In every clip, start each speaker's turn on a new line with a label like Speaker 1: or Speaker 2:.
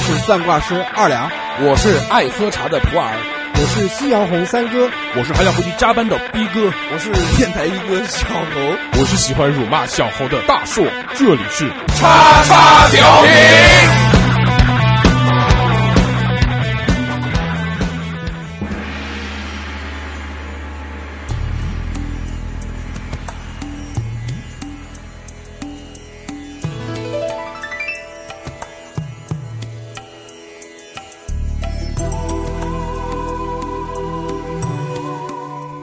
Speaker 1: 是算卦师二两，
Speaker 2: 我是爱喝茶的普洱，
Speaker 3: 我是夕阳红三哥，
Speaker 4: 我是还想回去加班的逼哥，
Speaker 5: 我是电台一哥小猴，
Speaker 6: 我是喜欢辱骂小猴的大硕。这里是
Speaker 7: 叉叉调频。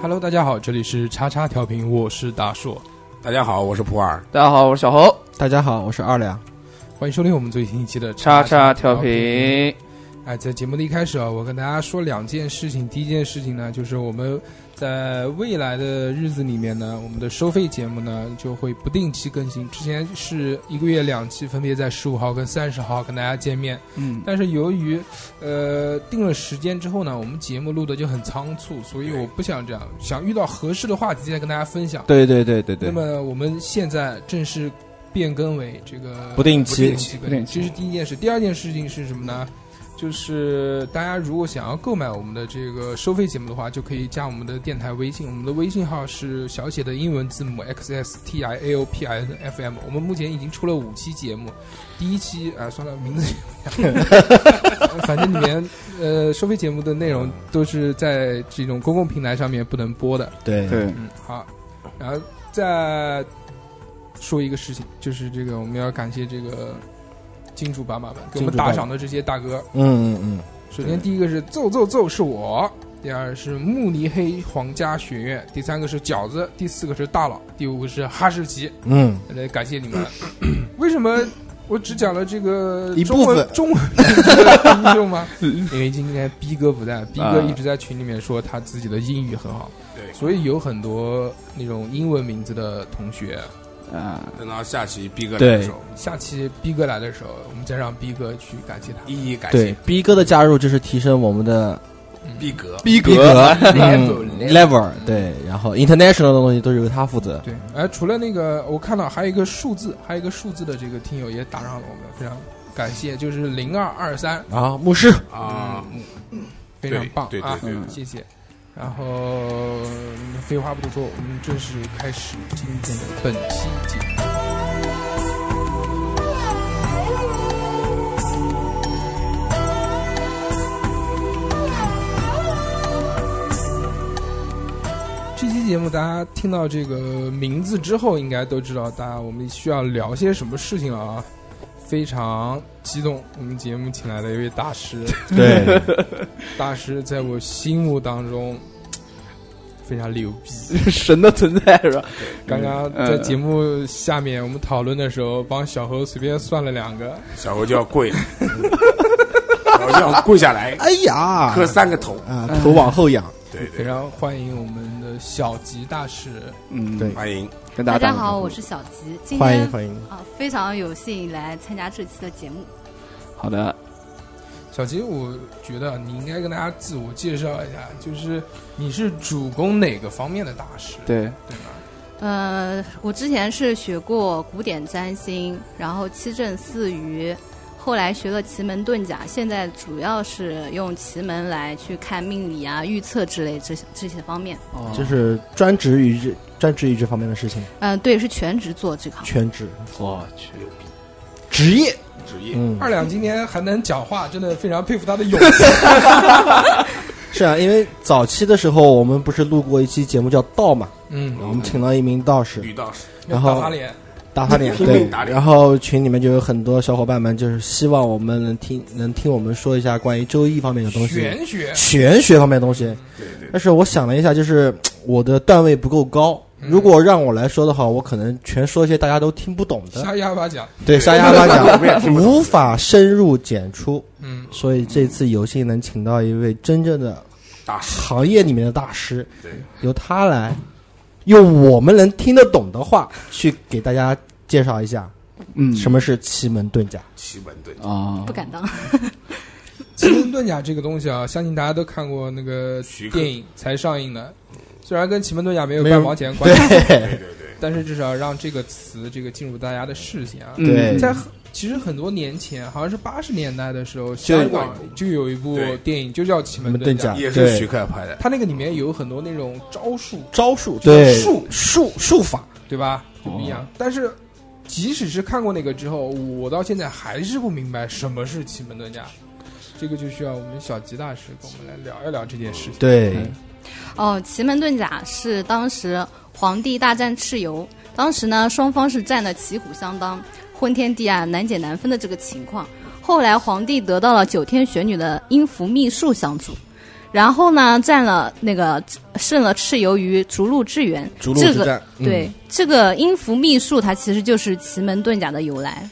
Speaker 6: Hello，大家好，这里是叉叉调频，我是大硕。
Speaker 2: 大家好，我是普洱。
Speaker 5: 大家好，我是小侯。
Speaker 1: 大家好，我是二两。
Speaker 6: 欢迎收听我们最新一期的
Speaker 5: 叉
Speaker 6: 叉
Speaker 5: 叉调频。
Speaker 6: 哎，在节目的一开始啊，我跟大家说两件事情。第一件事情呢，就是我们在未来的日子里面呢，我们的收费节目呢就会不定期更新。之前是一个月两期，分别在十五号跟三十号跟大家见面。
Speaker 5: 嗯，
Speaker 6: 但是由于呃定了时间之后呢，我们节目录的就很仓促，所以我不想这样，想遇到合适的话题再跟大家分享。
Speaker 1: 对对对对对
Speaker 6: 那。么我们现在正式变更为这个
Speaker 1: 不定期
Speaker 6: 不定期
Speaker 5: 不定期
Speaker 6: 这是第一件事。第二件事情是什么呢？就是大家如果想要购买我们的这个收费节目的话，就可以加我们的电台微信，我们的微信号是小写的英文字母 x s t i a o p i n f m。我们目前已经出了五期节目，第一期啊、算了，名字 反正里面呃收费节目的内容都是在这种公共平台上面不能播的，
Speaker 1: 对
Speaker 5: 对，
Speaker 6: 嗯，好，然后再说一个事情，就是这个我们要感谢这个金主爸爸们给我
Speaker 1: 金
Speaker 6: 们
Speaker 1: 主爸爸
Speaker 6: 打赏的这些大哥。
Speaker 1: 嗯嗯嗯，
Speaker 6: 首先第一个是奏奏奏是我，第二是慕尼黑皇家学院，第三个是饺子，第四个是大佬，第五个是哈士奇。
Speaker 1: 嗯，
Speaker 6: 来感谢你们。 为什么我只讲了这个
Speaker 1: 一
Speaker 6: 中文
Speaker 1: 部分
Speaker 6: 中文听 众吗？因为今天逼哥不在，
Speaker 1: 啊
Speaker 6: 逼哥一直在群里面说他自己的英语很好，
Speaker 2: 对
Speaker 6: 所以有很多那种英文名字的同学。
Speaker 5: 啊，
Speaker 2: 等到下期逼哥来
Speaker 1: 对
Speaker 2: 的时候，
Speaker 6: 下期逼哥来的时候，我们再让逼哥去感谢他。
Speaker 2: 一一感
Speaker 1: 对
Speaker 2: 谢
Speaker 1: 逼哥的加入就是提升我们的
Speaker 2: 逼格。
Speaker 1: 逼
Speaker 5: 格
Speaker 1: 嗯
Speaker 6: level
Speaker 1: level，对，然后 international 的东西都是由他负责。
Speaker 6: 对，哎，除了那个，我看到还有一个数字，还有一个数字的这个听友也打赏了我们，非常感谢，就是零二二三，
Speaker 1: 啊，牧师，
Speaker 2: 啊，
Speaker 6: 非常棒
Speaker 2: 对对
Speaker 6: 啊！
Speaker 2: 对
Speaker 5: 对对
Speaker 6: 谢谢。然后嗯废话不多说，我们正式开始今天的本期节目。这期节目大家听到这个名字之后，应该都知道大家我们需要聊些什么事情了啊！非常激动，我们节目请来了一位大师。
Speaker 1: 对，
Speaker 6: 大师在我心目当中非常牛逼。
Speaker 5: 神的存在是吧？
Speaker 1: 嗯
Speaker 6: 刚刚在节目下面我们讨论的时候，帮小猴随便算了两 个，
Speaker 2: 小猴就要跪了，小猴就要跪下 来
Speaker 1: 哎呀
Speaker 2: 磕三个头。
Speaker 1: 啊，头往后仰，
Speaker 2: 对
Speaker 6: 非
Speaker 2: 对，
Speaker 6: 常欢迎我们的小吉大师。
Speaker 5: 嗯，
Speaker 1: 对
Speaker 2: 欢迎
Speaker 5: 跟
Speaker 8: 大
Speaker 5: 大
Speaker 8: 家
Speaker 5: 打个招
Speaker 8: 好，
Speaker 5: 呼
Speaker 8: 我是小吉，今
Speaker 1: 欢
Speaker 8: 天
Speaker 1: 迎欢迎。
Speaker 8: 啊非常有幸来参加这期的节目。
Speaker 5: 好的，
Speaker 6: 小吉，我觉得你应该跟大家自我介绍一下，就是你是主攻哪个方面的大师，
Speaker 5: 对，
Speaker 6: 对吧？
Speaker 8: 呃，我之前是学过古典占星，然后七正四余，后来学了奇门遁甲，现在主要是用奇门来去看命理啊、预测之类这些这些方面。
Speaker 5: 哦
Speaker 1: 就是专职于这专职于这方面的事情，
Speaker 8: 嗯、对，是全职做这个行业。
Speaker 1: 全职
Speaker 5: 我去，
Speaker 1: 职业。
Speaker 2: 职业。
Speaker 1: 嗯，
Speaker 6: 二两今天还能讲话，真的非常佩服他的勇气。
Speaker 1: 是啊，因为早期的时候我们不是录过一期节目叫道嘛，
Speaker 6: 嗯，
Speaker 1: 我们请到一名道士，
Speaker 2: 吕道士，
Speaker 1: 然后
Speaker 6: 打他脸，
Speaker 1: 打他脸，
Speaker 2: 拼命
Speaker 1: 对，
Speaker 2: 打脸
Speaker 1: 然后群里面就有很多小伙伴们，就是希望我们能听能听我们说一下关于周易方面的东西，
Speaker 6: 玄学，
Speaker 1: 玄学方面的东西。
Speaker 2: 对对，
Speaker 1: 但是我想了一下，就是我的段位不够高，
Speaker 2: 嗯
Speaker 1: 如果让我来说的话，我可能全说一些大家都听不懂的，
Speaker 6: 瞎哑巴讲。
Speaker 1: 对，瞎哑巴
Speaker 2: 我们也听
Speaker 1: 讲，
Speaker 2: 不懂
Speaker 1: 无法深入浅出。
Speaker 6: 嗯，
Speaker 1: 所以这次有幸能请到一位真正的
Speaker 2: 大师。
Speaker 1: 行业里面的大师，
Speaker 2: 对，
Speaker 1: 由他来用我们能听得懂的话去给大家介绍一下
Speaker 5: 嗯，
Speaker 1: 什么是奇门遁甲。
Speaker 2: 奇门遁甲。
Speaker 5: 啊
Speaker 8: 不？敢当，
Speaker 6: 奇门遁甲这个东西啊，相信大家都看过那个
Speaker 2: 徐克
Speaker 6: 电影才上映的，虽然跟奇门遁甲没有
Speaker 1: 没有
Speaker 6: 半毛钱关系，
Speaker 2: 对
Speaker 1: 对
Speaker 2: 对对，
Speaker 6: 但是至少让这个词这个进入大家的视线啊。
Speaker 5: 嗯
Speaker 1: 对
Speaker 6: 在其实很多年前，好像是八十年代的时候，
Speaker 5: 就有
Speaker 6: 香港就有一部
Speaker 2: 对
Speaker 6: 电影，就叫《奇门遁甲》，
Speaker 2: 也是徐克拍的，
Speaker 6: 它那个里面有很多那种招数、
Speaker 1: 招数
Speaker 6: 就是
Speaker 1: 对
Speaker 6: 术术术法，对吧？就不一样
Speaker 5: 哦。
Speaker 6: 但是即使是看过那个之后，我到现在还是不明白什么是奇门遁甲。这个就需要我们小吉大师跟我们来聊一聊这件事情。
Speaker 1: 对
Speaker 8: 哦，奇门遁甲是当时皇帝大战蚩尤，当时呢双方是战得旗鼓相当，昏天地啊难解难分的这个情况。后来皇帝得到了九天玄女的阴符秘术相助，然后呢占了那个胜了蚩尤于逐鹿之原。
Speaker 1: 逐鹿
Speaker 8: 这
Speaker 1: 之
Speaker 8: 个
Speaker 1: 战，嗯
Speaker 8: 对，这个音符秘术，它其实就是奇门遁甲的由来。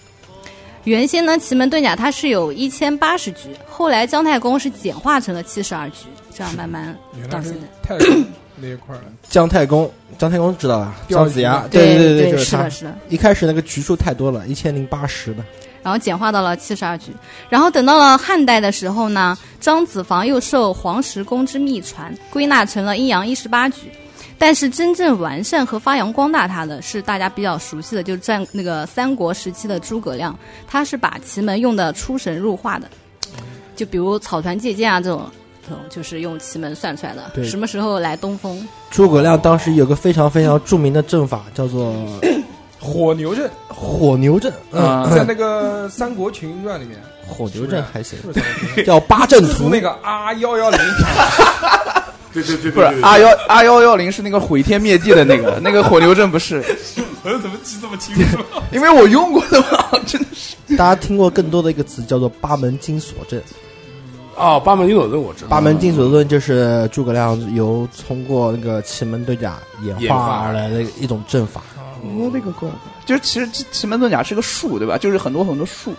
Speaker 8: 原先呢，奇门遁甲它是有一千八十局，后来姜太公是简化成了七十二局，这样慢慢
Speaker 6: 原
Speaker 8: 到
Speaker 6: 来
Speaker 8: 现
Speaker 6: 是
Speaker 8: 在。
Speaker 6: 泰国那一块儿了，
Speaker 1: 姜太公，姜太公知道吧？
Speaker 6: 钓鱼
Speaker 1: 姜子牙
Speaker 6: 嘛，
Speaker 1: 对
Speaker 8: 对
Speaker 1: 对，就是他
Speaker 8: 的，。是的。
Speaker 1: 一开始那个局数太多了，一千零八十的，
Speaker 8: 然后简化到了七十二局。然后等到了汉代的时候呢，张子房又受黄石公之秘传，归纳成了阴阳一十八局。但是真正完善和发扬光大它的是大家比较熟悉的，就是战那个三国时期的诸葛亮，他是把奇门用的出神入化的，就比如草船借箭啊这种，这种就是用奇门算出来的。
Speaker 1: 对
Speaker 8: 什么时候来东风？
Speaker 1: 诸葛亮当时有个非常非常著名的阵法，叫做
Speaker 6: 火牛阵
Speaker 1: 火牛阵。嗯，
Speaker 5: 啊
Speaker 6: 在那个《三国群英传》里面，
Speaker 1: 火
Speaker 6: 是
Speaker 1: 牛
Speaker 6: 不是
Speaker 1: 阵还行
Speaker 6: 是，不是三国群英 传
Speaker 1: 叫八阵
Speaker 6: 就是
Speaker 1: 图
Speaker 6: 那。个 R 幺幺零，
Speaker 2: 对对对
Speaker 5: 不是 R 幺 R 幺幺零是那个毁天灭地的那个，那个火牛阵不是，
Speaker 6: 我怎么记这么清楚？
Speaker 5: 因为我用过的嘛，真的是
Speaker 1: 大家听过更多的一个词叫做八门金锁阵。
Speaker 2: 哦，八门金锁阵我知道，
Speaker 1: 八门金锁阵就是诸葛亮由通过那个奇门遁甲演
Speaker 2: 演
Speaker 1: 化
Speaker 2: 化
Speaker 1: 而来的一种阵法。
Speaker 5: 我勒个乖，就是其实奇奇门遁甲是个术，对吧？就是很多很多术，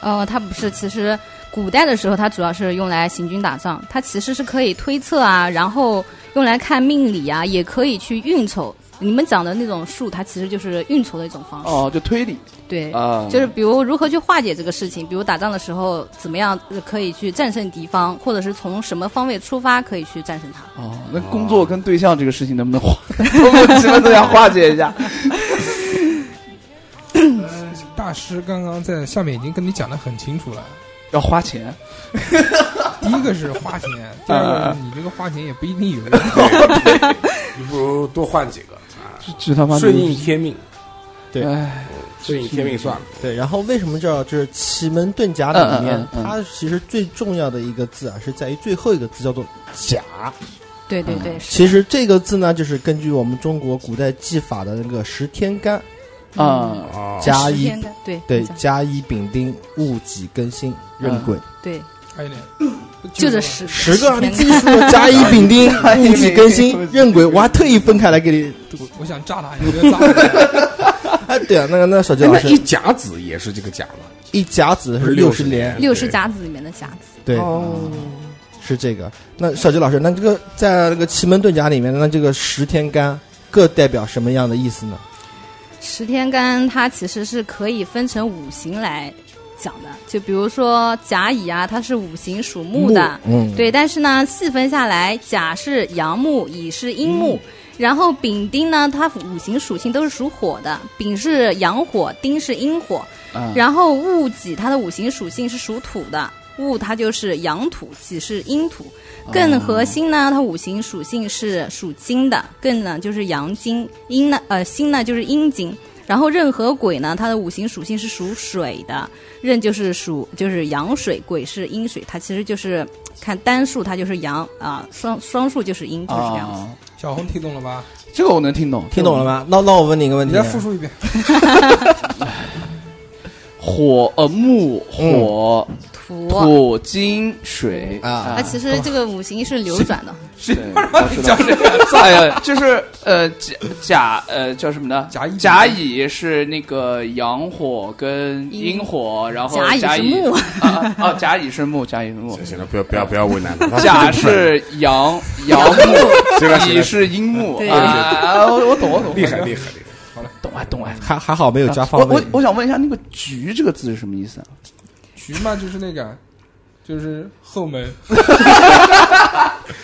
Speaker 8: 呃，它不是，其实古代的时候，它主要是用来行军打仗，它其实是可以推测啊，然后用来看命理啊，也可以去运筹。你们讲的那种术，它其实就是运筹的一种方式。
Speaker 5: 哦，就推理
Speaker 8: 对，
Speaker 5: 啊，
Speaker 8: 就是比如如何去化解这个事情，比如打仗的时候怎么样呃可以去战胜敌方，或者是从什么方位出发可以去战胜它。
Speaker 5: 哦，那工作跟对象这个事情能不能化，通过奇门遁甲化解一下？
Speaker 6: 大师刚刚在下面已经跟你讲的很清楚了，
Speaker 5: 要花钱，
Speaker 6: 第一个是花钱，第二个
Speaker 1: 嗯
Speaker 6: 是你这个花钱也不一定有 用。
Speaker 2: 你不如多换几个啊，
Speaker 5: 这他妈
Speaker 2: 顺应天命，
Speaker 1: 对
Speaker 5: 哎，
Speaker 2: 顺应天命算了，
Speaker 1: 对，然后为什么叫就是奇门遁甲里面，
Speaker 5: 嗯嗯嗯嗯
Speaker 1: 它其实最重要的一个字啊，是在于最后一个字叫做甲。
Speaker 8: 对对对，是
Speaker 1: 其实这个字呢，就是根据我们中国古代技法的那个十天干
Speaker 5: 啊，
Speaker 2: 哦，
Speaker 1: 加
Speaker 8: 十
Speaker 1: 一
Speaker 8: 嗯天的，对
Speaker 1: 对
Speaker 8: 这样
Speaker 1: 加一丙丁戊己庚辛壬癸
Speaker 8: 对，
Speaker 6: 还有点，
Speaker 8: 就这十
Speaker 1: 十个啊，你
Speaker 8: 天
Speaker 1: 自己数个加一丙丁
Speaker 5: 加一丙丁
Speaker 1: 戊己庚辛壬癸，我还特意分开来给你。
Speaker 6: 我我想炸他，你觉得炸他？
Speaker 1: 哎，对啊，那个那小杰
Speaker 2: 哎
Speaker 1: 老
Speaker 2: 那
Speaker 1: 师
Speaker 2: 一甲子也是这个甲嘛，
Speaker 1: 一甲子是
Speaker 2: 六
Speaker 1: 十
Speaker 2: 年，
Speaker 8: 六十甲子里面的甲子，
Speaker 1: 对，是这个。那小杰老师，那这个在那个奇门遁甲里面，那这个十天干各代表什么样的意思呢？
Speaker 8: 十天干它其实是可以分成五行来讲的，就比如说甲乙啊，它是五行属木的，
Speaker 1: 嗯，
Speaker 8: 对，但是呢细分下来，甲是阳木，乙是阴木。然后丙丁呢，它五行属性都是属火的，丙是阳火，丁是阴火。
Speaker 5: 啊
Speaker 8: 然后戊己，它的五行属性是属土的，戊它就是阳土，己是阴土。艮和辛呢，它五行属性是属金的，艮呢就是阳金，阴呢呃辛呢就是阴金。然后壬和癸呢，它的五行属性是属水的，壬就是属就是阳水，癸是阴水，它其实就是看单数它就是阳啊、双双数就是阴，就是这样子。
Speaker 5: 啊，
Speaker 6: 小红听懂了吧？
Speaker 5: 这个我能听懂，
Speaker 1: 听懂了吗？那那我问你一个问
Speaker 6: 你
Speaker 1: 题，啊
Speaker 6: 再复述一遍。
Speaker 5: 火呃木火
Speaker 8: 土，
Speaker 5: 土金水
Speaker 1: 啊
Speaker 8: 它其实这个五行是流转的，
Speaker 5: 是叫这个？哎呀，就是呃 甲甲呃叫什么呢？
Speaker 6: 甲乙
Speaker 5: 甲乙是那个阳火跟阴火，然后
Speaker 8: 甲乙
Speaker 5: 甲
Speaker 8: 是
Speaker 5: 乙
Speaker 8: 木，
Speaker 5: 啊啊，甲乙是木，甲乙是 木
Speaker 2: 行。行了，不要不要不要为难 他，
Speaker 5: 甲是阳阳木，
Speaker 2: 这个
Speaker 5: 乙是阴木
Speaker 8: 对
Speaker 5: 啊！我我懂，我懂，
Speaker 2: 厉害厉害厉害，
Speaker 5: 懂啊，懂啊。
Speaker 1: 还还好没有加
Speaker 5: 我
Speaker 1: 方
Speaker 5: 我
Speaker 1: 位。
Speaker 5: 我想问一下，那个“局”这个字是什么意思啊？
Speaker 6: 局嘛，就是那个就是后门，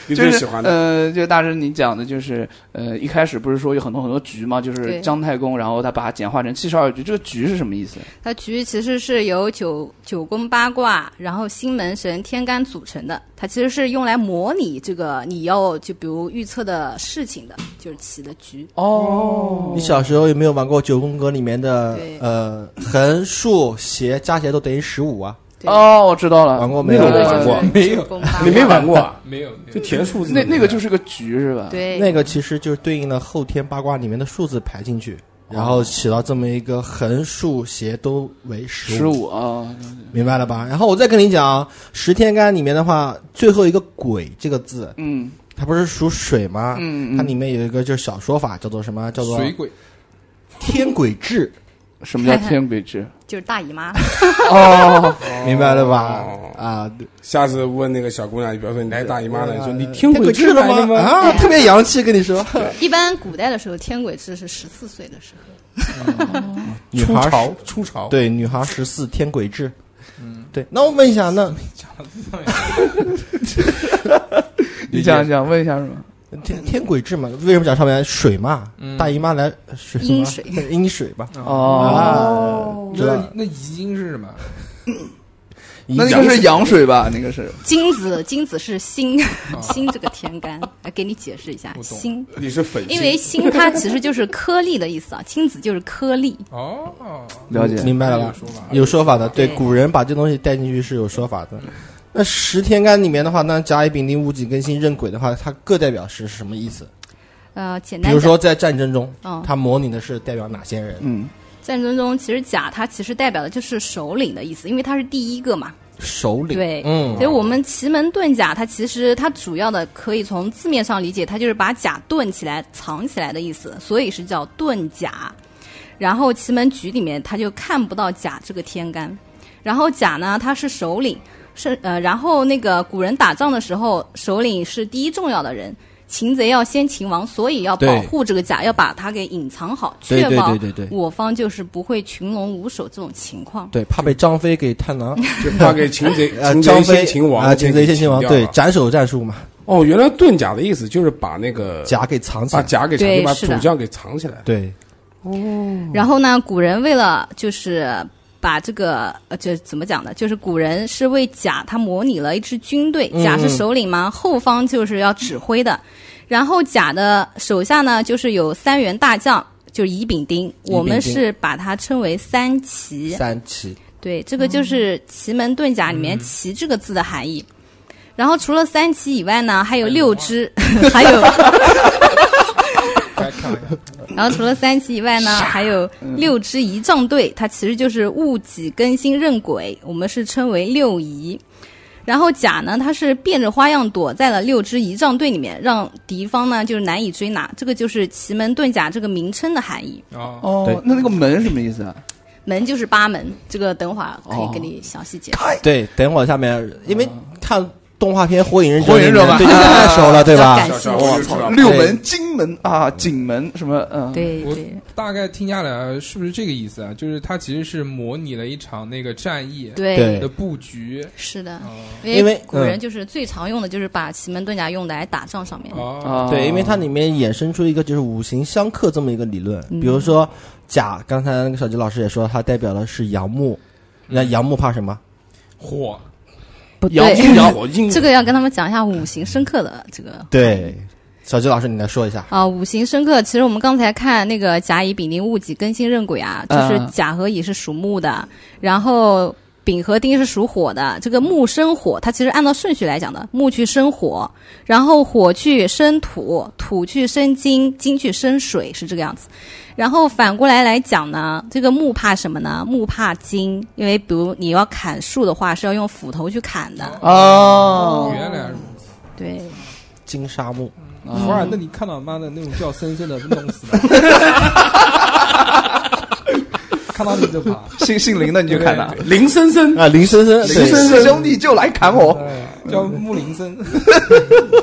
Speaker 2: 你
Speaker 5: 就
Speaker 2: 最
Speaker 5: 是
Speaker 2: 喜欢的
Speaker 5: 呃，就大师你讲的，就是呃，一开始不是说有很多很多局嘛，就是
Speaker 8: 对
Speaker 5: 姜太公，然后他把它简化成七十二局，这个局是什么意思？
Speaker 8: 它局其实是由九九宫八卦，然后星门神、天干组成的。它其实是用来模拟这个你要就比如预测的事情的，就是起的局。
Speaker 5: 哦
Speaker 1: 你小时候有没有玩过九宫格里面的
Speaker 8: 对
Speaker 1: 呃横竖斜加起来都等于十五啊？
Speaker 8: 对，
Speaker 5: 哦，我知道了，
Speaker 1: 玩过没
Speaker 2: 那
Speaker 1: 有
Speaker 8: 这？
Speaker 2: 个
Speaker 8: 个
Speaker 2: 我
Speaker 8: 就是
Speaker 2: 玩过
Speaker 6: 没有
Speaker 8: 九宫八卦
Speaker 2: 你没玩过 啊？
Speaker 6: 没有，没有
Speaker 2: 就填数字
Speaker 5: 那那个就是个局是吧？，
Speaker 8: 对，
Speaker 1: 那个其实就是对应了后天八卦里面的数字排进去，然后起到这么一个横竖斜都为
Speaker 5: 十
Speaker 1: 十五，
Speaker 5: 五啊，
Speaker 1: 明白了吧？然后我再跟你讲啊，十天干里面的话，最后一个“鬼”这个字，
Speaker 5: 嗯
Speaker 1: 它不是属水吗？
Speaker 5: 嗯，嗯
Speaker 1: 它里面有一个就是小说法，叫做什么？叫做
Speaker 6: 水鬼，
Speaker 1: 天鬼志，
Speaker 5: 什么叫天鬼制？
Speaker 8: 就是大姨妈。
Speaker 5: 哦，
Speaker 1: 明白了吧
Speaker 2: 哦？
Speaker 1: 啊，
Speaker 2: 下次问那个小姑娘，比方说你来大姨妈了，你说你
Speaker 1: 天
Speaker 2: 听啊鬼
Speaker 1: 志了
Speaker 2: 来的吗？
Speaker 1: 啊，特别洋气，跟你说，
Speaker 8: 一般古代的时候，天鬼制是十四岁的时候。
Speaker 1: 女
Speaker 6: 出
Speaker 1: 孩儿
Speaker 6: 潮出 潮，
Speaker 1: 对，女孩十四天鬼志。嗯，对。那我问一下，那
Speaker 5: 你讲讲，问一下什么？
Speaker 1: 天天鬼志嘛，为什么讲上面水嘛？
Speaker 6: 嗯
Speaker 1: 大姨妈来水嘛
Speaker 8: 阴水
Speaker 1: 阴水吧？啊
Speaker 5: 哦，
Speaker 1: 啊，知道
Speaker 6: 那。那遗精是什么？
Speaker 5: 那那个是羊水吧？那个是
Speaker 8: 金子，金子是 心，心这个天干，来给你解释一下
Speaker 6: 我懂
Speaker 8: 心，
Speaker 2: 你是粉
Speaker 8: 因为
Speaker 2: 心，
Speaker 8: 心它其实就是颗粒的意思啊，金子就是颗粒。
Speaker 6: 哦，
Speaker 5: 了解。
Speaker 1: 明白了吧
Speaker 6: 有？说法
Speaker 1: 有说法的，对，
Speaker 8: 对
Speaker 1: 古人把这东西带进去是有说法的。那十天干里面的话，那甲乙丙丁戊己庚辛壬癸的话，它各代表是什么意思？
Speaker 8: 呃，简
Speaker 1: 比
Speaker 8: 单
Speaker 1: 如
Speaker 8: 讲，
Speaker 1: 说在战争中，
Speaker 8: 嗯，
Speaker 1: 它模拟的是代表哪些人？
Speaker 5: 嗯，
Speaker 8: 战争中其实甲它其实代表的就是首领的意思，因为它是第一个嘛。
Speaker 1: 首领。
Speaker 8: 对
Speaker 1: 嗯
Speaker 8: 所以，我们奇门遁甲，它其实它主要的可以从字面上理解，它就是把甲遁起来、藏起来的意思，所以是叫遁甲。然后奇门局里面，它就看不到甲这个天干。然后甲呢，它是首领，是呃，然后那个古人打仗的时候，首领是第一重要的人。擒贼要先擒王，所以要保护这个甲，要把它给隐藏好，
Speaker 1: 对
Speaker 8: 确
Speaker 1: 对
Speaker 8: 保
Speaker 1: 对对对
Speaker 8: 我方就是不会群龙无首这种情况。
Speaker 1: 对，怕被张飞给探 囊，
Speaker 2: 就怕给擒 贼，
Speaker 1: 呃，
Speaker 2: 擒
Speaker 1: 张
Speaker 2: 贼先
Speaker 1: 飞
Speaker 2: 擒王
Speaker 1: 啊，擒贼先
Speaker 2: 擒
Speaker 1: 擒王，
Speaker 2: 掉
Speaker 1: 对，
Speaker 2: 了
Speaker 1: 斩首战术嘛，
Speaker 2: 哦，原来遁甲的意思就是把那个
Speaker 1: 甲给藏起
Speaker 2: 呃把
Speaker 1: 来。
Speaker 2: 甲给藏，
Speaker 8: 对
Speaker 2: 就把
Speaker 8: 是的
Speaker 2: 主将给藏起来。
Speaker 1: 对，
Speaker 8: 然后呢，古人为了就是把这个呃，就怎么讲呢？就是古人是为甲，他模拟了一支军队，甲是首领嘛，后方就是要指挥的。然后甲的手下呢，就是有三员大将，就是乙丙丁，
Speaker 1: 丁
Speaker 8: 我们是把它称为三嗯奇。
Speaker 1: 三奇
Speaker 8: 对，这个就是奇门遁甲里面“奇”这个字的含义。然后除了三奇以外呢，还有六支， 还有
Speaker 6: 该看一下，
Speaker 8: 然后除了三奇以外呢，还有六支仪仗队，它其实就是戊己庚辛壬癸，我们是称为六仪。然后甲呢，它是变着花样躲在了六支仪仗队里面，让敌方呢就是难以追拿。这个就是奇门遁甲这个名称的含义。
Speaker 6: 哦，
Speaker 1: 对
Speaker 5: 哦，那那个门什么意思啊？
Speaker 8: 门就是八门，这个等会儿可
Speaker 5: 哦
Speaker 8: 以跟你详细解释。
Speaker 2: 哎
Speaker 1: 对，等会儿下面，因为
Speaker 2: 嗯
Speaker 1: 看动画片《火影忍者》
Speaker 5: 火
Speaker 1: 里
Speaker 5: 影忍者
Speaker 1: 面
Speaker 5: 吧
Speaker 1: 对，就
Speaker 2: 啊
Speaker 1: 太熟了，对吧
Speaker 8: 比？较感兴
Speaker 2: 我
Speaker 8: 趣。
Speaker 2: 操，
Speaker 5: 六门、金门啊，景门什么？嗯，，
Speaker 8: 对
Speaker 6: 我
Speaker 8: 对
Speaker 6: 大概听下来是不是这个意思啊？就是它其实是模拟了一场那个战役
Speaker 1: 对
Speaker 6: 的布局。
Speaker 8: 是的，
Speaker 1: 因
Speaker 8: 因
Speaker 1: 为
Speaker 8: 古人
Speaker 1: 嗯
Speaker 8: 就是最常用的就是把奇门遁甲用来打仗上面。
Speaker 6: 哦，
Speaker 5: 啊，
Speaker 1: 对，因为它里面衍生出一个就是五行相克这么一个理论，
Speaker 8: 嗯
Speaker 1: 比如说甲，刚才那个小吉老师也说，它代表的是阳木，
Speaker 8: 嗯
Speaker 1: 那阳木怕什么？
Speaker 6: 火
Speaker 8: 不
Speaker 5: 阳
Speaker 8: 对，
Speaker 5: 金 阳火
Speaker 8: 这个要跟他们讲一下五行深刻的这个
Speaker 1: 对，小吉老师你来说一下。
Speaker 8: 啊，五行深刻。其实我们刚才看那个甲乙丙丁戊己庚辛壬癸啊，就是
Speaker 5: 嗯
Speaker 8: 甲和乙是属木的，然后丙和丁是属火的。这个木生火，它其实按照顺序来讲的，木去生火，然后火去生土，土去生金，金去生水，是这个样子。然后反过来来讲呢，这个木怕什么呢？木怕金，因为比如你要砍树的话，是要用斧头去砍的。
Speaker 5: 哦，
Speaker 6: 原来如
Speaker 8: 对，
Speaker 1: 金沙木，
Speaker 6: 此，不然那你看到妈的那种叫森森的弄死 的，看到你就怕。
Speaker 5: 姓姓林的你就看他，
Speaker 2: 林森森，
Speaker 1: 啊，林森森，
Speaker 5: 林
Speaker 1: 对
Speaker 5: 氏兄弟就来砍我。
Speaker 6: 哎叫木林森，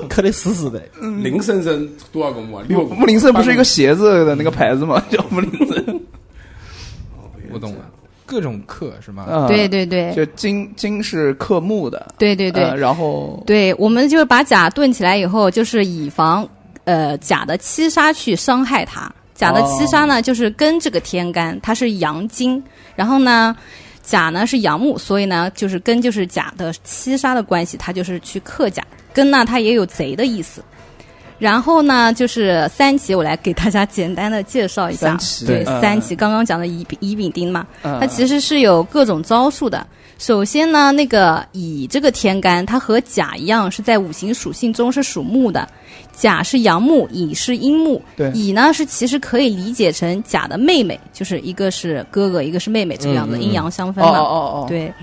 Speaker 1: 磕得死死的。
Speaker 2: 林森森多少个
Speaker 6: 嗯
Speaker 2: 木啊？六个
Speaker 5: 木林森不是一个鞋子的那个牌子吗？叫木林森。
Speaker 6: 我懂了。各种课是吗？
Speaker 5: 啊，
Speaker 8: 对对对
Speaker 5: 就金金是刻木的，
Speaker 8: 对对对
Speaker 5: 呃然后
Speaker 8: 对，我们就是把甲炖起来以后，就是以防呃甲的七杀去伤害它。甲的七杀呢，就是庚这个天干，它是阳金，然后呢，甲呢是阳木，所以呢，就是庚就是甲的七杀的关系，它就是去克甲。庚呢，它也有贼的意思。然后呢，就是三奇，我来给大家简单的介绍一下。
Speaker 5: 三奇
Speaker 8: 对，
Speaker 5: 嗯
Speaker 8: 三奇刚刚讲的乙丙乙丙丁嘛，
Speaker 1: 嗯
Speaker 8: 它其
Speaker 5: 实
Speaker 8: 实是有各种招数的。首先呢，那个乙这个天干，它和甲一样是在五行属性中是属木的，甲是阳木，乙是阴木。
Speaker 5: 对
Speaker 8: 乙呢是其实可以理解成甲的妹妹，就是一个是哥哥，一个是妹妹这个样
Speaker 1: 嗯
Speaker 8: 子，
Speaker 1: 嗯嗯
Speaker 8: 阴阳相分
Speaker 5: 哦
Speaker 8: 嘛。
Speaker 5: 哦哦，哦，
Speaker 8: 对。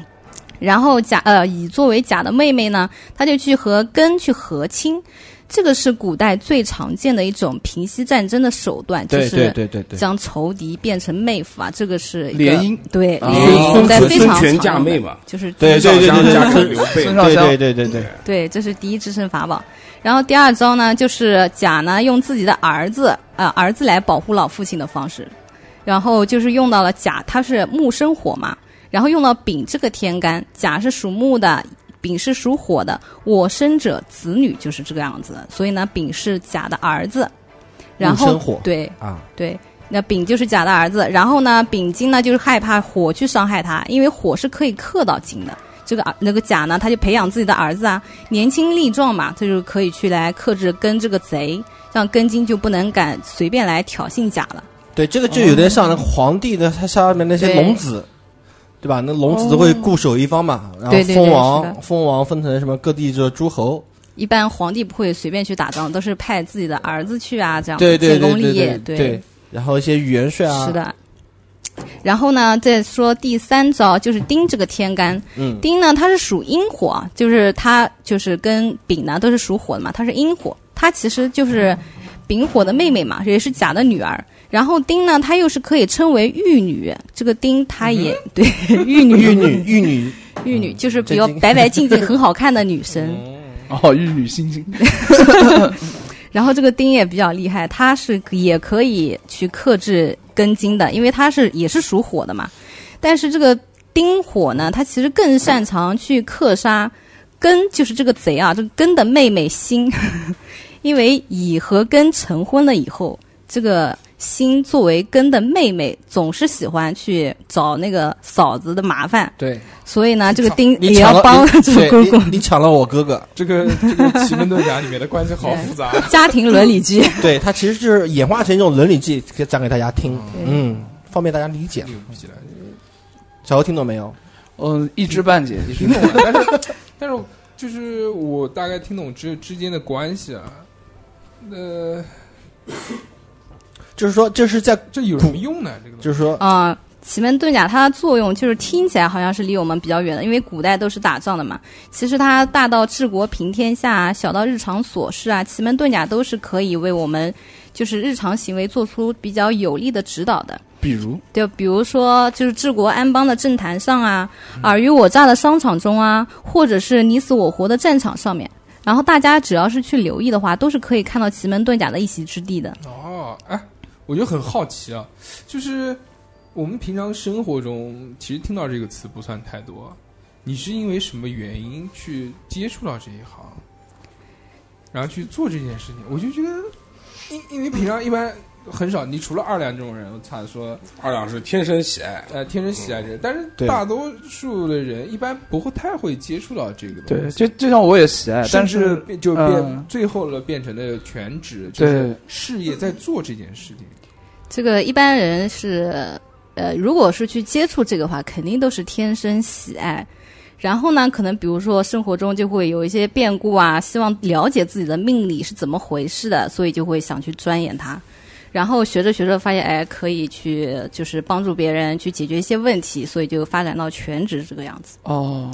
Speaker 8: 然后甲呃乙作为甲的妹妹呢，她就去和庚去和亲，这个是古代最常见的一种平息战争的手段，就
Speaker 1: 对对
Speaker 8: 是
Speaker 1: 对对对，
Speaker 8: 将仇敌变成妹夫啊，这个是一个
Speaker 5: 联姻，
Speaker 8: 对，
Speaker 2: 哦
Speaker 6: 哦
Speaker 5: 啊
Speaker 8: 古代
Speaker 2: 孙
Speaker 8: 非
Speaker 2: 孙
Speaker 8: 常
Speaker 2: 权
Speaker 8: 常
Speaker 2: 嫁
Speaker 8: 用的
Speaker 2: 妹嘛，
Speaker 8: 就是
Speaker 1: 对对对对对
Speaker 2: 加
Speaker 1: 对
Speaker 2: 上刘备
Speaker 5: 孙，尚
Speaker 1: 对
Speaker 5: 香
Speaker 1: 对对对对，
Speaker 8: 对，这是第一制胜法宝。然后第二招呢，就是甲呢用自己的儿子呃儿子来保护老父亲的方式，然后就是用到了甲，它是木生火嘛，然后用到丙这个天干，甲是属木的。丙是属火的，我生者子女就是这个样子，所以呢，丙是甲的儿子，然
Speaker 1: 木
Speaker 8: 后
Speaker 1: 生火
Speaker 8: 对
Speaker 1: 啊，
Speaker 8: 对，那丙就是甲的儿子，然后呢，丙金呢就是害怕火去伤害他，因为火是可以克到金的。这个儿那个甲呢，他就培养自己的儿子啊，年轻力壮嘛，这就可以去来克制跟这个贼，让庚金就不能敢随便来挑衅甲了。
Speaker 1: 对，这个就有点像那个皇帝的，他下面那些
Speaker 8: 对哦
Speaker 1: 龙子，对吧？那龙子都会固守一方嘛，然后
Speaker 8: 对对对
Speaker 1: 封
Speaker 8: 是
Speaker 1: 王，
Speaker 8: 的
Speaker 1: 封王分成什么各地这诸侯，
Speaker 8: 一般皇帝不会随便去打仗，都是派自己的儿子去啊，这样
Speaker 1: 对对
Speaker 8: 建
Speaker 1: 对
Speaker 8: 功立
Speaker 1: 对
Speaker 8: 业
Speaker 1: 对，对，然后一些元帅啊，
Speaker 8: 是，的。然后呢，再说第三招就是丁这个天干，
Speaker 1: 嗯，
Speaker 8: 丁呢它是属阴火，就是它就是跟丙呢都是属火的嘛，它是阴火，它其实就是丙火的妹妹嘛，也是甲的女儿。然后丁呢，它又是可以称为玉女，这个丁它也、对 玉女
Speaker 1: 嗯 玉女玉女，
Speaker 8: 玉女就是比较
Speaker 1: 真经
Speaker 8: 白白净净、很好看的女生。
Speaker 5: 哦，玉女心经，
Speaker 8: 然后这个丁也比较厉害，它是也可以去克制根茎的，因为它是也是属火的嘛。但是这个丁火呢，它其实更擅长去克杀根，就是这个贼啊，这个根的妹妹辛， 因为乙和根成婚了以后，这个辛作为根的妹妹，总是喜欢去找那个嫂子的麻烦，
Speaker 6: 对，
Speaker 8: 所以呢，这个丁
Speaker 1: 你
Speaker 8: 也
Speaker 1: 抢
Speaker 8: 要
Speaker 1: 了
Speaker 8: 帮
Speaker 1: 你
Speaker 8: 这个姑
Speaker 1: 对
Speaker 8: 姑
Speaker 1: 你，你抢了我哥哥，
Speaker 6: 这个这个《奇门遁甲》里面的关系好复杂。
Speaker 8: 家庭伦理剧。
Speaker 1: 对他其实就是演化成一种伦理剧，给讲给大家听，嗯，方便大家理解。
Speaker 6: 牛逼了，
Speaker 1: 小欧听懂没有？
Speaker 5: 嗯，一知半解，
Speaker 6: 你听懂了，但是但是就是我大概听懂这之间的关系啊。呃，
Speaker 1: 就是说，这是在，
Speaker 6: 这有什么用呢？这个东西
Speaker 1: 就是说，
Speaker 8: 啊、奇门遁甲它的作用就是听起来好像是离我们比较远的，因为古代都是打仗的嘛。其实它大到治国平天下啊，小到日常琐事啊，奇门遁甲都是可以为我们就是日常行为做出比较有力的指导的。
Speaker 5: 比如
Speaker 8: 就比如说，就是治国安邦的政坛上啊，尔虞我诈的商场中啊，或者是你死我活的战场上面，然后大家只要是去留意的话，都是可以看到奇门遁甲的一席之地的。
Speaker 6: 哦，哎，我就很好奇啊，就是我们平常生活中其实听到这个词不算太多，你是因为什么原因去接触到这一行，然后去做这件事情？我就觉得，因因为平常一般很少，你除了二两这种人，我操说
Speaker 2: 二两是天生喜爱，
Speaker 6: 呃天生喜爱这人，但是
Speaker 1: 对
Speaker 6: 大多数的人一般不会太会接触到这个东
Speaker 5: 对，
Speaker 6: 西。
Speaker 5: 就就像我也喜爱，
Speaker 6: 甚
Speaker 5: 但
Speaker 6: 至
Speaker 5: 是
Speaker 6: 变就变、
Speaker 5: 嗯
Speaker 6: 最后了，变成了全职，就
Speaker 5: 对
Speaker 6: 是事业在做这件事情。
Speaker 8: 这个一般人是，呃，如果是去接触这个的话，肯定都是天生喜爱。然后呢，可能比如说生活中就会有一些变故啊，希望了解自己的命理是怎么回事的，所以就会想去钻研它。然后学着学着发现，哎，可以去就是帮助别人去解决一些问题，所以就发展到全职这个样子。
Speaker 5: 哦，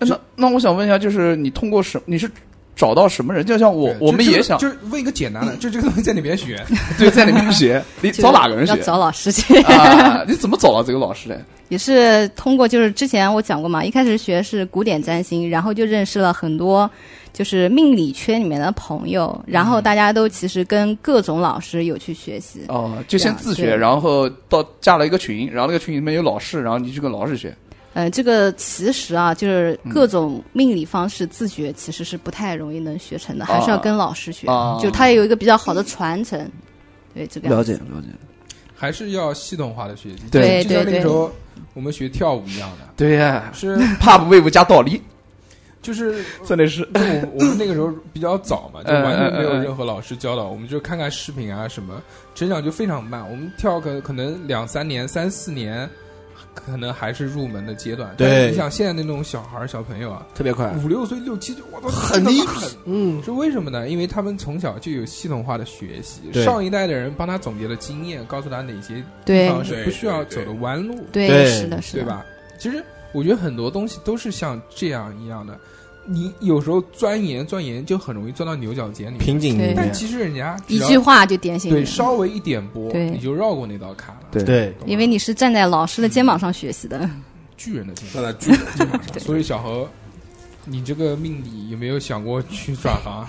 Speaker 5: 哎那那我想问一下，就是你通过什，你是找到什么人，就像我
Speaker 6: 对
Speaker 5: 我们
Speaker 6: 就
Speaker 5: 也想
Speaker 6: 就是问一个简单的，就这个东西在哪边学？
Speaker 5: 对在里面学， 你
Speaker 8: 就
Speaker 5: 找哪哎个人学
Speaker 8: 要找老师去。
Speaker 5: 啊？ 你怎么找到这个老师嘞？
Speaker 8: 也是通过就是之前我讲过嘛，一开始学是古典占星，然后就认识了很多就是命理圈里面的朋友，然后大家都其实跟各种老师有去学习。
Speaker 5: 哦，就先
Speaker 8: 对啊
Speaker 5: 自
Speaker 8: 对
Speaker 5: 学，然后到加了一个群，然后那个群里面有老师，然后你去跟老师学。
Speaker 8: 呃，这个其实啊，就是各种命理方式自学其实是不太容易能学成的，还
Speaker 6: 哦
Speaker 8: 是要跟老师学，
Speaker 5: 啊
Speaker 8: 就他也有一个比较好的传承。对，这个样
Speaker 2: 了
Speaker 8: 子
Speaker 2: 解了解。
Speaker 6: 还是要系统化的学习。
Speaker 8: 对
Speaker 6: 就像那
Speaker 8: 对
Speaker 6: 个
Speaker 8: 对
Speaker 6: 时候我们学跳舞一样的，
Speaker 5: 对呀，
Speaker 6: 是
Speaker 5: 怕不为不加道理，
Speaker 6: 就是
Speaker 5: 真的是
Speaker 6: 就我我们那个时候比较早嘛，就
Speaker 5: 嗯
Speaker 6: 完全没有
Speaker 5: 嗯嗯
Speaker 6: 任何老师教导，我们就看看视频啊什么，成长就非常慢。我们跳可可能两三年、三四年，可能还是入门的阶段。
Speaker 1: 对
Speaker 6: 但是你想现在那种小孩儿小朋友啊，
Speaker 1: 特别快，
Speaker 6: 五六岁、六七岁，我操，
Speaker 1: 很
Speaker 6: 真的
Speaker 1: 厉
Speaker 6: 很
Speaker 1: 嗯，
Speaker 6: 是为什么呢？因为他们从小就有系统化的学习，
Speaker 1: 对
Speaker 6: 上一代的人帮他总结了经验，告诉他哪些地
Speaker 8: 对
Speaker 6: 方是不需要走的弯路，
Speaker 8: 对
Speaker 1: 对
Speaker 8: 是的，是
Speaker 6: 对
Speaker 8: 的，
Speaker 6: 吧？其实我觉得很多东西都是像这样一样的，你有时候钻研钻研就很容易钻到牛角尖里面。
Speaker 1: 瓶颈里
Speaker 8: 对
Speaker 6: 但
Speaker 1: 面，
Speaker 6: 其实人家只
Speaker 8: 一
Speaker 6: 要
Speaker 8: 句话就点醒
Speaker 6: 对
Speaker 8: 你，
Speaker 6: 稍微一点拨，
Speaker 8: 对
Speaker 6: 你就绕过那道坎了。
Speaker 2: 对
Speaker 1: 对，
Speaker 6: 懂吗
Speaker 8: 因为你是站在老师的肩膀上学习
Speaker 6: 嗯
Speaker 8: 的。
Speaker 6: 巨人的精神，
Speaker 2: 看来剧
Speaker 6: 所以小何，你这个命理有没有想过去转 行？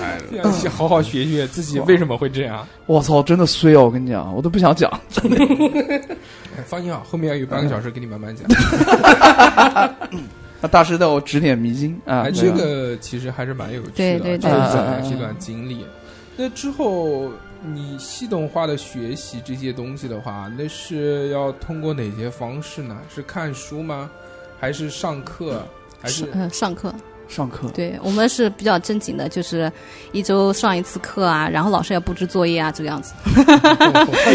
Speaker 2: 哎，
Speaker 6: 要好好学学自己为什么会这样。
Speaker 5: 我操，真的衰啊！我跟你讲，我都不想讲。
Speaker 6: 哎放心好，后面有半个小时给你慢慢讲。
Speaker 5: 那大师带我指点迷津啊，
Speaker 6: 哎，这个其实还是蛮有趣的，
Speaker 8: 对对对
Speaker 6: 就是
Speaker 5: 啊
Speaker 6: 这段经历。那之后你系统化的学习这些东西的话，那是要通过哪些方式呢？是看书吗？还是上课？还是
Speaker 8: 嗯、 上课，
Speaker 5: 上课
Speaker 8: 对我们是比较正经的，就是一周上一次课啊，然后老师要布置作业啊，这 个样子，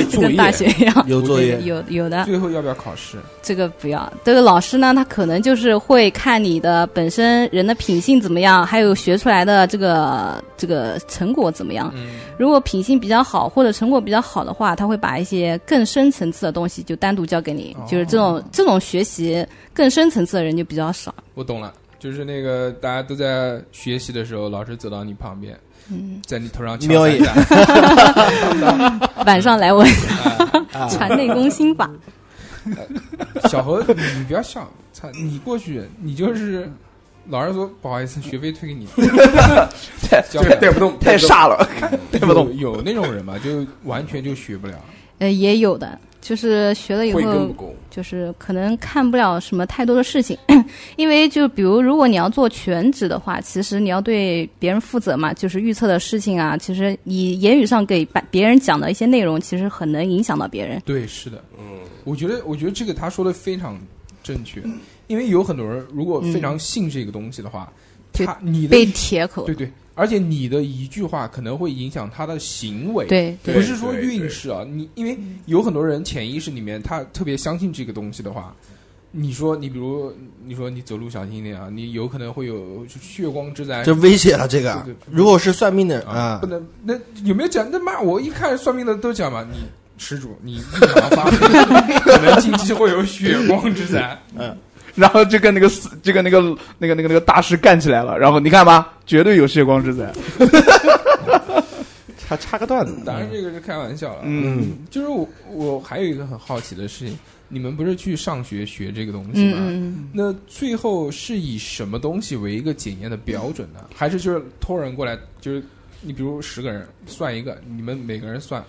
Speaker 8: 就跟大学一样。
Speaker 1: 有作业，
Speaker 8: 有有的，
Speaker 6: 最后要不要考试？
Speaker 8: 这个不要。这个老师呢，他可能就是会看你的本身人的品性怎么样，还有学出来的这个这个成果怎么样。
Speaker 6: 嗯，
Speaker 8: 如果品性比较好或者成果比较好的话，他会把一些更深层次的东西就单独教给你。
Speaker 6: 哦
Speaker 8: 就是这种这种学习更深层次的人就比较少。
Speaker 6: 我懂了。就是那个大家都在学习的时候，老师走到你旁边，
Speaker 8: 嗯，
Speaker 6: 在你头上敲
Speaker 1: 瞄
Speaker 6: 三
Speaker 1: 一
Speaker 6: 下，
Speaker 8: 晚上来我
Speaker 1: 啊
Speaker 8: 传内功心法。
Speaker 6: 小何，你不要笑，操！你过去，你就是老师说不好意思，学费退 给你，
Speaker 5: 太
Speaker 6: 交不了
Speaker 2: 带不动，
Speaker 5: 太
Speaker 2: 傻。
Speaker 5: 傻了， 带不动。
Speaker 6: 有有那种人嘛，就完全就学不了。
Speaker 8: 呃，也有的，就是学了以后
Speaker 2: 慧根不够，
Speaker 8: 就是可能看不了什么太多的事情， 因为就比如如果你要做全职的话，其实你要对别人负责嘛，就是预测的事情啊，其实你言语上给把别人讲的一些内容，其实很能影响到别人。
Speaker 6: 对，是的，嗯，我觉得，我觉得这个他说的非常正确，因为有很多人如果非常信这个东西的话，
Speaker 8: 嗯就
Speaker 6: 他你的
Speaker 8: 被
Speaker 6: 一
Speaker 8: 铁口
Speaker 6: 对，对，而且你的一句话可能会影响他的行为，
Speaker 8: 对
Speaker 6: 不是说运势啊，你因为有很多人潜意识里面他特别相信这个东西的话，你说你比如你说你走路小心一点啊，你有可能会有血光之灾。
Speaker 1: 这危险了。这个
Speaker 6: 对对
Speaker 1: 如果是算命的人
Speaker 6: 啊
Speaker 1: 啊，
Speaker 6: 不，能，那有没有讲？那骂我一看算命的都讲嘛，你施主，你立马发 誓，可能近期会有血光之灾。
Speaker 5: 然后就跟那个死就跟那个那个那个那个大师干起来了。然后你看吧，绝对有血光之灾。
Speaker 1: 插插个段子，
Speaker 6: 当然，这个是开玩笑了。
Speaker 5: 嗯，
Speaker 6: 就是我我还有一个很好奇的事情，你们不是去上学学这个东西
Speaker 8: 嗯
Speaker 6: 吗？
Speaker 8: 嗯
Speaker 6: 那最后是以什么东西为一个检验的标准呢？还是就是托人过来，就是你比如十个人算一个，你们每个人算，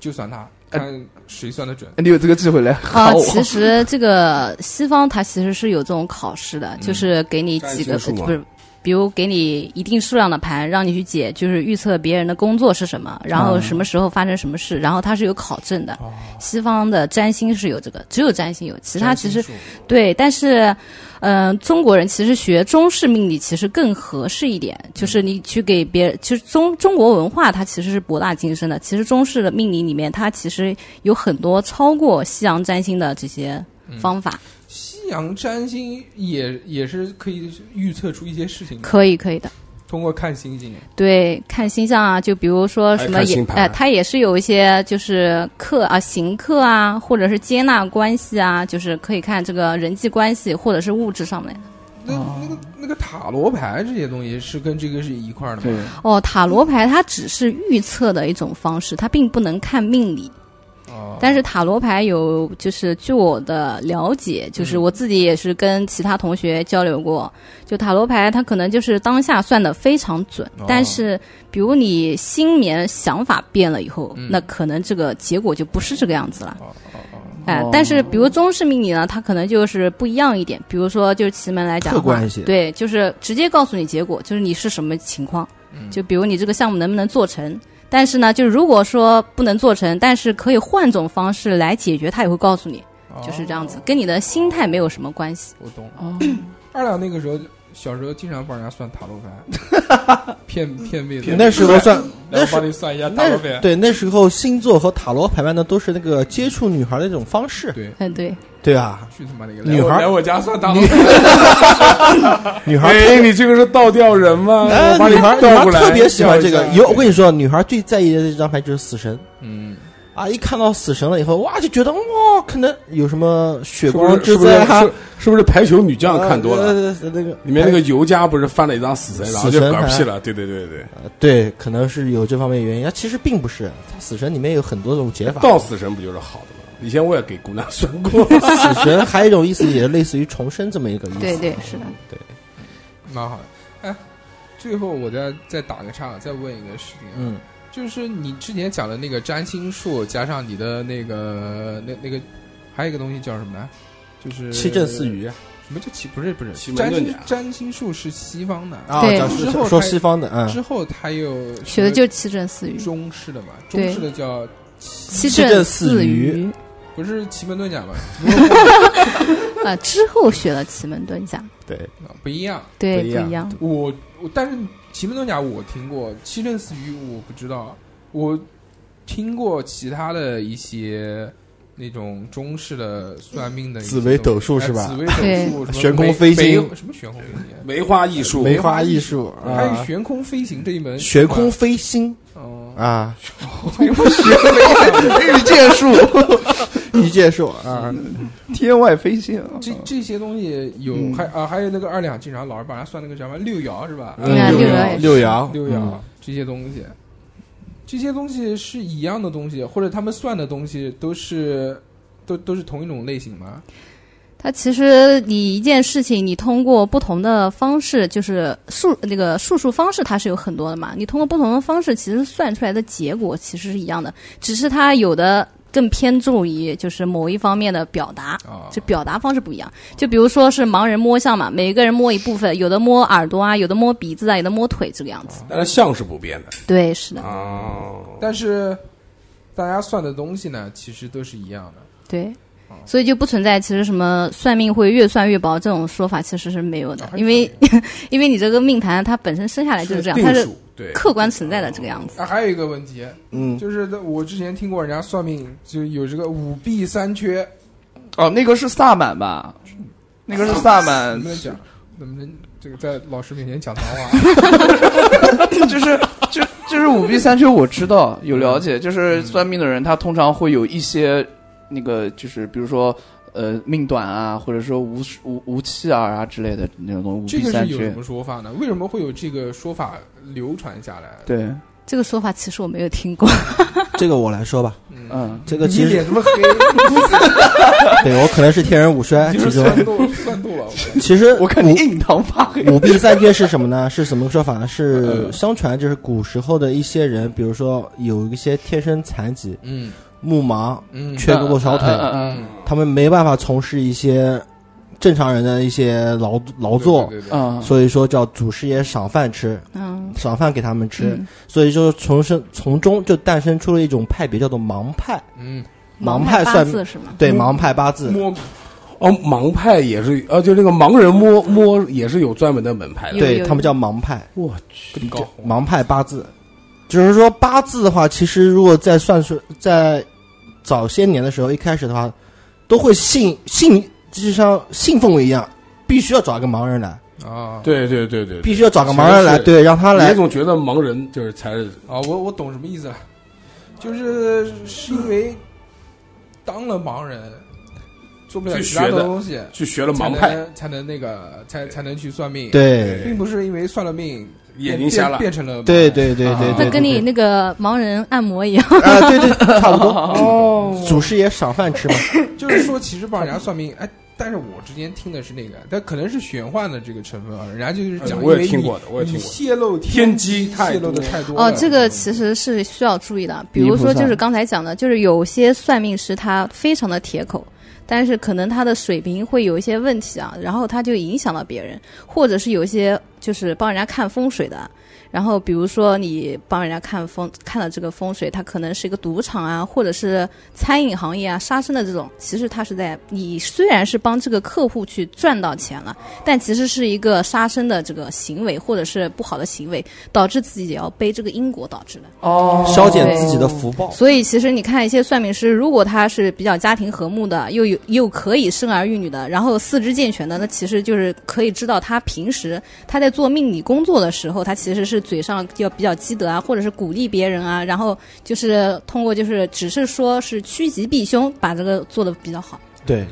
Speaker 6: 就算他
Speaker 1: 呃
Speaker 6: 看谁算的准。
Speaker 5: 你有这个机会来
Speaker 8: 嗯。啊
Speaker 5: 喊，我。
Speaker 8: 其实这个西方它其实是有这种考试的，就是给你几个
Speaker 2: 占星术嘛
Speaker 8: 不是。比如给你一定数量的盘，让你去解，就是预测别人的工作是什
Speaker 6: 啊
Speaker 8: 么，然后什么时候发生什么事，然后它是有考证的。
Speaker 6: 哦，
Speaker 8: 西方的占星是有这个，只有占星有，其他其
Speaker 6: 占
Speaker 8: 实
Speaker 6: 星术
Speaker 8: 对，但是，嗯、中国人其实学中式命理其实更合适一点，就是
Speaker 6: 嗯
Speaker 8: 你去给别人，其实中中国文化它其实是博大精深的，其实中式的命理里面它其实有很多超过西洋占星的这些
Speaker 6: 嗯
Speaker 8: 方法，
Speaker 6: 西洋占星也也是可以预测出一些事情的，
Speaker 8: 可以可以的。
Speaker 6: 通过看星星。
Speaker 8: 对，看星象啊，就比如说什么
Speaker 2: 还有看
Speaker 8: 也
Speaker 2: 星，盘
Speaker 8: 哎，它也是有一些就是克啊、行克啊，或者是接纳关系啊，就是可以看这个人际关系或者是物质上面。
Speaker 6: 那
Speaker 1: 哦
Speaker 6: 那个那个塔罗牌这些东西是跟这个是一块儿的
Speaker 5: 对
Speaker 6: 吗？，
Speaker 8: 哦，塔罗牌它只是预测的一种方式，它并不能看命理。
Speaker 6: 哦，
Speaker 8: 但是塔罗牌有，就是据我的了解，就是
Speaker 6: 嗯
Speaker 8: 我自己也是跟其他同学交流过，就塔罗牌它可能就是当下算的非常准，
Speaker 6: 哦
Speaker 8: 但是比如你新年想法变了以后，
Speaker 6: 嗯
Speaker 8: 那可能这个结果就不是这个样子了。
Speaker 6: 哦哦哦，
Speaker 8: 哎，但是比如中式命理呢，它可能就是不一样一点。比如说，就是奇门来讲的
Speaker 1: 客观
Speaker 8: 话
Speaker 1: 一些
Speaker 8: 对，就是直接告诉你结果，就是你是什么情况。就比如你这个项目能不能做成，但是呢，就是如果说不能做成，但是可以换种方式来解决，它也会告诉你，
Speaker 6: 哦
Speaker 8: 就是这样子，跟你的心态没有什么关系。
Speaker 6: 我懂了。
Speaker 5: 哦，
Speaker 6: 二两那个时候小时候经常帮人家算塔罗牌， 骗骗妹子。
Speaker 1: 那时候算
Speaker 6: 来
Speaker 1: 那
Speaker 6: 我
Speaker 1: 时
Speaker 6: 帮你算一下塔
Speaker 1: 那
Speaker 6: 罗牌。
Speaker 1: 对那时候星座和塔罗牌呢，都是那个接触女孩的一种方式，
Speaker 6: 对，
Speaker 8: 嗯，对，
Speaker 1: 对吧？
Speaker 6: 去他妈那个
Speaker 1: 女孩
Speaker 6: 来我来我家算塔罗牌，
Speaker 1: 女孩
Speaker 2: 哎，你这个是倒吊人吗？
Speaker 1: 哎，
Speaker 2: 我把
Speaker 1: 女
Speaker 2: 你
Speaker 1: 孩女
Speaker 2: 倒
Speaker 1: 孩
Speaker 2: 过来，
Speaker 1: 特别喜欢这个
Speaker 2: 吊。一下
Speaker 1: 有我跟你说，女孩最在意的这张牌就是死神
Speaker 6: 嗯，
Speaker 1: 啊！一看到死神了以后，哇，就觉得哇，可能有什么血
Speaker 2: 是不
Speaker 1: 光
Speaker 2: 是是
Speaker 1: 之
Speaker 2: 不
Speaker 1: 灾
Speaker 2: 是
Speaker 1: 啊
Speaker 2: 是，是不是排球女将看多了？
Speaker 1: 呃呃呃那个
Speaker 2: 里面那个尤佳不是翻了一张死神，然后就
Speaker 1: 死神
Speaker 2: 嗝屁
Speaker 1: 牌
Speaker 2: 了。对对对对，
Speaker 1: 哎对，可能是有这方面原因。啊其实并不是，它死神里面有很多种解法。
Speaker 2: 当死神不就是好的吗？以前我也给姑娘算过，
Speaker 1: 死神还有一种意思，也类似于重生这么一个意思。
Speaker 8: 对对是的。
Speaker 6: 蛮好的。哎，最后我再再打个岔，再问一个事情，啊
Speaker 1: 嗯，
Speaker 6: 就是你之前讲的那个占星术，加上你的那个那那个，还有一个东西叫什么来？就是
Speaker 1: 七正四啊余
Speaker 6: 什么叫七？不是不是，
Speaker 2: 奇门
Speaker 6: 占
Speaker 2: 遁
Speaker 6: 星
Speaker 2: 甲
Speaker 6: 占星术是西方的，
Speaker 1: 啊，
Speaker 8: 对
Speaker 1: 讲
Speaker 6: 之后
Speaker 1: 说
Speaker 6: 还
Speaker 1: 西方的，嗯，
Speaker 6: 之后他又
Speaker 8: 学的就是七正四余，
Speaker 6: 中式的嘛，
Speaker 8: 对
Speaker 6: 中式的叫
Speaker 8: 七
Speaker 1: 正
Speaker 8: 正
Speaker 1: 四余
Speaker 8: 余
Speaker 6: 不是奇门遁甲嘛，
Speaker 8: 啊，之后学了奇门遁甲，
Speaker 1: 对，
Speaker 6: 啊不一样。
Speaker 8: 对，
Speaker 1: 不一
Speaker 8: 不
Speaker 1: 样
Speaker 8: 一样。
Speaker 6: 我我但是奇门遁甲我听过，七正四余我不知道，我听过其他的一些那种中式的算命的一些
Speaker 1: 紫微斗数
Speaker 6: 东西
Speaker 1: 是吧
Speaker 6: 哎紫微斗数，
Speaker 1: 对
Speaker 6: 什么
Speaker 1: 悬空
Speaker 6: 梅
Speaker 1: 飞行
Speaker 6: 梅什么悬空飞行？
Speaker 2: 梅花易数，
Speaker 1: 梅花艺术
Speaker 6: 还有
Speaker 1: 啊，
Speaker 6: 悬空飞行这一门，
Speaker 1: 悬空飞星
Speaker 6: 哦，
Speaker 1: 啊，
Speaker 6: 悬空飞行，
Speaker 5: 御剑术，
Speaker 1: 御剑术啊，
Speaker 2: 嗯
Speaker 5: 天外飞仙，
Speaker 6: 这这些东西有
Speaker 5: 嗯
Speaker 6: 还啊，还有那个二两经常老是把它算那个叫什么六爻是吧？
Speaker 1: 嗯
Speaker 8: 啊
Speaker 1: 六
Speaker 8: 六爻也
Speaker 1: 爻
Speaker 8: 是
Speaker 1: 六爻
Speaker 6: 六
Speaker 2: 嗯
Speaker 6: 爻、嗯这些东西，这些东西是一样的东西，或者他们算的东西都是都都是同一种类型吗？
Speaker 8: 它其实你一件事情，你通过不同的方式，就是数那个数数方式，它是有很多的嘛。你通过不同的方式，其实算出来的结果其实是一样的，只是它有的更偏重于就是某一方面的表达。
Speaker 6: 啊，
Speaker 8: 就表达方式不一样。就比如说是盲人摸象嘛，每个人摸一部分，有的摸耳朵啊，有的摸鼻子啊，有的摸腿，这个样子。
Speaker 2: 但是相是不变的
Speaker 8: 对，是的，
Speaker 2: 啊。
Speaker 6: 但是大家算的东西呢，其实都是一样的。
Speaker 8: 对。所以就不存在其实什么算命会越算越薄这种说法，其实是没有的
Speaker 6: 啊，
Speaker 8: 因为 因为你这个命盘它本身生下来哎就是这样，它
Speaker 2: 定
Speaker 8: 是
Speaker 2: 数对，
Speaker 8: 客观存在的这个样子。
Speaker 6: 啊，还有一个问题，
Speaker 1: 嗯，
Speaker 6: 就是我之前听过人家算命，就有这个五弊三缺，
Speaker 5: 哦，那个是萨满吧？那个是萨满
Speaker 6: 能不，能讲？能不能这个在老师面前讲脏话？啊
Speaker 5: 就是就就是五弊三缺，我知道有了解，就是算命的人他通常会有一些那个，就是比如说呃命短啊，或者说无无无妻儿啊之类的那种东西，
Speaker 6: 这
Speaker 5: 五弊
Speaker 6: 个是
Speaker 5: 三
Speaker 6: 有
Speaker 5: 缺
Speaker 6: 什。么说法呢？为什么会有这个说法流传下来？
Speaker 5: 对，
Speaker 8: 这个说法其实我没有听过，
Speaker 1: 这个我来说吧，
Speaker 5: 嗯，
Speaker 1: 这个
Speaker 6: 你
Speaker 1: 其实
Speaker 6: 脸这么黑，
Speaker 1: 对我可能是天人五衰
Speaker 6: 你
Speaker 1: 其
Speaker 6: 是
Speaker 1: 中，
Speaker 6: 算多算多了。
Speaker 1: 其实
Speaker 5: 我看你印堂发黑。
Speaker 1: 五弊三缺是什么呢？是什么说法呢？
Speaker 6: 呃
Speaker 1: 是相传就是古时候的一些人，比如说有一些天生残疾、
Speaker 6: 嗯
Speaker 1: 目盲、
Speaker 6: 嗯
Speaker 1: 缺胳膊少腿，
Speaker 5: 嗯嗯嗯
Speaker 6: 嗯，
Speaker 1: 他们没办法从事一些正常人的一些劳劳
Speaker 6: 不
Speaker 1: 作，啊
Speaker 6: 对对对
Speaker 5: 嗯，
Speaker 1: 所以说叫祖师爷赏饭吃，
Speaker 8: 嗯，
Speaker 1: 赏饭给他们吃，
Speaker 8: 嗯
Speaker 1: 所以说从生从中就诞生出了一种派别，叫做盲派。
Speaker 6: 嗯，
Speaker 1: 盲
Speaker 8: 派
Speaker 1: 派
Speaker 8: 八
Speaker 1: 算
Speaker 8: 字是吗？
Speaker 1: 对，盲派八字，
Speaker 6: 摸
Speaker 2: 哦，盲派也是，呃，就那个盲人摸摸也是有专门的门派的。
Speaker 8: 有
Speaker 1: 对
Speaker 8: 有
Speaker 1: 他们叫盲派。
Speaker 2: 我去，
Speaker 6: 高红
Speaker 1: 盲派八字，就是说八字的话，其实如果在算是在早些年的时候，一开始的话，都会信信，就像信奉一样，必须要找一个盲人来，
Speaker 6: 啊，
Speaker 2: 对对对对，
Speaker 1: 必须要找个盲人来，
Speaker 2: 是
Speaker 1: 对，让他
Speaker 2: 你
Speaker 1: 来，
Speaker 2: 总觉得盲人就是才是
Speaker 6: 啊，我我懂什么意思了，就是是因为当了盲人，做不了
Speaker 2: 去
Speaker 6: 其他
Speaker 2: 学
Speaker 6: 的
Speaker 2: 的
Speaker 6: 东西，
Speaker 2: 去学了
Speaker 6: 才
Speaker 2: 盲派，
Speaker 6: 能才能那个才才能去算命。，
Speaker 1: 对
Speaker 6: 并不是因为算了命
Speaker 2: 眼睛
Speaker 6: 变
Speaker 2: 瞎了，
Speaker 6: 变成了盲
Speaker 1: 对对对对，
Speaker 8: 那
Speaker 1: 对
Speaker 8: 跟你
Speaker 1: 对
Speaker 8: 那个盲人按摩一样，
Speaker 1: 啊，对对，差不多。
Speaker 6: 哦
Speaker 1: 祖师爷赏饭吃嘛，
Speaker 6: 就是说，其实帮人家算命，哎，但是我之前听的是那个，但可能是玄幻的这个成分啊，人家就是讲，
Speaker 2: 嗯我也
Speaker 6: 因为
Speaker 2: 听
Speaker 6: 你
Speaker 2: 过的我也听
Speaker 6: 你
Speaker 2: 过的
Speaker 6: 泄露
Speaker 2: 天
Speaker 6: 机
Speaker 2: 机太
Speaker 6: 泄露的
Speaker 2: 多
Speaker 6: 太多
Speaker 8: 哦，
Speaker 6: 了嗯
Speaker 8: 这个其实是需要注意的。比如
Speaker 5: 泥
Speaker 8: 说，
Speaker 5: 菩萨
Speaker 8: 就是刚才讲的，就是有些算命师他非常的铁口，但是可能他的水平会有一些问题啊，然后他就影响了别人，或者是有一些就是帮人家看风水的。然后，比如说你帮人家看风看了这个风水，它可能是一个赌场啊，或者是餐饮行业啊、杀生的这种，其实它是在你虽然是帮这个客户去赚到钱了，但其实是一个杀生的这个行为或者是不好的行为，导致自己也要背这个因果导致的。
Speaker 5: 哦
Speaker 1: 消减自己的福报。
Speaker 8: 所以其实你看一些算命师，如果他是比较家庭和睦的，又有又可以生儿育女的，然后四肢健全的，那其实就是可以知道他平时他在做命理工作的时候，他其实是嘴上要比较积德啊，或者是鼓励别人啊，然后就是通过就是只是说是趋吉避凶，把这个做的比较好。
Speaker 1: 对，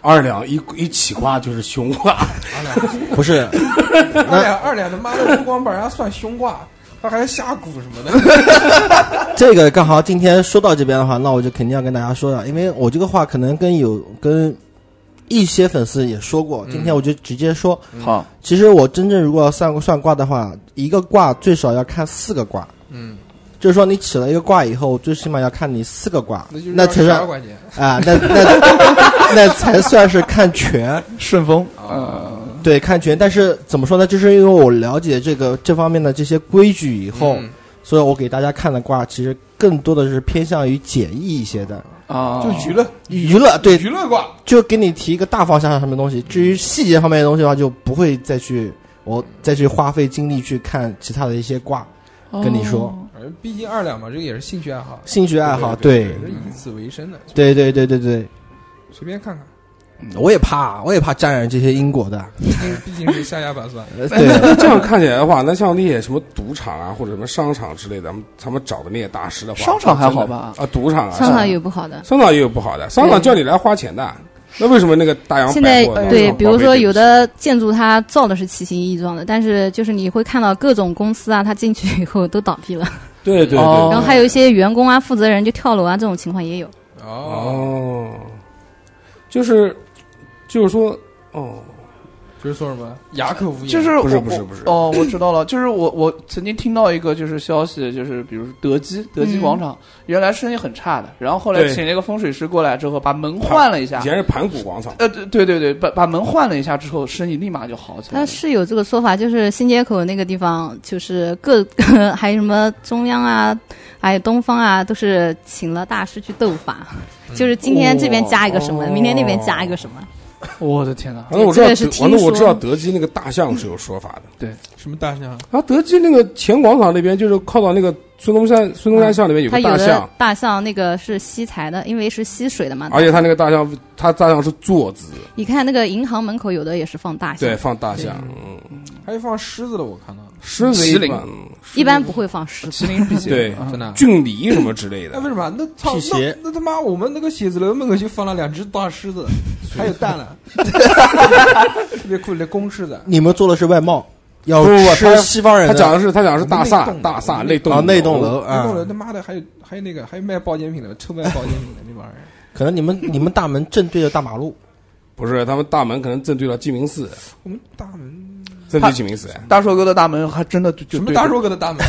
Speaker 2: 二两一一起话就是啊熊话，
Speaker 1: 不是，
Speaker 6: 二两二两他妈的不光帮人家算凶卦，他还下蛊什么的。
Speaker 1: 这个刚好今天说到这边的话，那我就肯定要跟大家说了，因为我这个话可能跟有跟一些粉丝也说
Speaker 6: 嗯
Speaker 1: 过，今天我就直接说，
Speaker 5: 好，
Speaker 1: 其实我真正如果要算算卦的话，一个卦最少要看四个卦，
Speaker 6: 嗯，
Speaker 1: 就是说你起了一个卦以后，最起码要看你四个卦
Speaker 6: 那就是，
Speaker 1: 那才
Speaker 6: 十二
Speaker 1: 算
Speaker 6: 块钱。
Speaker 1: 啊，那那 那才算是看全，
Speaker 5: 顺风，嗯，
Speaker 1: 对，看全。但是怎么说呢？就是因为我了解这个这方面的这些规矩以后，
Speaker 6: 嗯
Speaker 1: 所以我给大家看的卦，其实更多的是偏向于简易一些的
Speaker 5: 啊，
Speaker 6: 就娱乐
Speaker 1: 娱乐，对，
Speaker 6: 娱乐卦，
Speaker 1: 就给你提一个大方向上什么东西。至于细节方面的东西的话，就不会再去我再去花费精力去看其他的一些卦。跟你说
Speaker 5: 哦，
Speaker 6: 反正毕竟二两嘛，这个也是兴趣爱好，
Speaker 1: 兴趣爱好，
Speaker 6: 对
Speaker 1: 对，
Speaker 6: 是以此为生的，
Speaker 1: 对对对对对，
Speaker 6: 随便看看，
Speaker 1: 我也怕，我也怕沾染这些因果的。
Speaker 6: 毕竟毕竟是下牙板算。
Speaker 1: 呃对，
Speaker 2: 这样看起来的话，那像那些什么赌场啊，或者什么商场之类的，他们他们找的那些大师的话，
Speaker 5: 商场还好
Speaker 2: 真的
Speaker 5: 吧？
Speaker 2: 啊，赌场啊，
Speaker 8: 商场有不好的。
Speaker 2: 商场也有不好的，商场叫你来花钱的，那为什么那个大洋
Speaker 8: 现在
Speaker 2: 百货
Speaker 8: 对，比如说有，
Speaker 2: 那种
Speaker 8: 的建筑它造的是奇形异状的，但是就是你会看到各种公司啊，它进去以后都倒闭了，
Speaker 2: 宝贝对对对，
Speaker 5: 哦
Speaker 8: 然后还有一些员工啊、负责人就跳楼啊，这种情况也有。
Speaker 6: 哦，
Speaker 2: 哦，就是就是说，哦，
Speaker 6: 就是说什么哑口无言，
Speaker 5: 就是
Speaker 2: 不是
Speaker 5: 我
Speaker 2: 不是
Speaker 5: 我
Speaker 2: 不是
Speaker 5: 哦，我知道了，就是我我曾经听到一个就是消息，就是比如说德基德基
Speaker 8: 嗯
Speaker 5: 广场原来生意很差的，然后后来
Speaker 2: 对
Speaker 5: 请了一个风水师过来之后，把门换了一下
Speaker 2: 以，前是盘古广场，
Speaker 5: 呃对对对对，把把门换了一下之后，生意立马就好起来
Speaker 8: 它
Speaker 5: 了。
Speaker 8: 是有这个说法，就是新街口那个地方，就是各 还有什么中央啊，还有东方啊，都是请了大师去斗法，就是今天这边加一个什么，
Speaker 2: 哦
Speaker 8: 明天那边加一个什么。
Speaker 5: 我的天哪！
Speaker 2: 反正我知
Speaker 8: 这
Speaker 2: 道
Speaker 8: 个是
Speaker 2: 德，反正我
Speaker 8: 听
Speaker 2: 知道
Speaker 8: 说
Speaker 2: 德基那个大象是有说法的。
Speaker 6: 什么大象，
Speaker 2: 啊，德基那个前广场那边就是靠到那个孙中山孙中山像里面有
Speaker 8: 它
Speaker 2: 个
Speaker 8: 啊
Speaker 2: 大
Speaker 8: 有的
Speaker 2: 象，啊
Speaker 8: 大象那个是吸财的，因为是吸水的嘛。
Speaker 2: 而且他那个大象，他大象是坐姿，
Speaker 8: 你看那个银行门口有的也是放大象
Speaker 2: 对，，放大象，嗯，
Speaker 6: 还有放狮子的，我看到了。
Speaker 2: 狮子
Speaker 5: 麒
Speaker 2: 一
Speaker 5: 麟
Speaker 2: 般，嗯
Speaker 8: 一般不会放狮子。
Speaker 5: 麒麟辟邪，
Speaker 2: 对
Speaker 5: 嗯
Speaker 6: 真的啊。
Speaker 2: 俊离什么之类
Speaker 6: 哎，
Speaker 2: 的
Speaker 6: 为，什么？那操
Speaker 1: 辟，邪
Speaker 6: 那那他妈，我们那个写字楼门口就放了两只大狮子，还有蛋了，特别酷，那公狮子。
Speaker 1: 你们做的是外贸，要
Speaker 2: 不不不
Speaker 1: 吃
Speaker 2: 他
Speaker 1: 西方人
Speaker 2: 他
Speaker 1: 的
Speaker 2: 讲的是他讲的是
Speaker 6: 我们
Speaker 2: 大
Speaker 6: 内
Speaker 2: 厦
Speaker 6: 栋
Speaker 2: 大厦
Speaker 6: 我们
Speaker 2: 内栋
Speaker 1: 啊内栋楼
Speaker 6: 那栋楼
Speaker 1: 啊，
Speaker 6: 他妈的还有还有那个还有卖保健品的，臭卖保健品的那帮人。
Speaker 1: 可能你们你们大门正对着大马路，
Speaker 2: 不是他们大门可能正对到鸡鸣寺，
Speaker 6: 我们大门
Speaker 2: 正对鸡鸣寺，
Speaker 5: 大硕哥的大门还真的就就
Speaker 6: 什么
Speaker 5: 对
Speaker 6: 大硕哥的大门啊？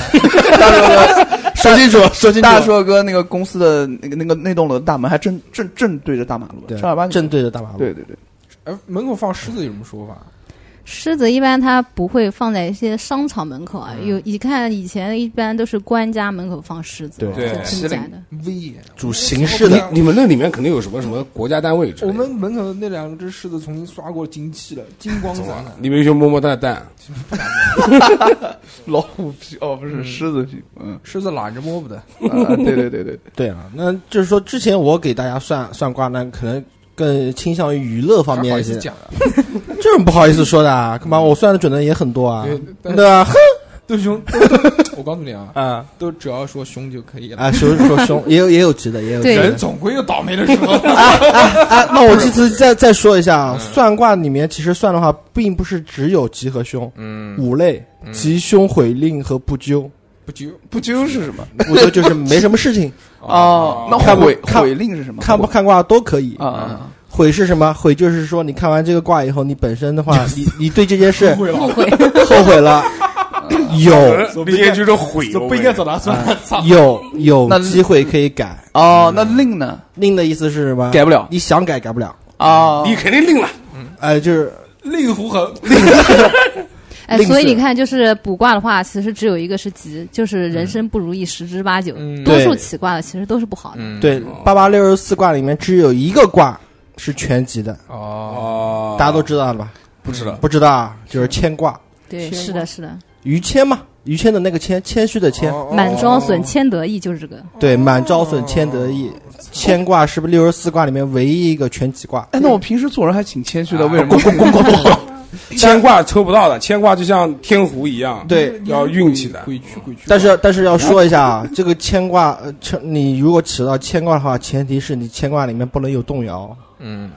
Speaker 5: 大硕哥
Speaker 1: 说清楚，说清
Speaker 5: 大硕哥那个公司的那个那个那栋楼的大门还正正正对着大马路，
Speaker 1: 对
Speaker 5: 正儿八经
Speaker 1: 正对着大马路，
Speaker 5: 对对对，
Speaker 6: 哎，门口放狮子有什么说法？
Speaker 8: 狮子一般它不会放在一些商场门口啊，有你看以前一般都是官家门口放狮子，
Speaker 1: 对
Speaker 2: 对
Speaker 8: 是进宅的。
Speaker 6: 威严。
Speaker 1: 主形式
Speaker 6: 是
Speaker 1: 的
Speaker 6: 的
Speaker 2: 你你们那里面肯定有什么什么国家单位之类
Speaker 6: 我
Speaker 2: 的
Speaker 6: 们门口那两只狮子重新刷过金漆了，金光
Speaker 2: 懂
Speaker 6: 闪
Speaker 2: 吧
Speaker 6: 闪。
Speaker 2: 里面就摸摸蛋蛋，
Speaker 5: 老虎皮哦不是狮子皮，嗯，
Speaker 6: 狮子懒着摸不得，
Speaker 5: 啊对对对对，
Speaker 1: 对啊，那就是说之前我给大家算算卦呢，可能更倾向于娱乐方
Speaker 6: 还好
Speaker 1: 面
Speaker 6: 意
Speaker 1: 一
Speaker 6: 思
Speaker 1: 些，
Speaker 6: 讲啊？
Speaker 1: 这种不好意思说的啊，干嘛？我算的准的也很多啊，
Speaker 6: 对，但
Speaker 1: 对啊，哼
Speaker 6: 都凶，都都我告诉你 啊，
Speaker 1: 啊
Speaker 6: 都只要说凶就可以了。
Speaker 1: 啊，说说凶，也有也有急的，也有急
Speaker 8: 对
Speaker 1: 的
Speaker 6: 人总归有倒霉的时候。
Speaker 1: 啊。那我这次再再说一下
Speaker 6: 嗯
Speaker 1: 啊，算卦里面其实算的话，并不是只有吉和凶，
Speaker 6: 嗯，
Speaker 1: 五类吉凶悔吝和不咎，
Speaker 6: 不纠
Speaker 5: 不究是什么？
Speaker 1: 不咎就是没什么事 情，
Speaker 5: 哦，那
Speaker 1: 看不
Speaker 5: 悔
Speaker 1: 看
Speaker 5: 悔令是什么？
Speaker 1: 看不看卦都可以
Speaker 5: 啊啊啊！
Speaker 1: 悔是什么？悔就是说，你看完这个卦以后，你本身的话，你你对这件事
Speaker 6: 会了，
Speaker 8: 后悔。
Speaker 1: 后悔了，有
Speaker 2: 那些呃就是毁了，
Speaker 6: 不应该找他算。
Speaker 1: 有有
Speaker 5: 那
Speaker 1: 机会可以改。
Speaker 5: 哦，那令呢？
Speaker 1: 令的意思是什么？
Speaker 5: 改不了
Speaker 1: 你想改改不了，
Speaker 5: 啊
Speaker 2: 你肯定令了，
Speaker 1: 哎，就是
Speaker 6: 令狐恒，
Speaker 8: 哎，
Speaker 1: 吝啬
Speaker 8: 所以你看，就是卜卦的话，其实只有一个是吉，就是人生不如意十之八九，
Speaker 6: 嗯
Speaker 8: 多数
Speaker 1: 对
Speaker 8: 起卦的其实都是不好的。
Speaker 6: 嗯
Speaker 1: 对八八六十四卦里面只有一个卦是全集的，
Speaker 6: 哦，
Speaker 2: 哦，
Speaker 1: 大家都知道了吧？
Speaker 2: 不知道，
Speaker 1: 不知道啊，就是谦卦，
Speaker 8: 对，
Speaker 6: 谦
Speaker 8: 是的，是的，
Speaker 1: 于谦嘛，于谦的那个谦，谦虚的谦，
Speaker 8: 满招损，谦得意，就是这个。
Speaker 1: 对，满招损，谦得意。谦卦是不是六十四卦里面唯一一个全集卦？
Speaker 5: 哎，那我平时做人还挺谦虚的，为什 么？
Speaker 2: 牵挂抽不到的，牵挂就像天胡一样，
Speaker 1: 对，
Speaker 2: 要运气的。
Speaker 6: 鬼去鬼去。
Speaker 1: 但是但是要说一下啊， 这个牵挂，呃，牵你如果起到牵挂的话，前提是你牵挂里面不能有动摇。
Speaker 6: 嗯，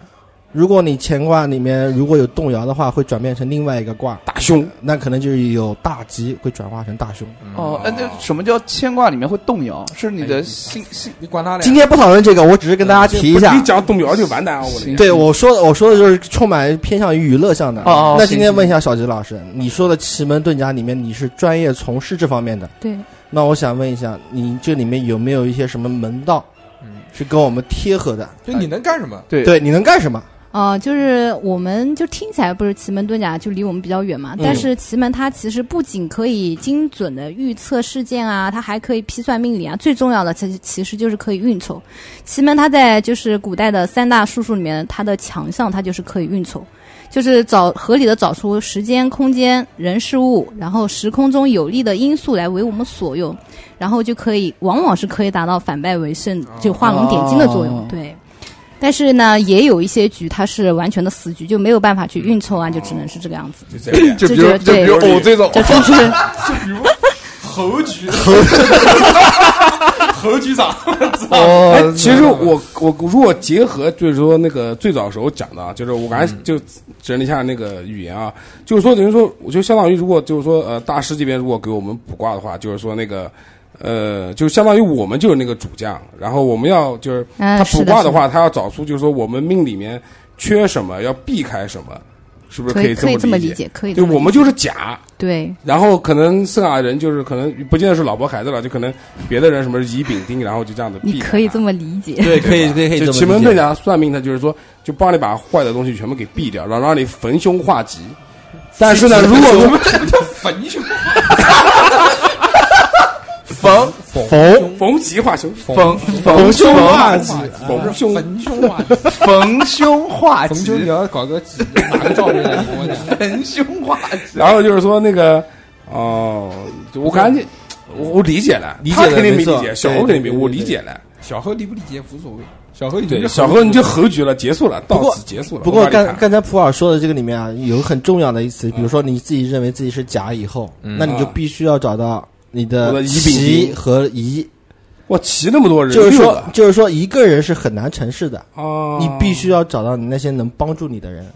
Speaker 1: 如果你牵挂里面如果有动摇的话，会转变成另外一个卦，
Speaker 2: 大凶，
Speaker 1: 那可能就是有大吉，会转化成大凶。
Speaker 5: 哦，哎，那什么叫牵挂里面会动摇？是你的心心
Speaker 6: 你管他
Speaker 1: 今
Speaker 6: 嘞，
Speaker 1: 天不讨论这个，我只是跟大家提一下
Speaker 2: 你。讲动摇就完蛋啊！我的
Speaker 5: 行
Speaker 1: 对我说的，我说的就是充满偏向于娱乐向的。
Speaker 5: 哦哦
Speaker 1: 那今天
Speaker 5: 行
Speaker 1: 问一下小吉老师，你说的奇门遁甲里面，你是专业从事这方面的，
Speaker 8: 对，
Speaker 1: 那我想问一下，你这里面有没有一些什么门道，
Speaker 6: 嗯
Speaker 1: 是跟我们贴合的？
Speaker 6: 就你能干什么？
Speaker 5: 对
Speaker 1: 对，你能干什么？
Speaker 8: 哦、就是我们就听起来不是奇门遁甲就离我们比较远嘛，
Speaker 1: 嗯
Speaker 8: 但是奇门它其实不仅可以精准的预测事件啊，它还可以批算命理啊，最重要的其实其实就是可以运筹。奇门它在就是古代的三大术数里面，它的强项它就是可以运筹，就是找合理的找出时间、空间、人、事物，然后时空中有利的因素来为我们所用，然后就可以往往是可以达到反败为胜，就画龙点睛的作用。
Speaker 5: 哦
Speaker 8: 对。但是呢，也有一些局它是完全的死局，就没有办法去运筹啊，就只能是这个样子。
Speaker 2: 就这样，
Speaker 8: 就比如就比如哦
Speaker 2: 我这种
Speaker 8: 这就是
Speaker 6: 侯局，侯局长，
Speaker 2: 哎
Speaker 6: 呃
Speaker 5: 哦，
Speaker 2: 其实我我如果结合就是说那个最早时候讲的啊，就是我刚才就整理一下那个语言啊，就是说等于说，我就相当于如果就是说呃大师这边如果给我们卜卦的话，就是说那个呃，就相当于我们就是那个主将，然后我们要就是
Speaker 8: 嗯，
Speaker 2: 他
Speaker 8: 是
Speaker 2: 卜
Speaker 8: 的
Speaker 2: 卦
Speaker 8: 是的
Speaker 2: 的话，他要找出就是说我们命里面缺什么，要避开什么，是不是
Speaker 8: 可
Speaker 2: 以
Speaker 8: 可以
Speaker 2: 这
Speaker 8: 这么
Speaker 2: 理
Speaker 8: 理？解，可以这
Speaker 2: 对，
Speaker 8: 么理解。
Speaker 2: 我们就是甲，
Speaker 8: 对
Speaker 2: 然后可能剩下的人就是可能不见得是老婆孩子了，就可能别的人什么乙丙丁，然后就这样子避
Speaker 8: 你
Speaker 2: 开
Speaker 8: 可以
Speaker 2: 它
Speaker 8: 这么理 解。
Speaker 1: 对，
Speaker 2: 可以
Speaker 1: 可以
Speaker 2: 就奇门遁甲算命，它就是说，就帮你把坏的东西全部给避掉，然后让你逢凶化吉。但是呢，如果
Speaker 6: 我
Speaker 2: 我
Speaker 6: 们 这叫坟去。
Speaker 5: 逢
Speaker 1: 逢
Speaker 2: 逢吉化凶，逢
Speaker 5: 逢逢
Speaker 1: 凶化吉，啊
Speaker 2: 逢凶
Speaker 6: 逢凶化吉，
Speaker 5: 逢凶化
Speaker 6: 逢啊凶你
Speaker 5: 吉，
Speaker 6: 要搞个吉，拿个照片来我讲。
Speaker 5: 逢凶化吉。
Speaker 2: 然后就是说那个，哦、就我感觉我我理解了，
Speaker 1: 理解
Speaker 2: 他
Speaker 1: 了
Speaker 2: 肯定没
Speaker 1: 没错
Speaker 2: 理解，小
Speaker 1: 对
Speaker 2: 何肯定没，
Speaker 1: 对对
Speaker 2: 我
Speaker 1: 对
Speaker 2: 理解了。
Speaker 6: 小何理不理解无所谓，小何你
Speaker 2: 对，
Speaker 6: 就
Speaker 2: 小何你就侯局了，结束了，到此结束了。
Speaker 1: 不过
Speaker 2: 我把你
Speaker 1: 刚
Speaker 2: 砍
Speaker 1: 刚才普洱说的这个里面啊，有很重要的一词，比如说你自己认为自己是甲以后，那你就必须要找到你
Speaker 2: 嗯啊我的
Speaker 1: 的
Speaker 2: 乙丙
Speaker 1: 奇
Speaker 2: 丁
Speaker 1: 和乙，
Speaker 2: 我骑那么多人，
Speaker 1: 就是
Speaker 2: 六
Speaker 1: 说
Speaker 2: 个，
Speaker 1: 就是说一个人是很难成事的，
Speaker 2: 哦，嗯
Speaker 1: 你必须要找到你那些能帮助你的人。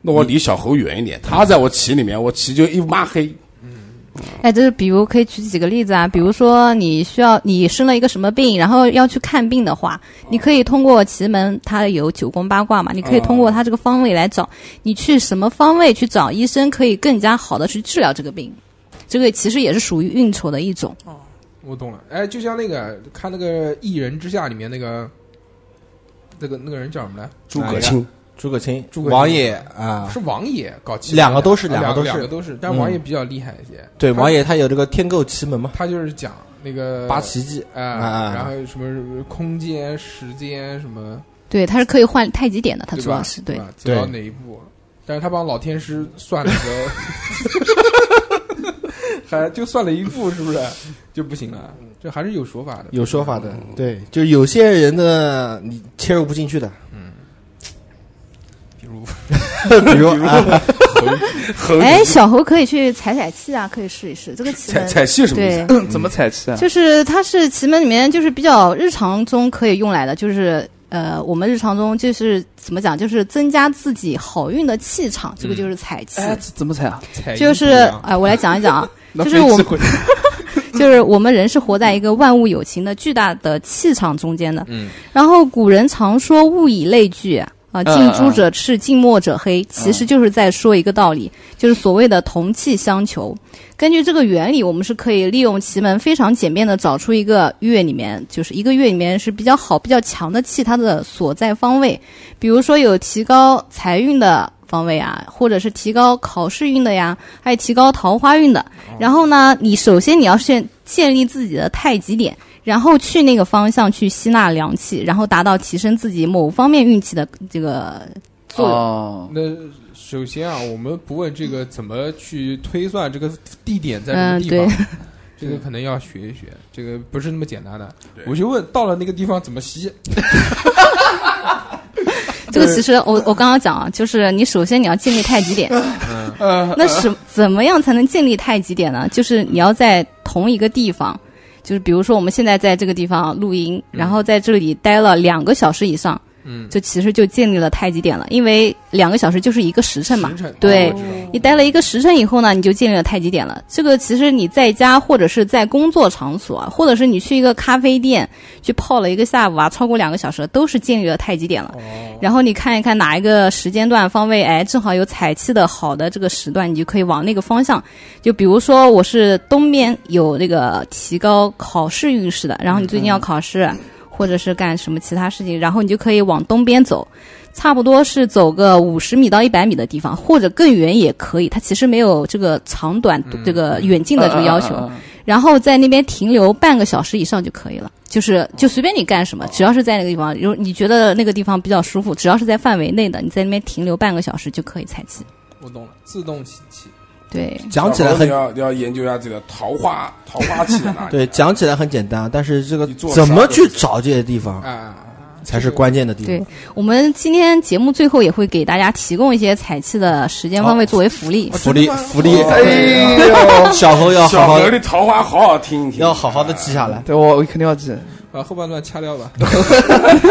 Speaker 2: 那我离小侯远一点，他在我骑里面，我骑就一抹黑。
Speaker 8: 哎，就是比如可以举几个例子啊，比如说你需要你生了一个什么病，然后要去看病的话，你可以通过奇门，它有九宫八卦嘛，你可以通过它这个方位来找，你去什么方位去找医生，可以更加好的去治疗这个病。这个其实也是属于运筹的一种，
Speaker 6: 我懂了。哎，就像那个看那个《一人之下》里面那个那个那个人叫什么来？
Speaker 2: 诸
Speaker 1: 哎
Speaker 2: 葛青，
Speaker 1: 诸葛青、
Speaker 6: 诸葛青
Speaker 1: 王爷啊，
Speaker 6: 是王爷搞奇门的，
Speaker 1: 两个都是
Speaker 6: 啊两
Speaker 1: 两个都是
Speaker 6: 两个都是，但王爷比较厉害一些。
Speaker 1: 对，
Speaker 6: 他
Speaker 1: 王爷他有这个天购奇门嘛，
Speaker 6: 他就是讲那个
Speaker 1: 八奇迹，
Speaker 6: 啊
Speaker 1: 啊，
Speaker 6: 然后什么空间、时间什么，
Speaker 8: 对，它是可以换太极点的，它
Speaker 6: 对
Speaker 8: 主
Speaker 6: 吧
Speaker 8: 要是对
Speaker 6: 对。吧，走到
Speaker 1: 对
Speaker 6: 哪一步？但是他帮老天师算了 个，还就算了一步，是不是就不行了？这还是有说法的，
Speaker 1: 嗯有说法的。对，就是有些人呢，你切入不进去的，
Speaker 6: 比如
Speaker 1: 比如啊
Speaker 2: 猴猴
Speaker 8: 哎，小猴可以去踩踩气啊，可以试一试这个奇
Speaker 2: 踩
Speaker 8: 门。
Speaker 2: 踩戏什么意思
Speaker 8: 对？，
Speaker 5: 怎么踩气啊？
Speaker 8: 就是它是奇门里面就是比较日常中可以用来的，就是呃，我们日常中就是怎么讲，就是增加自己好运的气场，这个就是彩气。
Speaker 5: 哎，怎么踩啊？
Speaker 6: 踩
Speaker 8: 就是
Speaker 6: 一步
Speaker 8: 哎
Speaker 6: 啊、
Speaker 8: 我来讲一讲啊，
Speaker 5: 那
Speaker 8: 就是
Speaker 5: 飞机
Speaker 8: 我们
Speaker 5: 会
Speaker 8: 就是我们人是活在一个万物有情的巨大的气场中间的。
Speaker 9: 嗯，
Speaker 8: 然后古人常说物以类聚啊。啊，近朱者赤，近墨者黑，其实就是在说一个道理，就是所谓的同气相求。根据这个原理，我们是可以利用奇门非常简便的找出一个月里面，就是一个月里面是比较好、比较强的气，它的所在方位，比如说有提高财运的方位啊，或者是提高考试运的呀，还有提高桃花运的。然后呢，你首先你要先建立自己的太极点，然后去那个方向去吸纳阳气，然后达到提升自己某方面运气的这个作用。
Speaker 5: 哦，
Speaker 6: 那首先啊，我们不问这个怎么去推算这个地点在什么
Speaker 8: 嗯，
Speaker 6: 地
Speaker 8: 对
Speaker 6: 方，，这个可能要学一学，这个不是那么简单的
Speaker 2: 对。
Speaker 6: 我就问到了那个地方怎么吸？
Speaker 8: 这个其实我我刚刚讲啊，就是你首先你要建立太极点，那是怎么样才能建立太极点呢？就是你要在同一个地方，就是比如说我们现在在这个地方录音，然后在这里待了两个小时以上，
Speaker 6: 嗯，
Speaker 8: 就其实就建立了太极点了，因为两个小时就是一个时辰嘛
Speaker 6: 时辰，
Speaker 8: 对
Speaker 6: 哦我知道。
Speaker 8: 你待了一个时辰以后呢，你就建立了太极点了。这个其实你在家或者是在工作场所啊，或者是你去一个咖啡店去泡了一个下午啊，超过两个小时都是建立了太极点了。然后你看一看哪一个时间段方位，哎，正好有采气的好的这个时段，你就可以往那个方向。就比如说我是东边有那个提高考试运势的，然后你最近要考试。或者是干什么其他事情，然后你就可以往东边走，差不多是走个五十米到一百米的地方，或者更远也可以。它其实没有这个长短、这个远近的这个要求，
Speaker 5: 啊啊啊啊
Speaker 8: 然后在那边停留半个小时以上就可以了。就是就随便你干什么，只要是在那个地方，如你觉得那个地方比较舒服，只要是在范围内的，你在那边停留半个小时就可以采集。
Speaker 6: 我懂了，自动吸气。
Speaker 8: 对，
Speaker 1: 讲起来
Speaker 2: 小猴
Speaker 1: 很
Speaker 2: 你要你要研究一下自己的桃花桃花气在哪里。
Speaker 1: 对，讲起来很简单，但是这个
Speaker 2: 你做
Speaker 1: 怎么
Speaker 2: 啥
Speaker 1: 去
Speaker 2: 都是
Speaker 1: 找这些地方
Speaker 6: 啊，
Speaker 1: 才是关键的地方
Speaker 8: 对。我们今天节目最后也会给大家提供一些采气的时间方位作为福利。
Speaker 1: 福利福利，
Speaker 5: 哎 呦，
Speaker 1: 小猴要好
Speaker 2: 小
Speaker 1: 好
Speaker 2: 猴的桃花好好听一哎听，
Speaker 1: 要好好的记下来。
Speaker 5: 对我我肯定要记，
Speaker 6: 把后半段掐掉吧。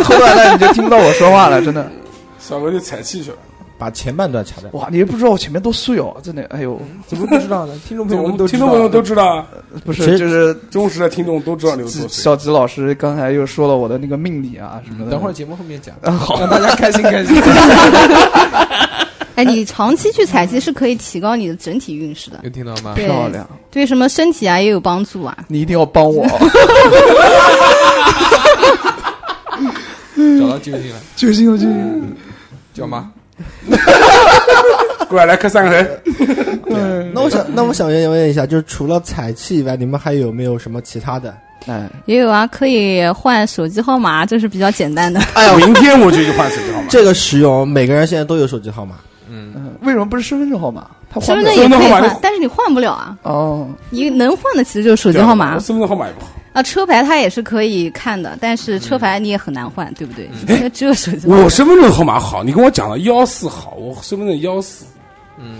Speaker 5: 后半段你就听不到我说话了，真的。
Speaker 2: 小猴就踩气去了。
Speaker 1: 把前半段掐掉。
Speaker 5: 哇，你不知道我前面多素友，真的，哎呦，
Speaker 6: 怎么不知道呢？听众朋友
Speaker 2: 我
Speaker 6: 们
Speaker 2: 们
Speaker 6: 都知
Speaker 2: 听
Speaker 6: 道
Speaker 2: 众朋友都知道，
Speaker 5: 不
Speaker 1: 其
Speaker 5: 是，
Speaker 1: 实
Speaker 5: 就是
Speaker 2: 忠实的听众都知道刘作邃。
Speaker 5: 小吉老师刚才又说了我的那个命理啊什么的，
Speaker 6: 等会儿节目后面讲，
Speaker 5: 啊好
Speaker 6: 让大家 开心开心。
Speaker 8: 哎，你长期去采集是可以提高你的整体运势的，
Speaker 6: 有听到吗？
Speaker 8: 对
Speaker 5: 漂亮，
Speaker 8: 对什么身体啊也有帮助啊。
Speaker 5: 你一定要帮 我，
Speaker 6: 找到救星了，
Speaker 5: 救星救星，
Speaker 6: 叫妈。
Speaker 2: 过来来磕三个人，
Speaker 1: 那我想，那我想问一下，就是除了彩气以外，你们还有没有什么其他的？
Speaker 5: 哎，
Speaker 8: 也有啊，可以换手机号码，这是比较简单的。
Speaker 1: 哎
Speaker 2: 明天我就去换手机号码。
Speaker 1: 这个实用，每个人现在都有手机号码。
Speaker 5: 嗯为什么不是身份证号码？他
Speaker 8: 身
Speaker 5: 换
Speaker 2: 身
Speaker 5: 不了
Speaker 8: 份证也
Speaker 2: 份
Speaker 8: 可以
Speaker 2: 证号码
Speaker 8: 换，但是你换不了啊。
Speaker 5: 哦，
Speaker 8: 你能换的其实就是手机号
Speaker 2: 我
Speaker 8: 码
Speaker 2: 身份证号码也不好。
Speaker 8: 啊，车牌它也是可以看的，但是车牌你也很难换，对不对？因为 只有手机号码。
Speaker 2: 我身份证号码好，你跟我讲了幺四好，我身份证幺四，嗯，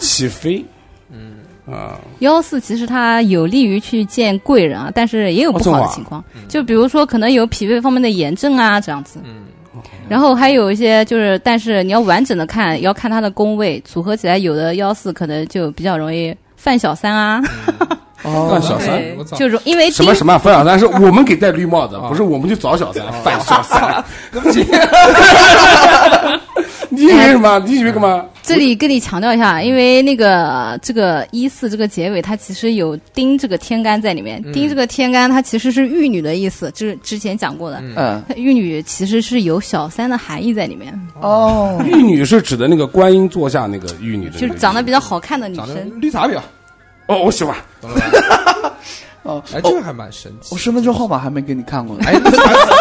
Speaker 2: 起飞，嗯啊，
Speaker 8: 幺四其实它有利于去见贵人啊，但是也
Speaker 2: 哦
Speaker 8: 有不好的情况，
Speaker 6: 嗯
Speaker 8: 就比如说可能有脾胃方面的炎症啊这样子。
Speaker 2: 哦
Speaker 8: 然后还有一些就是，但是你要完整的看，要看它的宫位组合起来，有的幺四可能就比较容易犯小三啊，
Speaker 5: 哦
Speaker 2: 范小三
Speaker 8: 对
Speaker 6: 我操
Speaker 8: 就是因为
Speaker 2: 什
Speaker 8: 丁
Speaker 2: 么什啊么范小三 是我们给戴绿帽子，不是我们去找小三，范小三，啊 对不起，你以为什么？你以为干嘛？
Speaker 8: 这里跟你强调一下，因为那个这个一四这个结尾，它其实有丁这个天干在里面。
Speaker 6: 嗯
Speaker 8: 丁这个天干，它其实是玉女的意思，就是之前讲过的。
Speaker 5: 嗯，
Speaker 8: 它玉女其实是有小三的含义在里面，
Speaker 5: 哦，
Speaker 2: 玉女是指的那个观音座下那个玉女的那个玉
Speaker 8: 就
Speaker 2: 女，
Speaker 8: 是长得比较好看的女
Speaker 6: 长得
Speaker 8: 生。
Speaker 6: 绿茶婊，
Speaker 2: 哦，我喜欢，
Speaker 6: 懂 了吧？
Speaker 5: 哦，
Speaker 6: 哎，这个还蛮神奇
Speaker 5: 我。身份证号码还没给你看过呢，
Speaker 6: 哎，你烦死了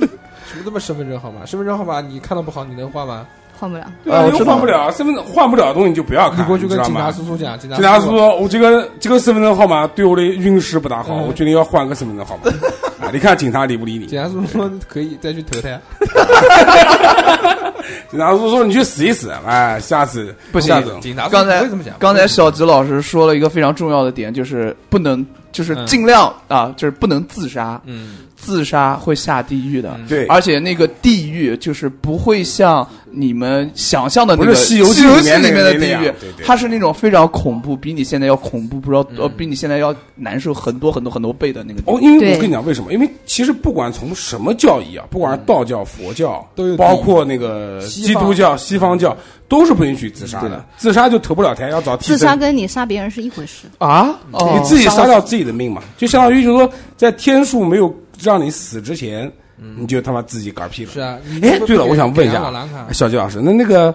Speaker 6: 什么他妈身份证号码？身份证号码你看到不好，你能换吗？
Speaker 8: 换不了，
Speaker 2: 对啊，
Speaker 5: 我
Speaker 2: 又
Speaker 5: 知道
Speaker 2: 换不了身份证，换不了的东西你就不要看，
Speaker 6: 你过去
Speaker 2: 知
Speaker 6: 跟
Speaker 2: 道
Speaker 6: 警察
Speaker 2: 吗？
Speaker 6: 叔叔讲， 警察
Speaker 2: 警察叔
Speaker 6: 叔
Speaker 2: 叔，我这个这个身份证号码对我的运势不大好，我决定要换个身份证号 码。哎啊，你看警察理不理你？
Speaker 6: 警察叔叔说可以再去投胎。
Speaker 2: 警察叔叔说你去死一死，哎，下次
Speaker 5: 不行
Speaker 2: 下次
Speaker 6: 警察
Speaker 5: 哎刚才
Speaker 6: 不会这么讲，
Speaker 5: 刚才小吉老师说了一个非常重要的点，就是不能，就是
Speaker 6: 嗯
Speaker 5: 尽量、啊，就是不能自杀，
Speaker 6: 嗯，
Speaker 5: 自杀会下地狱的。
Speaker 2: 对，
Speaker 5: 而且那个地狱就是不会像你们想象的那
Speaker 2: 不
Speaker 5: 个《
Speaker 2: 是西
Speaker 5: 西
Speaker 2: 游记
Speaker 5: 记》
Speaker 2: 里
Speaker 5: 里
Speaker 2: 面那
Speaker 5: 面
Speaker 2: 个
Speaker 5: 的地
Speaker 2: 那样
Speaker 5: 狱
Speaker 2: 对对，嗯
Speaker 5: 它是那种非常恐怖，比你现在要恐怖，不知道呃，比你现在要难受很多很多很多倍的那个地
Speaker 2: 哦，
Speaker 5: 狱。
Speaker 2: 因为
Speaker 8: 对
Speaker 2: 我跟你讲为什么？因为其实不管从什么教义啊，不管是道教、佛教，
Speaker 6: 都有
Speaker 2: 包括那个基
Speaker 6: 西方
Speaker 2: 督教、西方教，都是不允许自杀的。自杀就投不了胎，要找替
Speaker 8: 自杀
Speaker 2: 身。
Speaker 8: 跟你杀别人是一回事。
Speaker 5: 啊，
Speaker 6: 嗯
Speaker 5: 哦
Speaker 2: 你自己杀掉自己的命嘛，就相当于就是说，在天数没有让你死之前，你就他妈自己嗝屁了。
Speaker 6: 嗯是啊。你
Speaker 2: 哎
Speaker 6: 这，个
Speaker 2: 对了，
Speaker 6: 给
Speaker 2: 我想问一
Speaker 6: 给
Speaker 2: 下
Speaker 6: 阿瓦兰卡，
Speaker 2: 小吉老师，那那个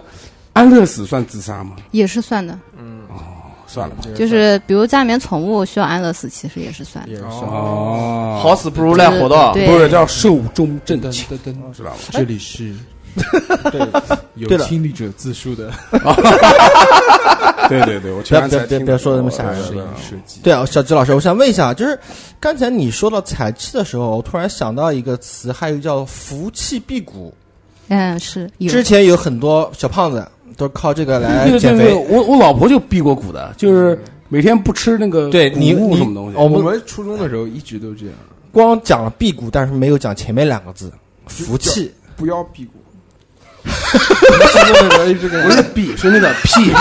Speaker 2: 安乐死算自杀吗？
Speaker 8: 也是算的，
Speaker 2: 算了吧。
Speaker 8: 就是比如家里面宠物需要安乐死，其实也是算的。嗯
Speaker 1: 也是
Speaker 2: 哦，
Speaker 5: 好死不如赖活道。
Speaker 8: 对
Speaker 2: 不是叫寿终正
Speaker 6: 噔
Speaker 2: 寝，
Speaker 6: 噔噔，
Speaker 2: 知道吗？
Speaker 3: 这里是对有
Speaker 1: 对了
Speaker 3: 亲历者自述的
Speaker 2: 对对对，我
Speaker 1: 不
Speaker 2: 前
Speaker 1: 要
Speaker 2: 面
Speaker 1: 不要
Speaker 2: 才
Speaker 1: 不要
Speaker 2: 听
Speaker 1: 不要说得那么吓人
Speaker 2: 是
Speaker 3: 摄
Speaker 2: 的
Speaker 3: 影设计。
Speaker 1: 对啊，小吉老师，我想问一下，就是刚才你说到彩气的时候，我突然想到一个词，还有一个叫福气辟谷。
Speaker 8: 嗯，是有
Speaker 1: 之前有很多小胖子都靠这个 来
Speaker 2: 对对
Speaker 1: 哎减
Speaker 2: 对，
Speaker 1: 肥。
Speaker 2: 我我老婆就避过谷的，就是每天不吃那个
Speaker 1: 对你
Speaker 2: 谷物
Speaker 1: 你哦
Speaker 2: 什么东西。
Speaker 1: 我
Speaker 6: 我
Speaker 1: 们
Speaker 6: 们初中的时候一直都这样，
Speaker 1: 光讲了辟谷，但是没有讲前面两个字福气。
Speaker 6: 不要辟谷。初中的时候一直跟
Speaker 2: 不是避，是那个辟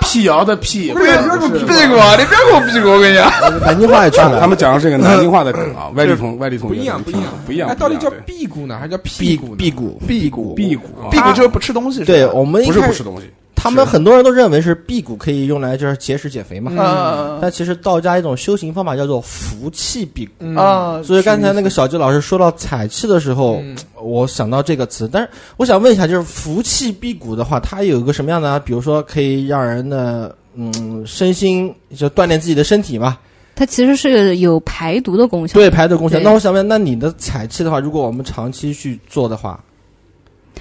Speaker 2: 辟谣的辟。不是
Speaker 6: 不是
Speaker 5: 屁股啊，你别给我屁股，我跟你讲。
Speaker 1: 南京话也出来
Speaker 2: 他
Speaker 1: 了，
Speaker 2: 们讲的是一个南京话的梗啊，外地同外地同
Speaker 6: 不
Speaker 2: 学
Speaker 6: 一样，不一样，
Speaker 2: 不一样，
Speaker 6: 那到底
Speaker 2: 不一
Speaker 6: 叫
Speaker 2: 样对
Speaker 6: 辟谷呢，还是叫
Speaker 1: 辟
Speaker 6: 辟谷呢？
Speaker 1: 辟谷。
Speaker 5: 辟谷，
Speaker 2: 辟谷啊
Speaker 5: 辟谷就是不吃东西。
Speaker 1: 对我们一
Speaker 2: 不是
Speaker 1: 开
Speaker 2: 不
Speaker 1: 始
Speaker 2: 吃东西，
Speaker 1: 他们很多人都认为是辟谷可以用来就是节食减肥
Speaker 2: 嗯
Speaker 1: 嘛，
Speaker 5: 啊
Speaker 1: 但其实道家一种修行方法叫做福气辟谷。
Speaker 2: 嗯
Speaker 5: 啊，
Speaker 1: 所以刚才那个小吉老师说到彩气的时
Speaker 2: 嗯
Speaker 1: 候，我想到这个词，但是我想问一下，就是福气辟谷的话，它有一个什么样的啊？比如说可以让人的嗯身心就锻炼自己的身体嘛，
Speaker 8: 它其实是有排毒的功效。
Speaker 1: 对排毒功效。
Speaker 8: 对
Speaker 1: 那我想问，那你的彩气的话，如果我们长期去做的话，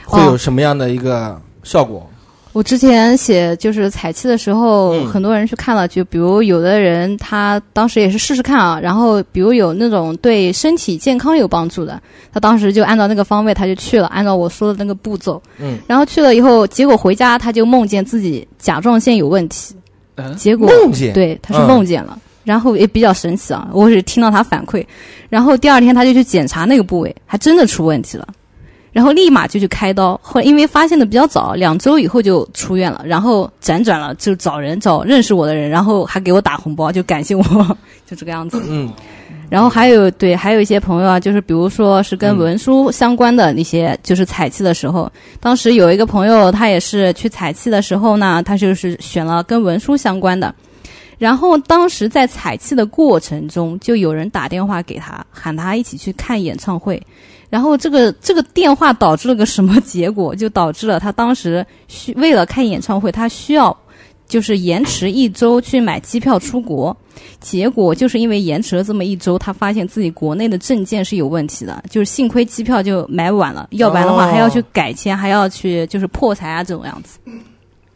Speaker 8: 哦
Speaker 1: 会有什么样的一个效果？
Speaker 8: 我之前写就是采气的时候，
Speaker 1: 嗯
Speaker 8: 很多人去看了，就比如有的人他当时也是试试看啊，然后比如有那种对身体健康有帮助的，他当时就按照那个方位他就去了，按照我说的那个步骤，
Speaker 1: 嗯，
Speaker 8: 然后去了以后，结果回家他就梦见自己甲状腺有问题，
Speaker 5: 嗯
Speaker 8: 结果
Speaker 1: 梦见
Speaker 8: 对，他是
Speaker 1: 嗯
Speaker 8: 梦见了，然后也比较神奇啊，我是听到他反馈，然后第二天他就去检查那个部位，还真的出问题了，然后立马就去开刀，后来因为发现的比较早，两周以后就出院了，然后辗转了就找人找认识我的人，然后还给我打红包，就感谢我，就这个样子。
Speaker 1: 嗯，
Speaker 8: 然后还有对，还有一些朋友啊，就是比如说是
Speaker 1: 嗯
Speaker 8: 跟文书相关的那些，就是采气的时候，当时有一个朋友，他也是去采气的时候呢，他就是选了跟文书相关的。然后当时在采气的过程中，就有人打电话给他，喊他一起去看演唱会。然后这个这个电话导致了个什么结果？就导致了他当时需为了看演唱会，他需要就是延迟一周去买机票出国。结果就是因为延迟了这么一周，他发现自己国内的证件是有问题的，就是幸亏机票就买晚了，要不然的话
Speaker 1: 哦
Speaker 8: 还要去改签，还要去就是破财啊这种样子。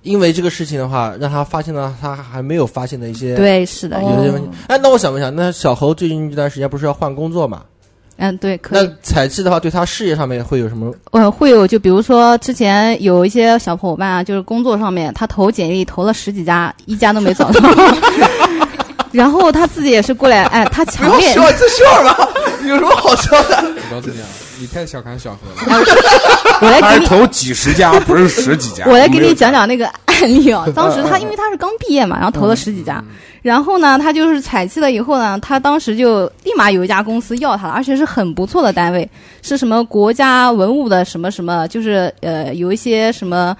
Speaker 1: 因为这个事情的话，让他发现了他还没有发现的一些
Speaker 8: 对，哦是的，
Speaker 1: 有些问题。哎，那我想问一下，那小侯最近这段时间不是要换工作嘛？
Speaker 8: 嗯，对，可
Speaker 1: 那
Speaker 8: 以。
Speaker 1: 采气的话，对他事业上面会有什么？
Speaker 8: 呃，会有就比如说之前有一些小伙伴啊，就是工作上面他投简历投了十几家，一家都没找到。 然后他自己也是过来，哎，他
Speaker 5: 不
Speaker 8: 强
Speaker 5: 要
Speaker 8: 烈
Speaker 5: 笑，这笑了，有什么好笑的？
Speaker 6: 不要这样，你太小看小何了。
Speaker 8: 我来
Speaker 2: 他
Speaker 8: 给
Speaker 2: 是
Speaker 8: 你，
Speaker 2: 投几十家，不是十几家。
Speaker 8: 我来给
Speaker 2: 没有
Speaker 8: 你讲讲那个案例啊。当时他因为他是刚毕业嘛，然后投了十几家，然后呢，他就是采气了以后呢，他当时就立马有一家公司要他了，而且是很不错的单位，是什么国家文物的什么什么，就是呃有一些什么。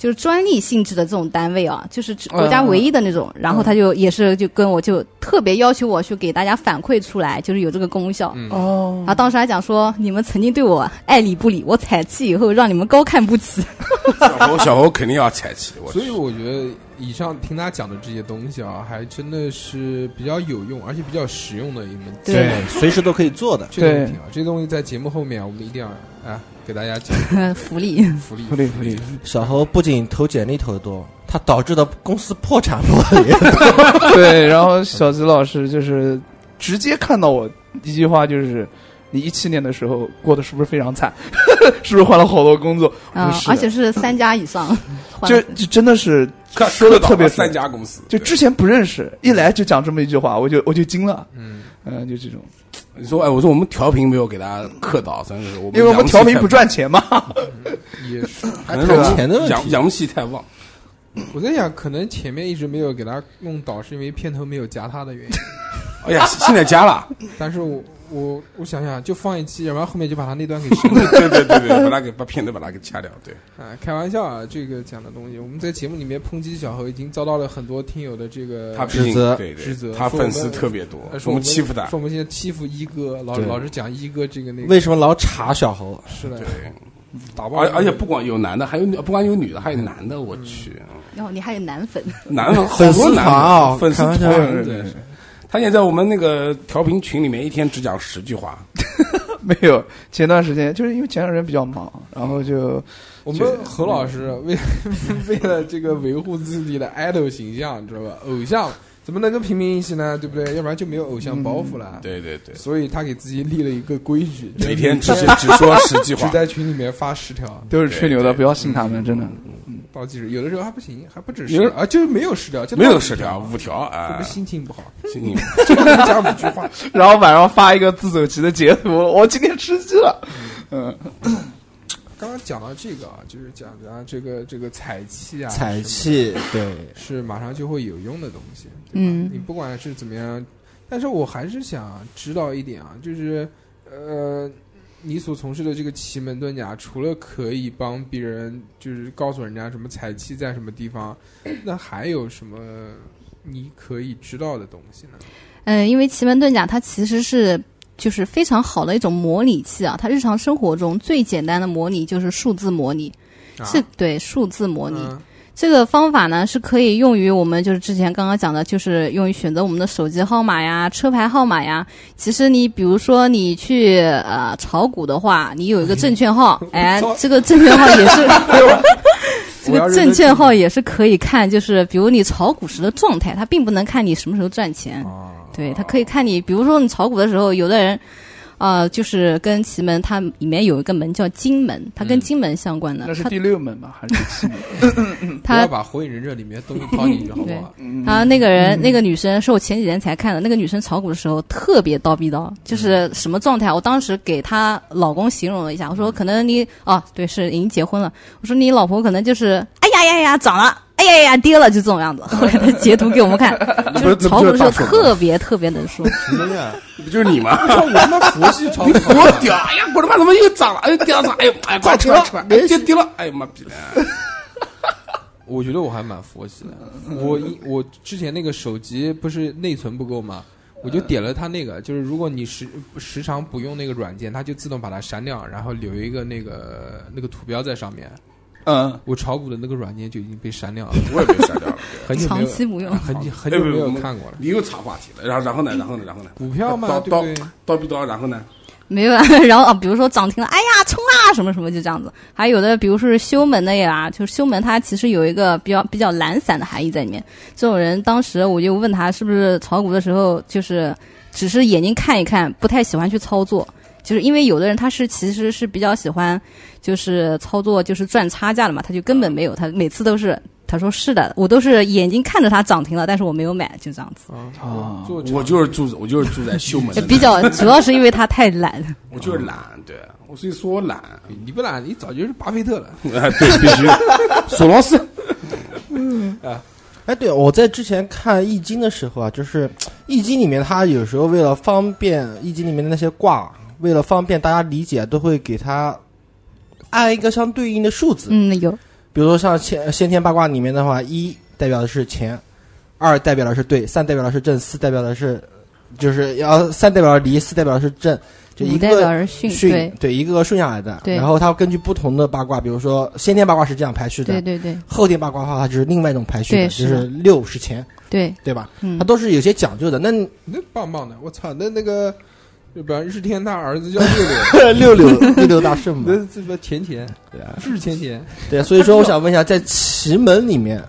Speaker 8: 就是专利性质的这种单位啊，就是只国家唯一的那种。然后他就也是就跟我就特别要求我去给大家反馈出来，就是有这个功效。
Speaker 5: 哦，
Speaker 8: 啊，当时还讲说你们曾经对我爱理不理，我采气以后让你们高看不起。
Speaker 2: 小侯，小侯肯定要踩齐。我
Speaker 6: 所以我觉得以上听他讲的这些东西啊，还真的是比较有用，而且比较实用的一门技能。
Speaker 8: 对，
Speaker 1: 随时都可以做的。
Speaker 6: 这个挺好，这东西在节目后面我们一定要啊给大家讲
Speaker 8: 福利。
Speaker 6: 福利
Speaker 5: 福利福利。
Speaker 1: 小侯不仅投简历投的多，他导致的公司破产破裂。
Speaker 5: 对，然后小吉老师就是直接看到我一句话就是，你一七年的时候过得是不是非常惨？ 是不是换了好多工作？
Speaker 8: 嗯
Speaker 5: 我说，是的
Speaker 8: 而且是三家以 上，换
Speaker 5: 就
Speaker 8: 了
Speaker 5: 就真的是
Speaker 2: 看
Speaker 5: 说
Speaker 2: 得
Speaker 5: 的
Speaker 2: 到
Speaker 5: 特别
Speaker 2: 啊
Speaker 5: 准
Speaker 2: 三家公司，
Speaker 5: 就
Speaker 2: 对嗯
Speaker 5: 之前不认识，一来就讲这么一句话，我就我就惊了，
Speaker 6: 嗯，
Speaker 5: 嗯、就这种，
Speaker 2: 你说哎，我说我们调频没有给大家刻到，真是我
Speaker 5: 因为我们
Speaker 2: 阳气
Speaker 5: 调频
Speaker 2: 太
Speaker 5: 不，赚钱嘛，
Speaker 6: 也是。
Speaker 2: 可能是我
Speaker 1: 还是钱的问
Speaker 2: 们阳
Speaker 1: 题
Speaker 2: 阳气太旺。
Speaker 6: 我在想，可能前面一直没有给他弄倒，是因为片头没有夹他的原因。
Speaker 2: 哎呀，现在加了，
Speaker 6: 但是我我我想想，就放一期，然后后面就把他那段给删了。
Speaker 2: 对对对对，把它给把片头把它给掐掉，对，
Speaker 6: 啊，开玩笑啊，这个讲的东西，我们在节目里面抨击小何，已经遭到了很多听友的这个
Speaker 2: 他毕
Speaker 1: 指
Speaker 2: 竟
Speaker 1: 责
Speaker 2: 对对
Speaker 6: 指责
Speaker 2: 他
Speaker 6: 说
Speaker 2: 粉
Speaker 6: 我们
Speaker 2: 丝特别多
Speaker 6: 呃，说
Speaker 2: 我们欺负他，
Speaker 6: 说我们现在欺负一哥，老
Speaker 1: 对
Speaker 6: 老是讲一哥这个那 个，
Speaker 1: 为什么老查小猴？
Speaker 6: 是的
Speaker 2: 对，，
Speaker 6: 打爆
Speaker 2: 而
Speaker 6: 了，嗯
Speaker 2: 而且不光有男的，还有女，不光有女的，还有男的，我去，
Speaker 8: 然后你还有男粉，
Speaker 2: 男的好
Speaker 1: 粉丝
Speaker 2: 多男
Speaker 1: 团啊
Speaker 2: 的，粉丝
Speaker 1: 开玩笑嗯
Speaker 2: 团，对。他也在我们那个调频群里面，一天只讲十句话，
Speaker 5: 没有。前段时间就是因为前段时间比较忙，然后就
Speaker 6: 我们何老师为 为了这个维护自己的 idol 形象，你知道吧？偶像怎么能跟平民一起呢？对不对？要不然就没有偶像包袱了。，
Speaker 2: 嗯对对对，
Speaker 6: 所以他给自己立了一个规矩，
Speaker 2: 每天只
Speaker 6: 只
Speaker 2: 只说十 句
Speaker 6: 只
Speaker 2: 话，
Speaker 6: 在群里面发十条，
Speaker 5: 都是吹牛的，
Speaker 2: 对对
Speaker 5: 不要信他
Speaker 2: 嗯
Speaker 5: 们，真的。
Speaker 6: 到即止。有的时候还不行，还不止
Speaker 2: 有
Speaker 6: 十
Speaker 2: 的
Speaker 6: 啊，就是没有十条，就
Speaker 2: 没有
Speaker 6: 到
Speaker 2: 十条，五条
Speaker 6: 我
Speaker 2: 啊
Speaker 6: 们，心情不好，
Speaker 2: 心 情
Speaker 6: 就给他讲五句话。
Speaker 5: 然后晚上发一个自走棋的截图，我今天吃鸡了，嗯，
Speaker 6: 刚刚讲到这个啊，就是讲讲这个这个彩气啊，
Speaker 1: 彩气，对，
Speaker 6: 是马上就会有用的东西。
Speaker 8: 嗯
Speaker 6: 你不管是怎么样，但是我还是想知道一点啊，就是呃，你所从事的这个奇门遁甲，除了可以帮别人，就是告诉人家什么彩气在什么地方，那还有什么你可以知道的东西呢？
Speaker 8: 嗯，因为奇门遁甲它其实是就是非常好的一种模拟器啊，它日常生活中最简单的模拟就是数字模拟，
Speaker 6: 啊、
Speaker 8: 是对数字模拟。
Speaker 6: 嗯
Speaker 8: 这个方法呢是可以用于我们就是之前刚刚讲的，就是用于选择我们的手机号码呀、车牌号码呀。其实你比如说你去呃炒股的话，你有一个证 券号，哎
Speaker 6: 我操，哎
Speaker 8: 这个证券号 也是 这
Speaker 6: 我要
Speaker 8: 个
Speaker 6: 认真
Speaker 8: 证券号
Speaker 6: 听
Speaker 8: 也是可以看，就是比如你炒股时的状态，它并不能看你什么时候赚钱。
Speaker 6: 啊，
Speaker 8: 对，它可以看你，比如说你炒股的时候，有的人，呃，就是跟奇门，它里面有一个门叫金门，它
Speaker 6: 嗯
Speaker 8: 跟金门相关的，
Speaker 5: 那是
Speaker 8: 它
Speaker 5: 第六门吧，还是第七 门？
Speaker 6: 不要
Speaker 8: 它
Speaker 6: 把火影忍者里面的东西套进去，好不 好？
Speaker 5: 嗯
Speaker 8: 啊，那个人，那个女生是我前几天才看的。那个女生炒股的时候特别叨逼叨，
Speaker 5: 嗯
Speaker 8: 就是什么状态？我当时给她老公形容了一下，我说可能你哦，对，是已经结婚了。我说你老婆可能就是哎呀呀呀涨了，哎呀呀呀跌了，就这种 样子。 后来她截图给我们看，就是炒股的时候特别特别能说。
Speaker 2: 不就是你吗？
Speaker 6: 我他妈佛系炒股，
Speaker 2: 我屌！哎呀，我他妈怎么又涨了？哎，掉涨！哎呦，哎，快吃了，吃了！哎，跌跌了！哎呀妈逼的！
Speaker 6: 我觉得我还蛮佛系的。
Speaker 8: 嗯
Speaker 6: 我一我之前那个手机不是内存不够嘛，我就点了它那
Speaker 8: 嗯
Speaker 6: 个，就是如果你时时常不用那个软件，它就自动把它删掉，然后留一个那个那个图标在上面。
Speaker 5: 嗯，
Speaker 6: 我炒股的那个软件就已经被删掉 了，
Speaker 2: 我也被删掉了。
Speaker 6: 很久没
Speaker 8: 长
Speaker 6: 有啊
Speaker 8: 期哎不用
Speaker 6: 很久很久没有看过了。
Speaker 2: 你又插话题了，然后然后呢？然后呢？然后呢？
Speaker 6: 股票嘛，
Speaker 2: 刀
Speaker 6: 对不
Speaker 2: 刀
Speaker 6: 对？
Speaker 2: 刀逼刀，然后呢？
Speaker 8: 没有啊， 然后啊，比如说涨停了，哎呀，冲啊，什么什么，就这样子。还有的，比如说是修门的呀，就是修门，它其实有一个比较比较懒散的含义在里面。这种人，当时我就问他，是不是炒股的时候就是只是眼睛看一看，不太喜欢去操作，就是因为有的人他是其实是比较喜欢就是操作就是赚差价的嘛，他就根本没有，他每次都是。他说是的，我都是眼睛看着它涨停了，但是我没有买，就这样子。
Speaker 6: 啊，
Speaker 5: 啊
Speaker 6: 做
Speaker 2: 我就是住，我就是住在修门
Speaker 8: 就，比较主要是因为他太懒。
Speaker 2: 我就是懒，对我所以说我懒。哎
Speaker 6: 你不懒，你早就是巴菲特了。
Speaker 8: 嗯
Speaker 2: 对，必须。索罗斯，
Speaker 1: 哎，对，我在之前看《易经》的时候啊，就是《易经》里面，它有时候为了方便《易经》里面的那些卦，为了方便大家理解，都会给它按一个相对应的数字。
Speaker 8: 嗯，有
Speaker 1: 比如说像先先天八卦里面的话，一代表的是钱，二代表的是对，三代表的是正，四代表的是就是要三代表的离，四代表的是正，就一个
Speaker 8: 五代表是训，
Speaker 1: 顺
Speaker 8: 对
Speaker 1: 一个个顺下来的。
Speaker 8: 对
Speaker 1: 然后它根据不同的八卦，比如说先天八卦是这样排序的，
Speaker 8: 对对对
Speaker 1: 后天八卦的话，它就是另外一种排序的，
Speaker 8: 对
Speaker 1: 就是
Speaker 8: 的
Speaker 1: 是六是前，
Speaker 8: 对，
Speaker 1: 对吧？
Speaker 8: 嗯
Speaker 1: 它，都是有些讲究的。那你
Speaker 6: 那棒棒的，我操！那那个日本日天他儿子叫
Speaker 1: 六
Speaker 6: 六六，
Speaker 1: 六 六六大 顺嘛，
Speaker 6: 那这个钱钱，
Speaker 1: 对啊，
Speaker 6: 日钱钱，
Speaker 1: 对啊。所以说，我想问一下，在奇门里面，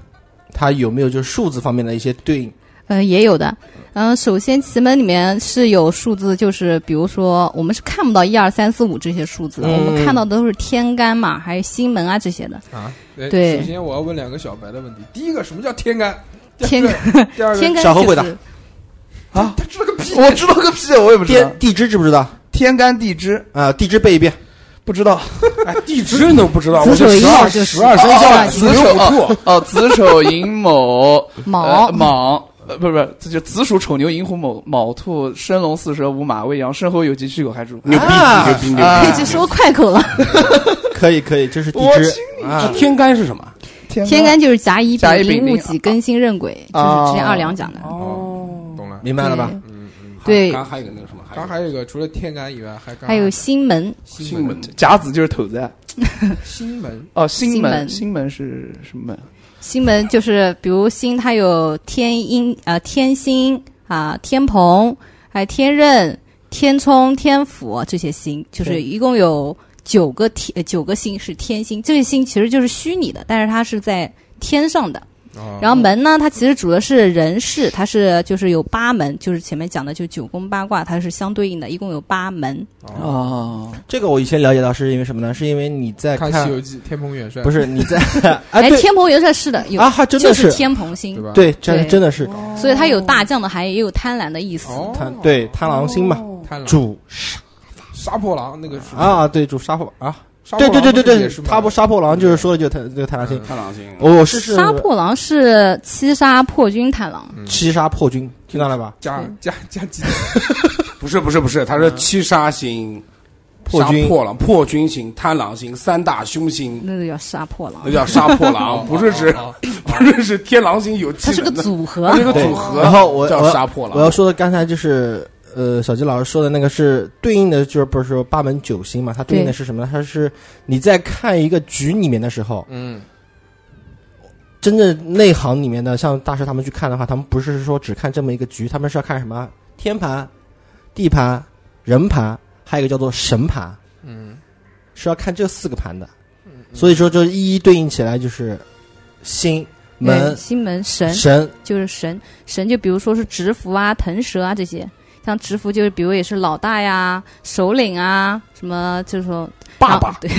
Speaker 1: 它有没有就是数字方面的一些对应？
Speaker 8: 呃，也有的。嗯、首先奇门里面是有数字，就是比如说我们是看不到一二三四五这些数字的，我们看到的都是天干嘛，还有星门啊这些的。
Speaker 6: 啊。哎
Speaker 8: 对
Speaker 6: 首先我要问两个小白的问题。第一个，什么叫天干？
Speaker 8: 天
Speaker 6: 干，第二个，
Speaker 8: 天干
Speaker 1: 小侯
Speaker 8: 就
Speaker 1: 回答
Speaker 8: 是
Speaker 6: 他知道个屁！
Speaker 5: 我知道个屁，啊我也不知道
Speaker 1: 天。地支知不知道？
Speaker 5: 天干地支
Speaker 1: 啊，地支背一遍。
Speaker 5: 不知道，
Speaker 2: 哎，地支你都不知道，
Speaker 8: 子
Speaker 2: 我
Speaker 8: 丑
Speaker 2: 十
Speaker 8: 寅
Speaker 2: 二
Speaker 8: 卯就
Speaker 2: 十二生
Speaker 8: 啊
Speaker 2: 肖啊子
Speaker 5: 丑
Speaker 2: 丑兔，
Speaker 5: 哦，子丑寅 卯
Speaker 8: 卯
Speaker 5: 呃卯，呃不是不是，这就子鼠丑牛寅虎卯卯兔申龙巳蛇午马未羊申猴酉鸡戌狗亥猪。
Speaker 2: 牛逼
Speaker 1: 啊
Speaker 2: 牛逼牛逼！
Speaker 5: 啊
Speaker 8: 可以去说快口了。
Speaker 1: 可以可以，这是地
Speaker 5: 我
Speaker 1: 支啊。
Speaker 2: 天干是什么？
Speaker 5: 天
Speaker 8: 天干就是甲乙
Speaker 5: 甲乙
Speaker 8: 丙
Speaker 5: 丙
Speaker 8: 丁
Speaker 5: 丁
Speaker 8: 戊己庚辛壬癸，就是之前二两讲的。
Speaker 2: 哦，
Speaker 6: 懂了。
Speaker 1: 明白了吧？
Speaker 8: 对
Speaker 2: 刚刚还有一个那个什么，
Speaker 6: 他还有一个，除了天干以外，还
Speaker 8: 还有星门，
Speaker 2: 新闻
Speaker 5: 甲子就是头子啊
Speaker 6: 星门。
Speaker 5: 哦，星门
Speaker 8: 星
Speaker 5: 星门是什么门？
Speaker 8: 星门就是比如星，它有天阴啊、呃天星啊、天蓬，还有天任、天冲、天府这些星，就是
Speaker 5: 对
Speaker 8: 一共有九个天呃九个星是天星，这个星其实就是虚拟的，但是它是在天上的。
Speaker 6: 然
Speaker 8: 然后门呢，它其实主的是人事，它是就是有八门，就是前面讲的就九宫八卦，它是相对应的，一共有八门。
Speaker 5: 哦，
Speaker 1: 这个我以前了解到是因为什么呢？是因为你在
Speaker 6: 看
Speaker 1: 看
Speaker 6: 《西游记》，天蓬元帅
Speaker 1: 不
Speaker 6: 是
Speaker 1: 是你在
Speaker 8: 哎，
Speaker 1: 哎对
Speaker 8: 天蓬元帅是的，有、
Speaker 1: 啊，还真的
Speaker 8: 就是天蓬星
Speaker 6: 对，吧？，
Speaker 1: 对，真
Speaker 8: 对
Speaker 1: 真的是
Speaker 8: 所以它有大将的含义，也有贪婪的意思。
Speaker 6: 哦，
Speaker 1: 贪对贪狼星嘛，
Speaker 6: 贪狼
Speaker 1: 主
Speaker 6: 杀破狼那个是，
Speaker 1: 啊，对主杀破啊，
Speaker 6: 杀破
Speaker 1: 对
Speaker 6: 狼
Speaker 1: 对对对
Speaker 6: 不是
Speaker 1: 对
Speaker 6: 也是，吗
Speaker 1: 他不杀破狼就是说的就贪就贪狼星
Speaker 6: 嗯，
Speaker 2: 太狼星，
Speaker 1: 我是嗯是
Speaker 8: 杀破狼是七杀破军贪狼，
Speaker 1: 七杀破军，听到了吧？
Speaker 6: 加加加几
Speaker 2: 不是不是不是，他说七杀星、
Speaker 1: 破
Speaker 2: 杀
Speaker 1: 军
Speaker 2: 破狼、破军星、贪狼星三大凶星，
Speaker 8: 那个叫杀破狼
Speaker 2: 那，叫杀破狼，不是指
Speaker 6: 哦
Speaker 2: 不是指天狼星有
Speaker 8: 它
Speaker 2: 技
Speaker 8: 是个
Speaker 2: 能的，
Speaker 8: 组合
Speaker 2: 它。
Speaker 6: 嗯
Speaker 2: 是个
Speaker 1: 对
Speaker 2: 组合，
Speaker 1: 然哦后我
Speaker 2: 叫杀破
Speaker 1: 我要
Speaker 2: 狼。
Speaker 1: 说的刚才就是呃，小吉老师说的那个是呃对应的，就是不是说八门九星嘛？它对应的
Speaker 8: 对
Speaker 1: 是什么呢？它是你在看一个局里面的时候，
Speaker 6: 嗯，
Speaker 1: 真正内行里面的，像大师他们去看的话，他们不是说只看这么一个局，他们是要看什么天盘、地盘、人盘，还有一个叫做神盘，
Speaker 6: 嗯，
Speaker 1: 是要看这四个盘的。所以说，这一一对应起来就是星门
Speaker 8: 对，星门神
Speaker 1: 神
Speaker 8: 就是神，神就比如说是直符啊、腾蛇啊这些，像直符就是比如也是老大呀、首领啊，什么就是说
Speaker 2: 爸爸
Speaker 8: 对，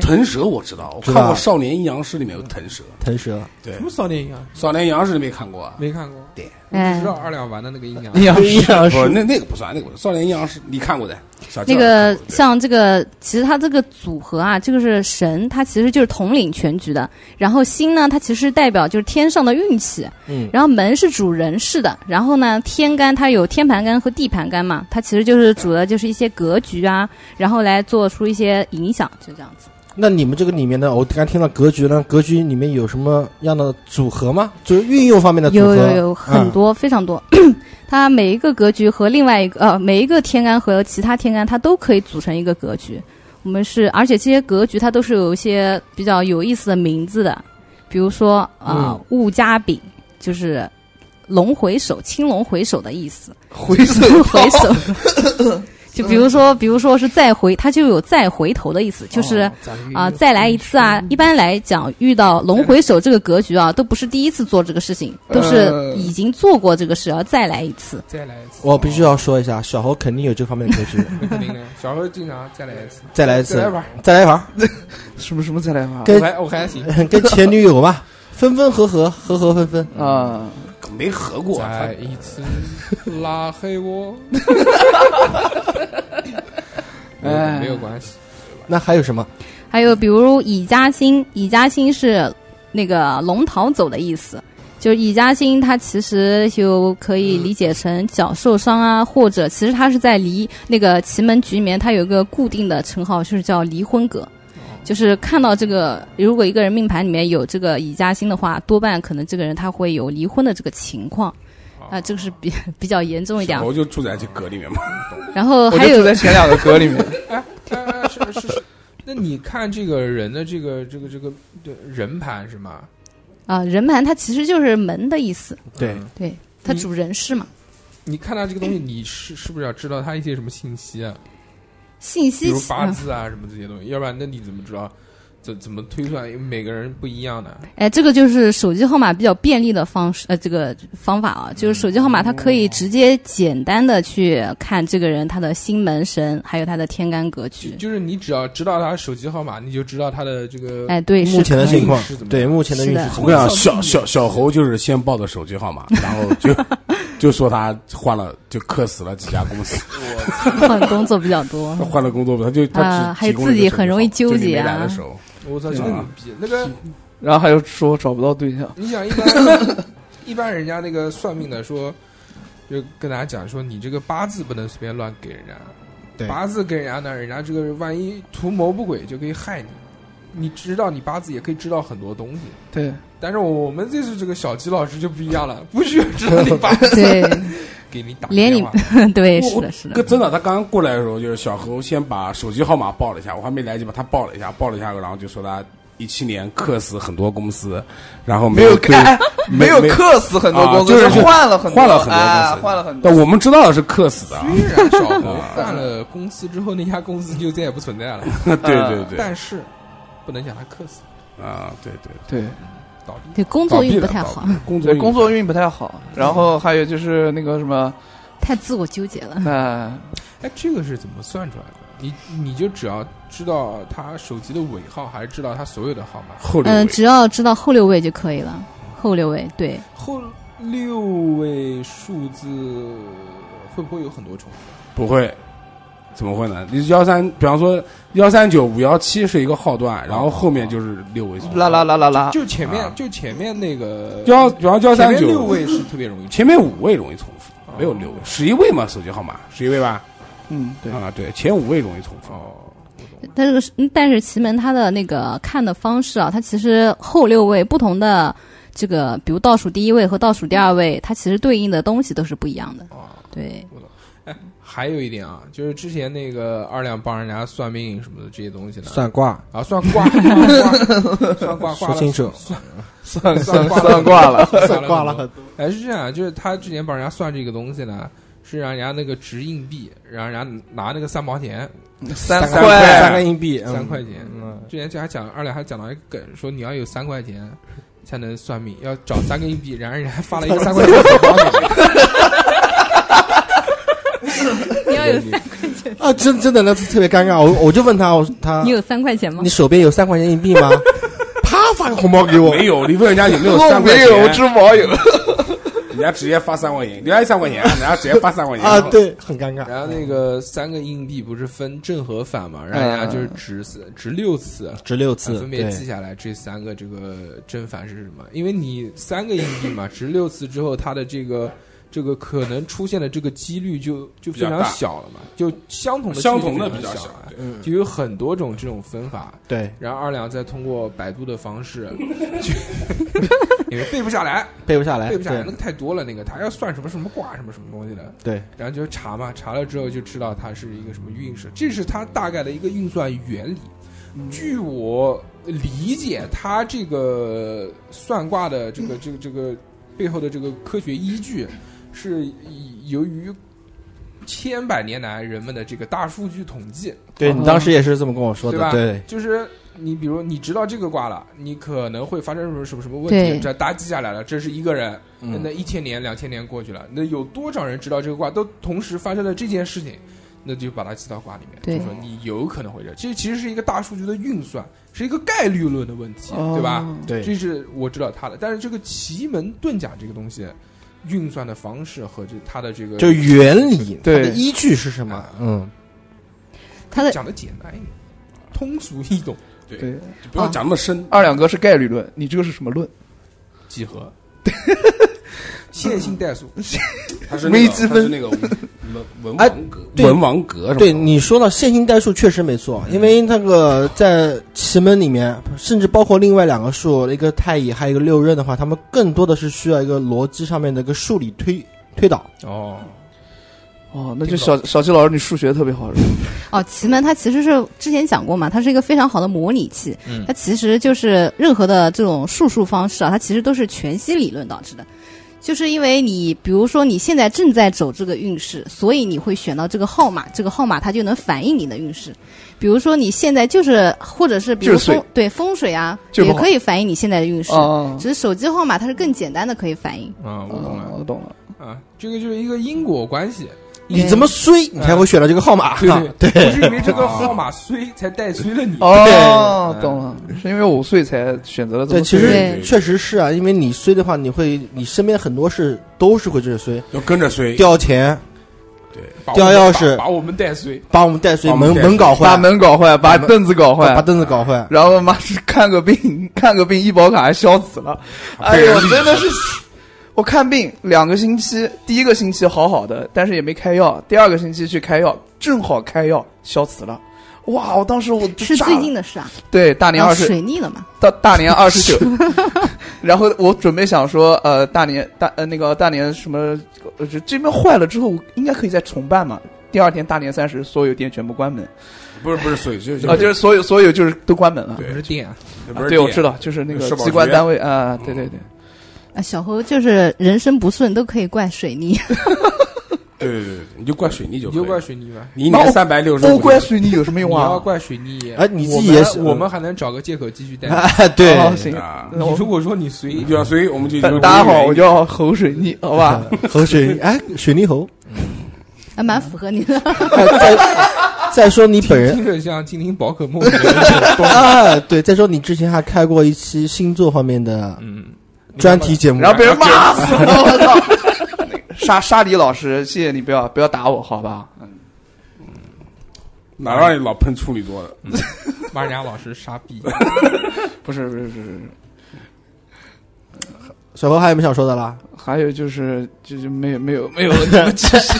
Speaker 2: 腾腾啊蛇我知道，我
Speaker 1: 知
Speaker 2: 看
Speaker 1: 道
Speaker 2: 过《少年阴阳师》里面有腾蛇，
Speaker 1: 腾蛇。
Speaker 6: 什么少年阴阳？
Speaker 2: 《少年阴阳师》你没看过啊？
Speaker 6: 没看过，我只
Speaker 8: 哎
Speaker 6: 知道，二两玩的那个阴阳。
Speaker 5: 你要
Speaker 1: 阴阳
Speaker 2: 不，
Speaker 1: 师
Speaker 2: 那那个不算，那个不算。《少年阴阳师》你看过的？小
Speaker 8: 那
Speaker 2: 静儿
Speaker 8: 个
Speaker 2: 看过对
Speaker 8: 像这个，其实它这个组合啊，这个是神，它其实就是统领全局的。然后星呢，它其实代表就是天上的运气。
Speaker 1: 嗯
Speaker 8: 然后门是主人事的，然后呢，天干它有天盘干和地盘干嘛，它其实就是主的就是一些格局啊，然后来做出一些影响，就这样子。
Speaker 1: 那你们这个里面呢，我刚听到格局呢，格局里面有什么样的组合吗？就是运用方面的组
Speaker 8: 有
Speaker 1: 合，嗯
Speaker 8: 有有很多、非常多，它每一个格局和另外一个呃每一个天干和其他天干，它都可以组成一个格局。我们是而且这些格局它都是有一些比较有意思的名字的，比如说啊
Speaker 1: 嗯
Speaker 8: 戊加丙就是龙回首、青龙回首的意思，
Speaker 5: 回
Speaker 8: 龙
Speaker 5: 首
Speaker 8: 回首。就比如说，比如说是再回，它就有再回头的意思，就是
Speaker 5: 哦
Speaker 8: 啊、再来一次啊！一般来讲，遇到龙回首这个格局啊，都不是第一次做这个事情，都是
Speaker 5: 呃
Speaker 8: 已经做过这个事，要再来一次。
Speaker 6: 再来一次，
Speaker 1: 我必须要说一下，小侯肯定有这方面的格 局。
Speaker 6: 那肯定的。小时候经常再来一次，
Speaker 1: 再来一
Speaker 6: 再来
Speaker 1: 次，
Speaker 6: 玩。
Speaker 1: 再来一盘，
Speaker 5: 什么什么再来啊吧
Speaker 1: 跟
Speaker 6: 我还我还行，
Speaker 1: 跟前女友嘛，分分合合，合合分分。
Speaker 5: 啊，
Speaker 2: 没合过，啊
Speaker 6: 再一次拉黑我，
Speaker 5: 哎
Speaker 6: 没有关系。
Speaker 1: 那还有什么？
Speaker 8: 还有比如乙加星，乙加星是那个龙逃走的意思，就是乙加星它其实就可以理解成脚受伤啊，或者其实它是在离那个奇门局里面，它有一个固定的称号，就是叫离婚格。就是看到这个，如果一个人命盘里面有这个乙加星的话，多半可能这个人他会有离婚的这个情况，啊，这个是比 比较严重一点
Speaker 2: 小。猴就住在这阁里面嘛。
Speaker 8: 然后
Speaker 5: 我
Speaker 8: 还
Speaker 5: 就
Speaker 8: 有
Speaker 5: 住在前两个格里面。
Speaker 6: 哎哎是是是。那你看这个人的这个这个这个对人盘是吗？
Speaker 8: 啊、人盘它其实就是门的意思，
Speaker 1: 对，
Speaker 8: 对，它
Speaker 6: 嗯
Speaker 8: 主人事嘛。
Speaker 6: 你看到这个东西，你是是不是要知道他一些什么信息啊？
Speaker 8: 信
Speaker 6: 比
Speaker 8: 息
Speaker 6: 如啊
Speaker 8: 起嗯
Speaker 6: 八字啊什么这些东西，要不然那你怎么知道怎怎么推算？因为每个人不一样的。
Speaker 8: 哎，这个就是手机号码比较便利的方式，呃，这个方法啊，就是手机号码它可
Speaker 2: 嗯
Speaker 8: 以直接简单的去看这个人他的星门神，还有他的天干格
Speaker 6: 就
Speaker 8: 局。
Speaker 6: 就是你只要知道他手机号码，你就知道他的这个
Speaker 8: 哎，对，
Speaker 1: 目前的
Speaker 8: 是可以
Speaker 1: 情况
Speaker 6: 是怎么样，
Speaker 1: 对目前的运
Speaker 8: 是
Speaker 1: 势
Speaker 8: 的
Speaker 1: 情
Speaker 2: 我跟你
Speaker 1: 况
Speaker 2: 讲，小小小猴就是先报的手机号码， 然后就就说他换了，就克死了几家公司，
Speaker 8: 换工作比较多
Speaker 2: 他。换了工作，他就他
Speaker 8: 啊
Speaker 2: 只
Speaker 8: 还有
Speaker 2: 提供了一
Speaker 8: 自
Speaker 2: 个手机
Speaker 8: 己很容
Speaker 2: 号
Speaker 8: 易
Speaker 2: 码就
Speaker 8: 纠
Speaker 2: 你没
Speaker 8: 结
Speaker 2: 来
Speaker 8: 啊
Speaker 2: 的时 候，
Speaker 6: 我操，这个牛逼！那个
Speaker 5: 然后还有说找不到对象，
Speaker 6: 你想一般一般人家那个算命的说，就跟大家讲说，你这个八字不能随便乱给人家，
Speaker 1: 对
Speaker 6: 八字给人家呢，人家这个万一图谋不轨就可以害你。你知道你八字也可以知道很多东西，
Speaker 5: 对，
Speaker 6: 但是我们这次这个小吉老师就不一样了，不需要知道你八 字，
Speaker 8: 对
Speaker 6: 给你打
Speaker 8: 连你
Speaker 6: 电话。
Speaker 8: 对，
Speaker 2: 我
Speaker 8: 是的，是
Speaker 2: 哥
Speaker 8: 的，
Speaker 2: 真的，他刚过来的时候，就是小猴先把手机号码报了一下，我还没来得及把他报了一下，报了一下，然后就说他一七年克死很多公司，然后没
Speaker 5: 有
Speaker 2: 对
Speaker 5: 开，没有
Speaker 2: 没
Speaker 5: 克死很多
Speaker 2: 啊
Speaker 5: 公司，
Speaker 2: 就是
Speaker 5: 换了很多
Speaker 2: 换了很多
Speaker 5: 啊
Speaker 2: 公司
Speaker 5: 换了很多
Speaker 2: 但。我们知道的是克死的啊，
Speaker 6: 虽然小猴换了公司之后，那家公司就再也不存在了，
Speaker 5: 啊
Speaker 2: 对对对，
Speaker 6: 但是不能讲他克死
Speaker 2: 啊对对，
Speaker 5: 对
Speaker 6: 倒闭。
Speaker 8: 对工
Speaker 2: 倒
Speaker 8: 作
Speaker 2: 闭
Speaker 8: 运
Speaker 2: 了
Speaker 8: 不太
Speaker 2: 倒闭
Speaker 8: 好，
Speaker 2: 了工作
Speaker 5: 对，
Speaker 2: 运
Speaker 5: 工作运不太好，然后还有就是那个什么，
Speaker 8: 太自我纠结了。
Speaker 5: 呃，
Speaker 6: 哎，这个是怎么算出来的？你你就只要知道他手机的尾号，还是知道他所有的号码？
Speaker 2: 后六
Speaker 8: 嗯、
Speaker 2: 位
Speaker 8: 只要知道后六位就可以了。后六位，对，
Speaker 6: 后六位数字会不会有很多重复？
Speaker 2: 不会，怎么会呢？你幺三，比方说幺三九五幺七是一个号
Speaker 5: 哦
Speaker 2: 段，然后后面就是六位数。
Speaker 5: 啦啦啦啦啦，
Speaker 6: 就前面、
Speaker 2: 啊
Speaker 6: 就前面那个
Speaker 2: 幺，比方幺
Speaker 6: 前
Speaker 2: 三
Speaker 6: 面六
Speaker 2: 九，
Speaker 6: 位是特别容易重
Speaker 2: 前面五位容易重复，没有六位，十一位嘛，手机号码十一位吧？
Speaker 5: 嗯，对，
Speaker 2: 啊，对，前五位容易重复。
Speaker 6: 哦，
Speaker 8: 但这个是嗯但是奇门它的那个看的方式啊，它其实后六位不同的这个，比如倒数第一位和倒数第二位，它其实对应的东西都是不一样的。
Speaker 6: 哦
Speaker 8: 对，
Speaker 6: 还有一点啊，就是之前那个二两帮人家算命什么的这些东西呢，
Speaker 1: 算卦，
Speaker 6: 啊算卦，算卦算 卦卦
Speaker 1: 说
Speaker 6: 了
Speaker 1: 清楚，
Speaker 6: 算
Speaker 5: 算
Speaker 6: 卦
Speaker 5: 算卦了，
Speaker 6: 算
Speaker 1: 算卦了很
Speaker 6: 很多
Speaker 1: 多。
Speaker 6: 哎，是这样，就是他之前帮人家算这个东西呢，是让人家那个值硬币，让人家拿那个三毛钱，
Speaker 5: 三
Speaker 1: 三
Speaker 5: 块
Speaker 1: 三个硬币，嗯
Speaker 6: 三块钱
Speaker 1: 嗯
Speaker 6: 之前就还讲二两还讲到一个梗，说你要有三块钱才能算命，要找三个硬币，然后人家还发了一个三块钱的红包给你。
Speaker 8: 你要有三，
Speaker 6: 嗯
Speaker 1: 啊，真真的那次特别尴尬，我我就问他，我说他
Speaker 8: 你有三块钱吗
Speaker 1: 你？手边有三块钱硬币吗？啪发个红包给我，
Speaker 2: 没有，你问人家有没有
Speaker 5: 我
Speaker 2: 三块
Speaker 5: 没
Speaker 2: 钱，
Speaker 5: 有，我只毛有。
Speaker 2: 人家直接发三块钱，人家三 块钱，人家直接发三块钱
Speaker 1: 啊，，对，很尴尬。
Speaker 6: 然后那个三个硬币不是分正和反嘛，然后人家就是值四值六次。
Speaker 1: 值六
Speaker 6: 啊
Speaker 1: 次，
Speaker 6: 分别
Speaker 1: 对，
Speaker 6: 记下来这三个这个正反是什么？因为你三个硬币嘛，值六次之后，它的这个这个可能出现的这个几率就就非
Speaker 2: 比较
Speaker 6: 常
Speaker 2: 大
Speaker 6: 小了嘛，就相同的
Speaker 2: 相同的
Speaker 6: 几率
Speaker 2: 比较
Speaker 6: 非常
Speaker 2: 小
Speaker 6: 小啊，
Speaker 2: 对
Speaker 1: 嗯，
Speaker 6: 就有很多种这种分法。
Speaker 1: 对，
Speaker 6: 然后二两再通过百度的 方式，去因为背不下来，
Speaker 1: 背不下
Speaker 2: 哎
Speaker 1: 来，
Speaker 6: 背不下来，那
Speaker 1: 对
Speaker 6: 个太多了，那个他要算什么什么卦什么什么东西的，
Speaker 1: 对，
Speaker 6: 然后就查嘛，查了之后就知道它是一个什么运势，这是它大概的一个运算原理。据我理解，它这个算卦的这个这个这个背后的这个科学依据，是以由于千百年来人们的这个大数据统计，
Speaker 1: 对你当时也是这么跟我说
Speaker 6: 对吧
Speaker 1: 的，对，
Speaker 6: 就是你比如你知道这个卦了，你可能会发生什么什么什么问
Speaker 8: 对
Speaker 6: 题，这搭记下来了，这是一个人，
Speaker 1: 嗯
Speaker 6: 那一千年、两千年过去了，那有多少人知道这个卦都同时发生了这件事情，那就把它记到卦里面，
Speaker 8: 对
Speaker 6: 就说你有可能会这，这其实是一个大数据的运算，是一个概率论的问题，对吧？
Speaker 5: 哦？
Speaker 1: 对
Speaker 6: 这是我知道它的，但是这个奇门遁甲这个东西，运算的方式和这它的这个
Speaker 1: 就原理，
Speaker 5: 对
Speaker 1: 它的依据是什么？嗯，
Speaker 8: 它的
Speaker 6: 讲的简单一点，通俗易懂，
Speaker 5: 对，
Speaker 2: 就不要讲那么深。
Speaker 5: 啊二两哥是概率论，你这个是什么论？
Speaker 6: 几 何。线性代数，
Speaker 2: 他是那
Speaker 5: 微
Speaker 2: 个，
Speaker 5: 积
Speaker 2: 他
Speaker 5: 分
Speaker 2: 是那个文文
Speaker 1: 哎
Speaker 2: 王阁，
Speaker 1: 对
Speaker 2: 文王阁什么
Speaker 1: 对
Speaker 2: 的
Speaker 1: 你说到线性代数确实没错，因为那个在奇门里面，甚至包括另外两个数，一个太乙还有一个六壬的话，他们更多的是需要一个逻辑上面的一个数理推推导。
Speaker 6: 哦，
Speaker 5: 哦，那就小小七老师，你数学特别好是吧，
Speaker 8: 哦，奇门它其实是之前讲过嘛，它是一个非常好的模拟器。
Speaker 6: 嗯
Speaker 8: 它其实就是任何的这种数数方式啊，它其实都是全息理论导致的。就是因为你，比如说你现在正在走这个运势，所以你会选到这个号码，这个号码它就能反映你的运势。比如说你现在就是，或者是比如
Speaker 5: 就是
Speaker 8: 风
Speaker 5: 水
Speaker 8: 对风水啊，
Speaker 5: 就是
Speaker 8: 也
Speaker 5: 不好
Speaker 8: 可以反映你现在的运势。
Speaker 5: 哦，
Speaker 8: 只是手机号码它是更简单的可以反映。
Speaker 6: 啊，我懂
Speaker 5: 哦
Speaker 6: 了
Speaker 5: 我懂了。
Speaker 6: 啊，这个就是一个因果关系，
Speaker 1: 你这么衰，你才会选到这个号码。啊
Speaker 6: 对对
Speaker 1: 对
Speaker 6: 不是因为这个号码衰才带衰了你。
Speaker 5: 哦，懂了，是因为我岁才选择了这
Speaker 1: 对，
Speaker 5: 么
Speaker 1: 其
Speaker 5: 岁
Speaker 1: 实
Speaker 8: 对
Speaker 1: 确实是啊，因为你衰的话，你会你身边很多事都是会这衰，
Speaker 2: 要跟着衰，
Speaker 1: 掉钱，
Speaker 2: 对，
Speaker 6: 把
Speaker 1: 掉
Speaker 6: 我们
Speaker 1: 钥
Speaker 6: 把
Speaker 1: 匙
Speaker 6: 把我们带衰，
Speaker 1: 把我们带衰，
Speaker 2: 把我们
Speaker 1: 门
Speaker 2: 带
Speaker 1: 门搞坏
Speaker 5: 把，门搞坏，把凳子搞坏
Speaker 1: 把，凳子搞坏。
Speaker 5: 然后妈是看个病，看个病医保卡还消死了，哎呦，真的是，我看病两个星期，第一个星期好好的，但是也没开药，第二个星期去开药，正好开药消死了，哇！我当时我就是炸
Speaker 8: 最
Speaker 5: 了
Speaker 8: 近的事啊，
Speaker 5: 对大年
Speaker 8: 然后
Speaker 5: 二十
Speaker 8: 水逆了嘛？
Speaker 5: 到大年二十九， 然后我准备想说，呃，大年大呃那个大年什么，呃这这边坏了之后，应该可以再重办嘛。第二天大年三十，所有店全部关门
Speaker 2: 不是不是衰，就
Speaker 5: 啊、就是所有所有就是都关门了。
Speaker 2: 对
Speaker 6: 不是电啊，
Speaker 2: 不是
Speaker 5: 对，我
Speaker 2: 点
Speaker 5: 知道，就是那个
Speaker 2: 社保
Speaker 5: 机关
Speaker 2: 局
Speaker 5: 单位啊、对对对，
Speaker 8: 啊，小侯就是人生不顺都可以怪水逆，
Speaker 2: 对对对，你就怪水泥就
Speaker 6: 你
Speaker 2: 可以
Speaker 6: 就怪水泥吧。
Speaker 2: 你一年三百六十
Speaker 5: 都
Speaker 2: 五
Speaker 5: 怪
Speaker 2: 天，
Speaker 5: 水泥有什么
Speaker 6: 你
Speaker 5: 用
Speaker 6: 要
Speaker 5: 啊？
Speaker 6: 怪水泥，
Speaker 1: 哎你自
Speaker 6: 我
Speaker 1: 己
Speaker 6: 们
Speaker 1: 也是
Speaker 6: 我们还能找个借口继续 带。
Speaker 1: 哎，嗯对，
Speaker 5: 哦行，
Speaker 2: 啊
Speaker 5: 那
Speaker 6: 你
Speaker 5: 我
Speaker 6: 如果说你随
Speaker 2: 你就要衰，我们就
Speaker 5: 大大家好，我
Speaker 2: 就
Speaker 5: 叫侯水泥，好吧？
Speaker 1: 和水哎，水泥猴。
Speaker 8: 还蛮符合你的。
Speaker 1: 哎再再说你本人
Speaker 6: 听着像精灵宝可 梦，
Speaker 1: 啊，对，再说你之前还开过一期星座方面的
Speaker 6: 嗯，
Speaker 1: 专题节目，
Speaker 5: 嗯然后被人骂死了，我操！ 沙沙迪老师，谢谢你不要不要打我，好吧？
Speaker 2: 哪让你老喷处女座的？
Speaker 6: 骂人家老师傻逼。
Speaker 5: 不是不是不是不是。
Speaker 1: 小何还有没有想说的啦？
Speaker 5: 还有就是，就是没有没有 没有那么及时。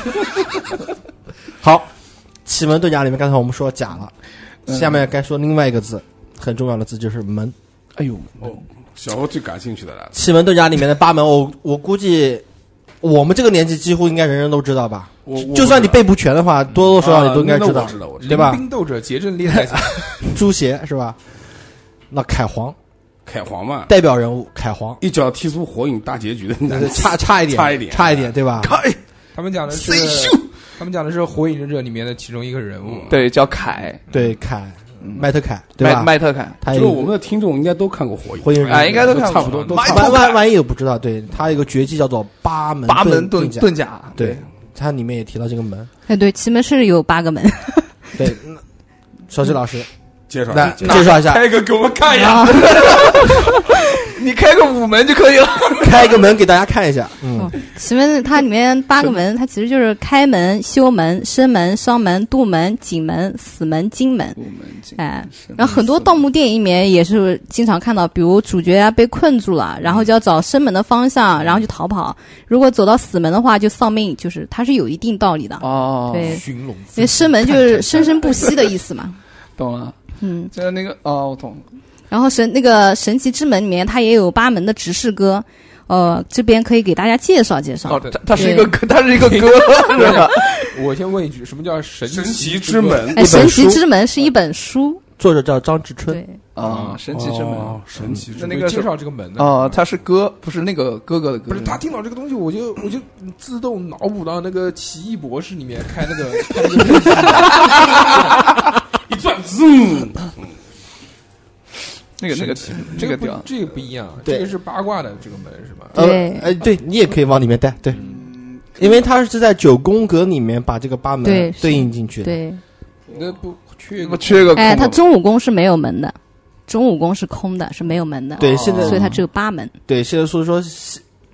Speaker 1: 好，奇门遁甲里面刚才我们说甲了，
Speaker 5: 嗯
Speaker 1: 下面该说另外一个字，很重要的字就是门。
Speaker 5: 哎呦，
Speaker 2: 小侯最感兴趣的来了，
Speaker 1: 奇门遁甲里面的八门，我我估计我们这个年纪几乎应该人人都知道吧？
Speaker 2: 我我
Speaker 1: 就算你
Speaker 2: 不知嗯
Speaker 1: 背不全的话，多多
Speaker 2: 道
Speaker 1: 少少你都应该
Speaker 2: 啊那
Speaker 1: 知
Speaker 2: 那
Speaker 1: 道
Speaker 2: 我，知道，我知道。
Speaker 1: 对吧
Speaker 6: 临兵斗者，结阵列 在前。
Speaker 1: 朱邪是吧？那凯皇
Speaker 2: 凯皇嘛，
Speaker 1: 代表人物，凯皇
Speaker 2: 一脚踢出火影大结局的男的，
Speaker 1: 差差一点，
Speaker 2: 嗯差一点
Speaker 1: 差一点，对吧？
Speaker 6: 他们讲的是，他们讲的是《火影忍者》里面的其中一个人物。
Speaker 5: 对，叫凯，
Speaker 1: 对，凯麦特凯，对
Speaker 5: 麦
Speaker 1: 吧？
Speaker 5: 麦特凯，
Speaker 1: 他
Speaker 2: 就
Speaker 1: 有
Speaker 2: 是我们的听众应该都看过火影，
Speaker 1: 火影忍
Speaker 5: 哎，
Speaker 1: 者
Speaker 5: 应该都
Speaker 2: 都
Speaker 5: 看
Speaker 2: 差不
Speaker 5: 过
Speaker 2: 多，都
Speaker 5: 麦
Speaker 2: 差不
Speaker 5: 特
Speaker 2: 多
Speaker 1: 万万万一也不知道，对他有一个绝技叫做八门
Speaker 5: 八门
Speaker 1: 遁
Speaker 5: 遁
Speaker 1: 甲，
Speaker 5: 遁甲，啊
Speaker 1: 对，它里面也提到这个门。
Speaker 8: 哎，对，奇门是有八个门，
Speaker 1: 对，那小徐老师
Speaker 2: 介绍一
Speaker 1: 来
Speaker 2: 下
Speaker 1: 介绍一下，
Speaker 6: 开一个给我们
Speaker 5: 哎
Speaker 6: 看一下，
Speaker 5: 你开个五门就可以了。
Speaker 1: 开一个门给大家看一下。嗯
Speaker 8: 哦，奇门它里面八个门，它其实就是开门、修门、生门、伤门、杜门、景门、死门、金门。
Speaker 5: 五门进
Speaker 8: 哎，然后很多盗墓电影里面也是经常看到，比如主角啊被困住了，然后就要找生门的方向，然后去逃跑。如果走到死门的话，就丧命，就是它是有一定道理的。
Speaker 5: 哦，
Speaker 8: 对，
Speaker 3: 寻龙
Speaker 8: 因为生门就是生生不息的意思嘛。
Speaker 5: 懂了，
Speaker 8: 嗯，
Speaker 5: 就是那个哦，我懂了，
Speaker 8: 然后神那个神奇之门里面，它也有八门的指示歌，呃，这边可以给大家介绍介绍。
Speaker 5: 哦，他他是一个歌，他是一个歌，是吧？啊
Speaker 6: 我先问一句，什么叫神
Speaker 2: 神奇
Speaker 6: 奇
Speaker 2: 之
Speaker 6: 门？
Speaker 2: 门
Speaker 8: 哎，
Speaker 1: 一
Speaker 8: 神
Speaker 1: 本
Speaker 8: 奇
Speaker 1: 书
Speaker 8: 之门是一本书，
Speaker 1: 作者叫张志春，
Speaker 8: 对，
Speaker 5: 啊，神奇之门
Speaker 2: 哦，神奇之
Speaker 5: 那
Speaker 2: 门
Speaker 5: 那个
Speaker 6: 介绍这个门呢？
Speaker 5: 哦，他是歌，不是那个哥哥的歌，
Speaker 6: 不是他听到这个东西，我就我就自动脑补到那个《奇异博士》里面开那个开那个
Speaker 2: 一转，zoom，
Speaker 5: 那个那个这
Speaker 6: 这
Speaker 5: 个
Speaker 6: 个不
Speaker 5: 调，
Speaker 6: 这个不一样，
Speaker 1: 对
Speaker 6: 这个是八卦的这个门是吧？
Speaker 1: 呃
Speaker 8: 对，
Speaker 1: 哎，对你也可以往里面带，对，因为他是在九宫格里面把这个八门
Speaker 8: 对是
Speaker 1: 对应进去的。
Speaker 8: 对，
Speaker 6: 那不缺一
Speaker 5: 不
Speaker 6: 个
Speaker 5: 缺个空
Speaker 8: 哎，
Speaker 5: 的
Speaker 8: 它
Speaker 5: 吗。
Speaker 8: 中武功是没有门的，中武功是空的，是没有门的，哦
Speaker 1: 对，现在
Speaker 8: 所以它只有八门。
Speaker 1: 对现在所以说，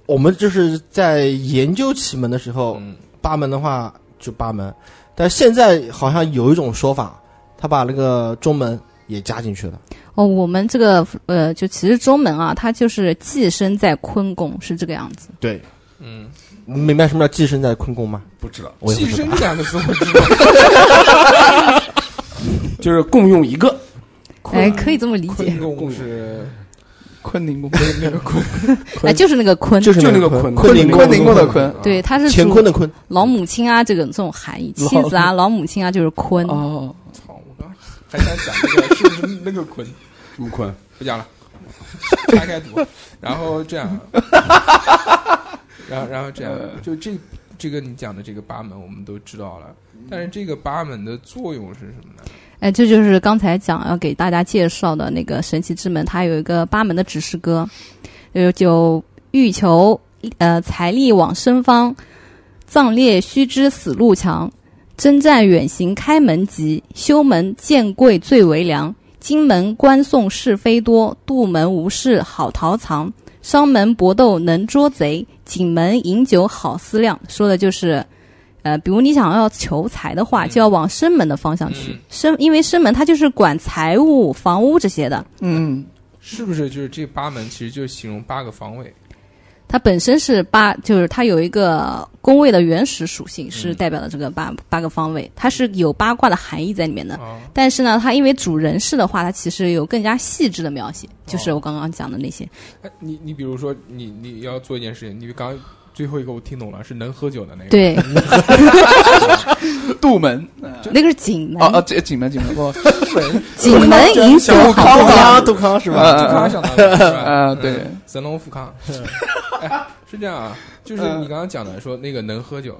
Speaker 1: 我们就是在研究奇门的时候，
Speaker 6: 嗯
Speaker 1: 八门的话就八门，但现在好像有一种说法，他把那个中门也加进去了。
Speaker 8: 哦，我们这个呃，就其实中门啊，它就是寄生在坤宫，是这个样子。
Speaker 1: 对，
Speaker 6: 嗯，
Speaker 1: 你明白什么叫寄生在坤宫吗？
Speaker 2: 不知道，
Speaker 1: 我也
Speaker 6: 寄
Speaker 1: 不知
Speaker 6: 生
Speaker 1: 道。
Speaker 6: 两个字我知道，
Speaker 2: 就是共用一个，
Speaker 8: 哎，可以这么理解
Speaker 6: 坤，宫是
Speaker 5: 昆凌宫，
Speaker 6: 那个 坤，
Speaker 8: 哎，就是那个坤，
Speaker 1: 就是
Speaker 2: 就那
Speaker 1: 个
Speaker 2: 个坤
Speaker 1: 坤
Speaker 2: 凌
Speaker 1: 宫
Speaker 5: 昆凌宫的昆，
Speaker 8: 对，它是
Speaker 1: 乾
Speaker 8: 主
Speaker 1: 坤的坤，
Speaker 8: 老母亲啊，这个这种含义，
Speaker 5: 老
Speaker 8: 妻子啊，老母亲啊，就是坤。
Speaker 5: 哦，
Speaker 6: 操！我刚 还想讲那个是不是那个坤？
Speaker 2: 什么 坤？
Speaker 6: 不讲了，拆开读。然后这样，然后然后这样
Speaker 5: 呃，
Speaker 6: 就这这个你讲的这个八门我们都知道了，但是这个八门的作用是什么呢？
Speaker 8: 哎，这就是刚才讲要给大家介绍的那个神奇之门，它有一个八门的指示歌，就就欲求呃财力往生方，葬列须知死路强，征战远行开门急，修门见贵最为良，金门关送是非多，杜门无事好逃藏，商门搏斗能捉贼，景门饮酒好思量，说的就是。呃，比如你想要求财的话，
Speaker 6: 嗯
Speaker 8: 就要往生门的方向去
Speaker 6: 嗯。
Speaker 8: 生，因为生门它就是管财务、房屋这些的，
Speaker 5: 嗯，
Speaker 6: 是不是就是这八门其实就形容八个方位？
Speaker 8: 它本身是八，就是它有一个宫位的原始属性是代表的这个八、八个方位，它是有八卦的含义在里面的。
Speaker 6: 啊，
Speaker 8: 但是呢，它因为主人事的话，它其实有更加细致的描写，就是
Speaker 6: 哦
Speaker 8: 我刚刚讲的那些。
Speaker 6: 哎你你比如说你你要做一件事情，你刚刚最后一个我听懂了是能喝酒的那个，，
Speaker 8: 对，
Speaker 5: 杜门
Speaker 8: 那个是景门
Speaker 5: 哦，哦，这景门景门，不，
Speaker 8: 景门饮酒
Speaker 1: 杜
Speaker 8: 好好
Speaker 1: 康，杜康是吧？
Speaker 5: 呃
Speaker 6: 杜康想到的 是吧？
Speaker 5: 啊，对，
Speaker 6: 神龙富康。 哎，是这样啊，就是你刚刚讲的说那个能喝酒，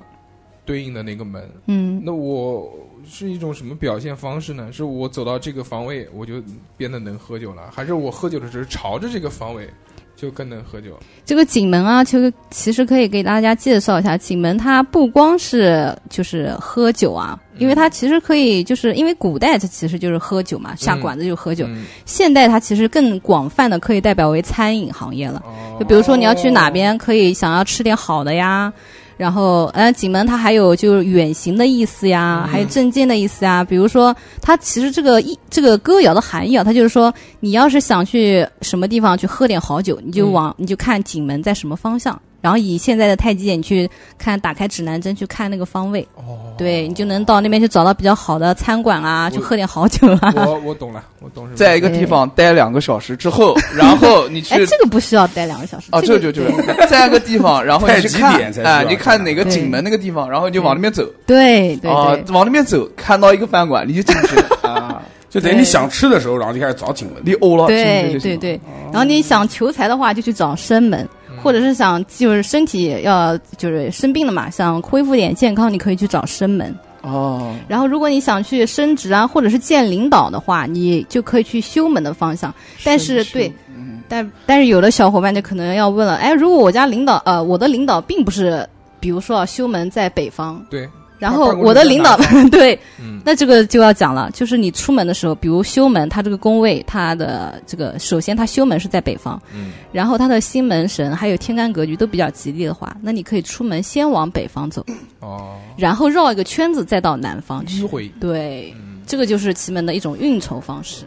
Speaker 6: 对应的那个门，
Speaker 8: 嗯，
Speaker 6: 那我是一种什么表现方式呢？是我走到这个方位我就变得能喝酒了，还是我喝酒的时候朝着这个方位就更能喝酒？
Speaker 8: 这个景门啊，其实其实可以给大家介绍一下，景门它不光是就是喝酒啊，因为它其实可以就是因为古代它其实就是喝酒嘛，下馆子就喝酒，
Speaker 6: 嗯
Speaker 8: 现代它其实更广泛的可以代表为餐饮行业了。
Speaker 6: 哦
Speaker 8: 就比如说你要去哪边，可以想要吃点好的呀，然后呃，景门它还有就是远行的意思呀，
Speaker 6: 嗯
Speaker 8: 还有证件的意思呀。比如说，它其实这个一这个歌谣的含义啊，它就是说，你要是想去什么地方去喝点好酒，你
Speaker 6: 嗯
Speaker 8: 就往、你就看景门在什么方向，然后以现在的太极眼去看，打开指南针去看那个方位，
Speaker 6: 哦，
Speaker 8: 对你就能到那边去找到比较好的餐馆啊，去喝点好酒啊。
Speaker 6: 我我懂了，我懂什么意思。
Speaker 5: 在一个地方待两个小时之后，然后你
Speaker 8: 哎
Speaker 5: 去，
Speaker 8: 这个不需要待两个小时。
Speaker 5: 哦，这
Speaker 8: 个
Speaker 5: 就就是在一个地方，然后你
Speaker 2: 太
Speaker 5: 去
Speaker 2: 极
Speaker 5: 看
Speaker 2: 点才，知道
Speaker 5: 哎，你看哪个景门那个地方，然后你就往那边走，
Speaker 8: 对对
Speaker 5: 啊
Speaker 8: 对，，
Speaker 5: 往那边走，看到一个饭馆，你就进去啊，
Speaker 2: 就等于你想吃的时候，然后就开始找景门。
Speaker 5: 你欧了，
Speaker 8: 对
Speaker 5: 进去就行
Speaker 8: 对
Speaker 5: 了，嗯
Speaker 8: 对，然后你想求财的话，就去找生门，或者是想就是身体要就是生病了嘛，想恢复点健康，你可以去找生门。
Speaker 5: 哦，
Speaker 8: 然后如果你想去升职啊，或者是见领导的话，你就可以去修门的方向。但是对，
Speaker 5: 嗯
Speaker 8: 但但是有的小伙伴就可能要问了，哎，如果我家领导呃我的领导并不是，比如说啊修门在北方，
Speaker 6: 对，
Speaker 8: 然
Speaker 6: 他
Speaker 8: 后
Speaker 6: 办公
Speaker 8: 我
Speaker 6: 室
Speaker 8: 的
Speaker 6: 在
Speaker 8: 领
Speaker 6: 哪
Speaker 8: 导 对，
Speaker 6: 嗯
Speaker 8: 那这个就要讲了，就是你出门的时候，比如修门，它这个宫位，它的这个首先它修门是在北方，
Speaker 6: 嗯
Speaker 8: 然后它的星门神还有天干格局都比较吉利的话，那你可以出门先往北方走，
Speaker 6: 哦，
Speaker 8: 然后绕一个圈子再到南方去
Speaker 6: 迂。回。
Speaker 8: 对，
Speaker 6: 嗯，
Speaker 8: 这个就是奇门的一种运筹方式。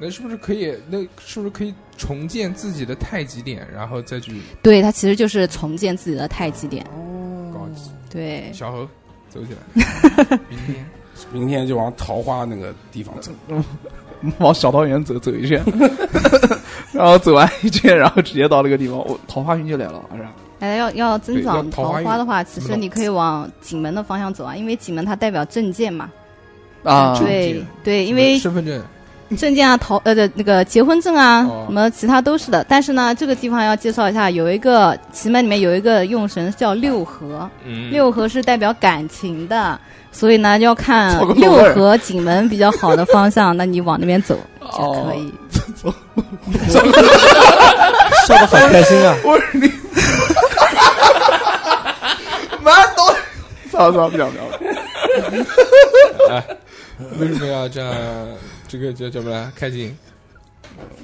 Speaker 6: 那是不是可以？那是不是可以重建自己的太极点，然后再去
Speaker 8: 对，它其实就是重建自己的太极点。嗯
Speaker 6: 搞
Speaker 8: 对，
Speaker 6: 小猴走起来？明天
Speaker 2: 明天就往桃花那个地方走，
Speaker 5: 往小桃园走走一圈， 然后走完一圈，然后直接到那个地方，我桃花运就来了，是吧？
Speaker 8: 哎，要要增
Speaker 6: 对要
Speaker 8: 长
Speaker 6: 桃
Speaker 8: 桃
Speaker 6: 花运
Speaker 8: 花的话，其
Speaker 6: 怎
Speaker 8: 实
Speaker 6: 么弄
Speaker 8: 你可以往景门的方向走啊，因为景门它代表证件嘛。
Speaker 5: 啊，
Speaker 8: 对
Speaker 6: 证件
Speaker 8: 对，因为
Speaker 6: 身份证
Speaker 8: 证件啊、逃呃的那个结婚证啊，
Speaker 6: 哦
Speaker 8: 什么其他都是的。但是呢，这个地方要介绍一下，有一个奇门里面有一个用神叫六合，
Speaker 6: 嗯
Speaker 8: 六合是代表感情的，所以呢要看
Speaker 5: 凑个够
Speaker 8: 六
Speaker 5: 味儿
Speaker 8: 合景门比较好的方向，那你往那边走就
Speaker 5: 哦
Speaker 8: 可，以。
Speaker 1: 笑得好开心啊！
Speaker 5: 我说你，妈都，操操，不讲不讲，不讲
Speaker 6: 为什么要这样？这个叫叫什么来？开心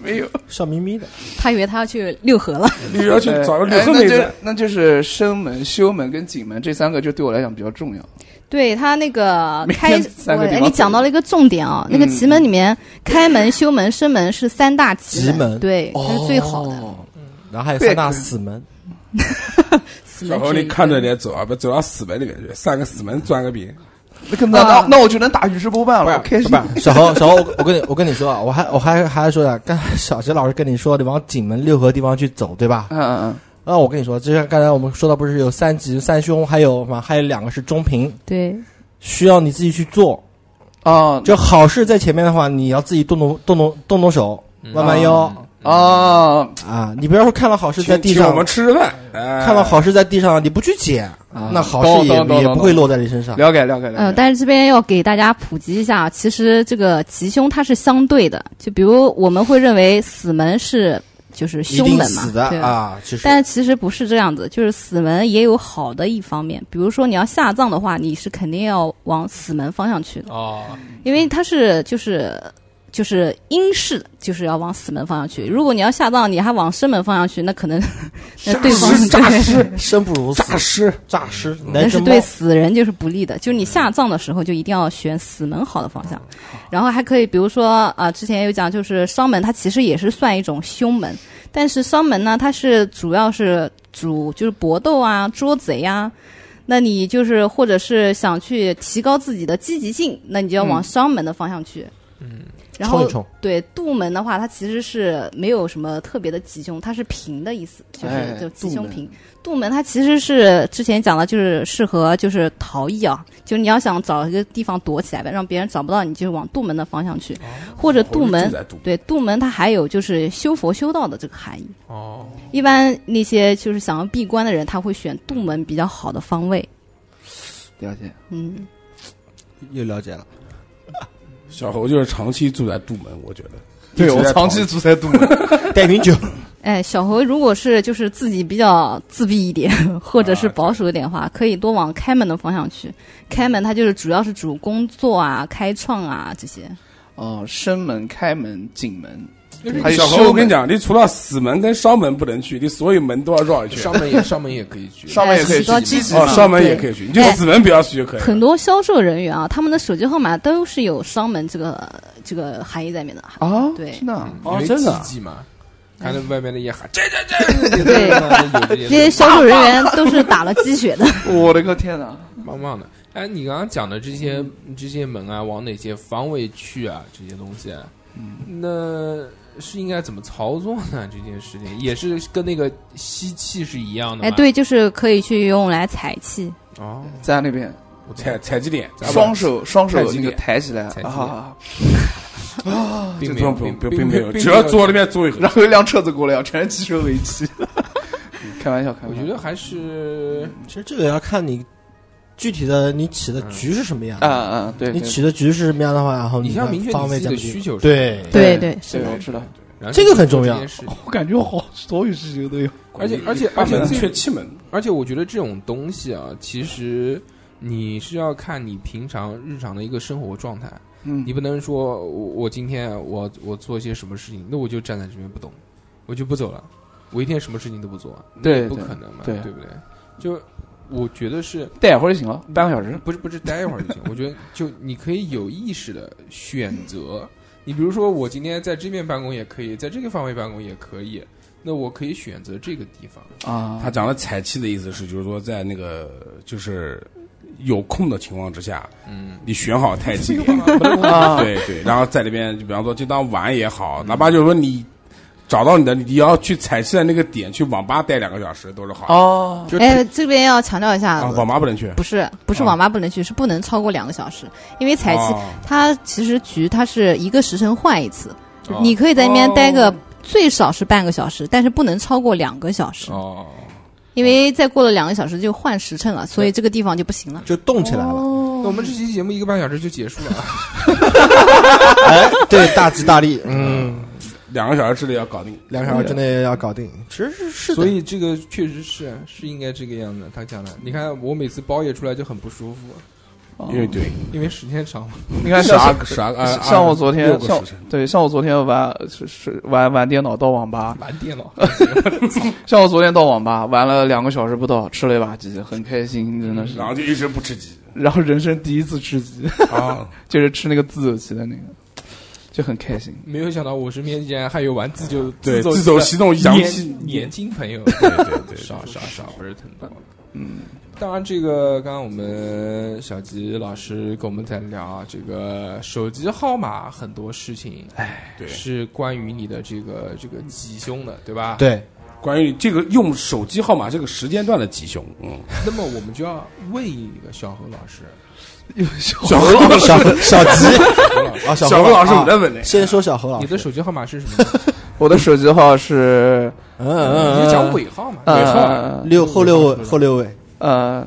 Speaker 5: 没有。
Speaker 1: 笑眯眯的，
Speaker 8: 他以为他要去六合 了，
Speaker 2: 你要去
Speaker 5: 哎
Speaker 2: 找个六
Speaker 5: 哎
Speaker 2: 合
Speaker 5: 那
Speaker 2: 妹
Speaker 5: 就
Speaker 2: 子。
Speaker 5: 那就是生门、修门跟景门这三个，就对我来讲比较重要。
Speaker 8: 对他那个
Speaker 5: 每
Speaker 8: 开
Speaker 5: 天，
Speaker 8: 我
Speaker 5: 三个地
Speaker 8: 哎
Speaker 5: 方嗯
Speaker 8: 你
Speaker 5: 走
Speaker 8: 讲到了一个重点啊，那个奇门里面开 门、修门、生门是三大奇
Speaker 1: 奇门
Speaker 8: 对，它是最好的。
Speaker 5: 哦
Speaker 1: 然后还有三大死门，
Speaker 8: 奇门
Speaker 2: 小猴，
Speaker 8: 是
Speaker 2: 你
Speaker 8: 一
Speaker 2: 看
Speaker 8: 个
Speaker 2: 着点走啊，别走到死门里面去，三个死门转个饼。
Speaker 5: 那个那那那我就能打宇智波斑了，我啊开心。
Speaker 1: 小侯，小侯，我我跟你我跟你说啊，我还我还还说啊，刚才小杰老师跟你说，你往景门六合地方去走，对吧？
Speaker 5: 嗯嗯
Speaker 1: 那我跟你说，就像刚才我们说到，不是有三吉三凶，还有嘛，还有两个是中平，
Speaker 8: 对。
Speaker 1: 需要你自己去做。
Speaker 5: 嗯，啊，
Speaker 8: 嗯
Speaker 1: 就好事在前面的话，你要自己动动动动动动手，弯弯腰，
Speaker 5: 啊
Speaker 1: 啊！你不要说看了好事在
Speaker 2: 请
Speaker 1: 地
Speaker 2: 请
Speaker 1: 上
Speaker 2: 我，们吃吃饭，
Speaker 5: 嗯
Speaker 2: 哎
Speaker 1: 看了好事在地上，你不去捡，
Speaker 5: 啊
Speaker 1: 那好
Speaker 5: 懂
Speaker 1: 事也
Speaker 5: 懂懂
Speaker 1: 也
Speaker 5: 懂
Speaker 1: 不会落在你身上。
Speaker 5: 了解了解
Speaker 8: 呃，
Speaker 5: 了解。
Speaker 8: 但是这边要给大家普及一下，其实这个吉凶它是相对的，就比如我们会认为死门是就是
Speaker 1: 一
Speaker 8: 凶
Speaker 1: 定
Speaker 8: 门嘛
Speaker 1: 死，的
Speaker 8: 对。
Speaker 1: 啊，其实
Speaker 8: 但其实不是这样子，就是死门也有好的一方面，比如说你要下葬的话，你是肯定要往死门方向去的，
Speaker 6: 哦，
Speaker 8: 因为它是就是就是阴世，就是要往死门方向去。如果你要下葬，你还往生门方向去，那可能 那对方 对
Speaker 1: 生不如死，
Speaker 2: 诈尸，
Speaker 1: 诈尸来
Speaker 8: 嗯那
Speaker 1: 只
Speaker 8: 是
Speaker 1: 猫
Speaker 8: 对死人就是不利的。就是你下葬的时候，就一定要选死门好的方向，然后还可以，比如说啊、之前有讲，就是伤门，它其实也是算一种凶门，但是伤门呢，它是主要是主就是搏斗啊、捉贼啊。那你就是，或者是想去提高自己的积极性，那你就要往
Speaker 5: 嗯
Speaker 8: 伤门的方向去。
Speaker 6: 嗯，
Speaker 8: 然后
Speaker 1: 冲一冲
Speaker 8: 对杜门的话，它其实是没有什么特别的吉凶，它是平的意思，就是
Speaker 5: 哎
Speaker 8: 就吉
Speaker 5: 杜
Speaker 8: 凶
Speaker 5: 门
Speaker 8: 平。杜门它其实是之前讲的，就是适合就是逃逸啊，就是你要想找一个地方躲起来呗，让别人找不到你，就往杜门的方向
Speaker 5: 哦
Speaker 8: 去，或者杜
Speaker 2: 我是
Speaker 8: 门
Speaker 5: 啊
Speaker 2: 住在杜门
Speaker 8: 对杜门它还有就是修佛修道的这个含义。
Speaker 6: 哦，
Speaker 8: 一般那些就是想要闭关的人，他会选杜门比较好的方位。
Speaker 5: 了解，
Speaker 8: 嗯，
Speaker 1: 又了解了。
Speaker 2: 小猴就是长期住在杜门，我觉得。
Speaker 5: 对
Speaker 2: 一直
Speaker 5: 我
Speaker 2: 在
Speaker 5: 长期住在杜门，
Speaker 1: 戴云九，
Speaker 8: 哎，小侯如果是就是自己比较自闭一点，或者是
Speaker 2: 啊
Speaker 8: 保守一点的话，可以多往开门的方向去。开门它就是主要是主工作啊、开创啊这些。
Speaker 5: 哦，生门、开门、进门，还有
Speaker 2: 小
Speaker 5: 修
Speaker 2: 猴，我跟
Speaker 5: 门
Speaker 2: 你讲，你除了死门跟伤门不能去，你所有门都要绕一圈。
Speaker 6: 上门也上门也可以去，
Speaker 5: 上门也可以
Speaker 8: 提高
Speaker 5: 去
Speaker 8: 积
Speaker 5: 进
Speaker 8: 极
Speaker 5: 门
Speaker 8: 性
Speaker 2: 哦，伤门也可以去，你就
Speaker 8: 哎
Speaker 2: 死门不要去就可以了。
Speaker 8: 很多销售人员啊，他们的手机号码都是有商门这个这个含义在里面的。
Speaker 5: 啊，
Speaker 8: 对
Speaker 5: 真的啊
Speaker 2: 哦
Speaker 6: 因为
Speaker 2: 真的啊
Speaker 6: 积极嘛，看着外面的也喊这这这，也在那有这
Speaker 8: 这
Speaker 6: 些
Speaker 8: 些销售人员都是打了鸡血
Speaker 2: 嗯
Speaker 8: 的。哎
Speaker 5: 我的个天啊哪！
Speaker 6: 棒棒的。哎，你刚刚讲的这些
Speaker 2: 嗯
Speaker 6: 这些门啊，往哪些方位去啊？这些东西啊，
Speaker 2: 嗯
Speaker 6: 那是应该怎么操作呢？ 这件事情也是跟那个吸气是一样的吗
Speaker 8: 哎，对，就是可以去用来采气。
Speaker 6: 哦，
Speaker 5: 在那边
Speaker 6: 我懂
Speaker 2: 踩踩几点？咱们
Speaker 5: 双手双手
Speaker 2: 太极
Speaker 5: 那个
Speaker 2: 点
Speaker 5: 抬起来
Speaker 6: 太极点
Speaker 5: 啊，
Speaker 2: 这
Speaker 6: 并没有，
Speaker 2: 不用不用
Speaker 6: 并
Speaker 2: 并没有，
Speaker 6: 并
Speaker 2: 只要坐那边坐一会儿
Speaker 5: 然。后一辆车子过来，全是鸡车尾 气。开玩笑，开
Speaker 6: 我
Speaker 5: 玩笑。
Speaker 6: 觉得还是
Speaker 1: 其实这个要看你具体的你起的局是什么样
Speaker 5: 啊。啊，对，
Speaker 1: 你
Speaker 5: 对
Speaker 1: 起的局是什么样的话，然后
Speaker 6: 你要
Speaker 1: 看
Speaker 6: 明确
Speaker 1: 方
Speaker 6: 你
Speaker 1: 位
Speaker 6: 自
Speaker 1: 在
Speaker 6: 己的
Speaker 1: 不定
Speaker 6: 需求是
Speaker 1: 对
Speaker 8: 对
Speaker 5: 对
Speaker 8: 对，
Speaker 5: 对，我知道。
Speaker 6: 然后
Speaker 1: 这个很重要
Speaker 6: 这件事情
Speaker 2: 哦
Speaker 5: 我感觉好，所有事情都有。
Speaker 6: 而且而且
Speaker 2: 八
Speaker 6: 而且
Speaker 2: 门
Speaker 6: 这
Speaker 2: 缺气门，
Speaker 6: 而且我觉得这种东西啊，其实你是要看你平常日常的一个生活状态，
Speaker 5: 嗯
Speaker 6: 你，不能说我我今天我我做一些什么事情，那我就站在这边不动，我就不走了，我一天什么事情都不做，
Speaker 5: 对
Speaker 6: 那不
Speaker 5: 对
Speaker 6: 可能嘛，
Speaker 5: 对
Speaker 6: 不对？就我觉得是
Speaker 5: 待一会儿就行了，半个小时。
Speaker 6: 不是不是待一会儿就行，我觉得就你可以有意识的选择，你比如说我今天在这边办公也可以，在这个方位办公也可以，那我可以选择这个地方。
Speaker 5: 啊，
Speaker 2: 他讲的踩气的意思是，就是说在那个就是有空的情况之下，
Speaker 6: 嗯，
Speaker 2: 你选好太极点，
Speaker 5: 啊，
Speaker 2: 对对，然后在里边，就比方说就当玩也好，哪怕就是说你找到你的，你要去踩气的那个点，去网吧待两个小时都是好的。
Speaker 5: 哦，
Speaker 2: 就
Speaker 8: 哎，这边要强调一下
Speaker 2: 啊，，网吧不能去，
Speaker 8: 不是不是
Speaker 2: 啊
Speaker 8: 网吧不能去，是不能超过两个小时，因为采气
Speaker 2: 哦
Speaker 8: 它其实局它是一个时辰换一次，
Speaker 6: 哦
Speaker 8: 你可以在那边待
Speaker 5: 哦
Speaker 8: 个最少是半个小时，但是不能超过两个小时，
Speaker 6: 哦，
Speaker 8: 因为再过了两个小时就换时辰了，所以这个地方就不行了。
Speaker 1: 就动起来了。
Speaker 6: 那我们这期节目一个半小时就结束 了啊，
Speaker 1: 哎，对，大吉大利，嗯，
Speaker 2: 两个小时之内要搞定。
Speaker 1: 两个小时之内要搞定。其实是是的，
Speaker 6: 所以这个确实是是应该这个样子。他讲的，你看我每次包夜出来就很不舒服，
Speaker 5: 哦
Speaker 2: 因为对，
Speaker 6: 因为时间长嘛。
Speaker 5: 你看
Speaker 2: 十
Speaker 5: 像
Speaker 2: 二个十二个，
Speaker 5: 像
Speaker 2: 呃
Speaker 5: 像我昨
Speaker 2: 六
Speaker 5: 天
Speaker 2: 个
Speaker 5: 像
Speaker 2: 时辰
Speaker 5: 对像我昨天玩是是玩玩电脑到网吧，
Speaker 6: 玩电脑，
Speaker 5: 像我昨天到网吧玩了两个小时不到，吃了一把鸡，很开心，真的是
Speaker 2: 然。后就一直不吃鸡
Speaker 5: 然后人生第一次吃鸡，
Speaker 2: 啊，
Speaker 5: 就是吃那个自由棋的那个，就很开心。
Speaker 6: 没有想到我身边竟然还有玩自救
Speaker 2: 对，
Speaker 6: 走
Speaker 2: 自走其动，扬
Speaker 6: 年
Speaker 2: 气
Speaker 6: 年轻朋友，
Speaker 2: 对对 对，
Speaker 6: 少少少，不是很多。
Speaker 5: 嗯，
Speaker 6: 当然，这个刚刚我们小吉老师跟我们在聊啊，这个手机号码很多事情
Speaker 2: 对。
Speaker 6: 是关于你的这个这个吉凶的，对吧？。
Speaker 1: 对，
Speaker 2: 关于这个用手机号码这个时间段的吉凶，嗯，
Speaker 6: 那么我们就要问一个小何老师，
Speaker 2: 小何老师，
Speaker 1: 小小吉
Speaker 6: 何老师
Speaker 1: 啊，
Speaker 2: 小
Speaker 1: 何
Speaker 2: 何老师，
Speaker 1: 啊
Speaker 2: 我在问呢，
Speaker 1: 先说小何老
Speaker 6: 你的
Speaker 1: 师，
Speaker 6: 手机号码是什么呢？
Speaker 5: 我的手机号是
Speaker 1: 嗯嗯
Speaker 6: 你
Speaker 1: 嗯
Speaker 6: 讲尾号嘛？
Speaker 2: 尾号
Speaker 5: 呃
Speaker 1: 六后六尾后六尾，
Speaker 5: 呃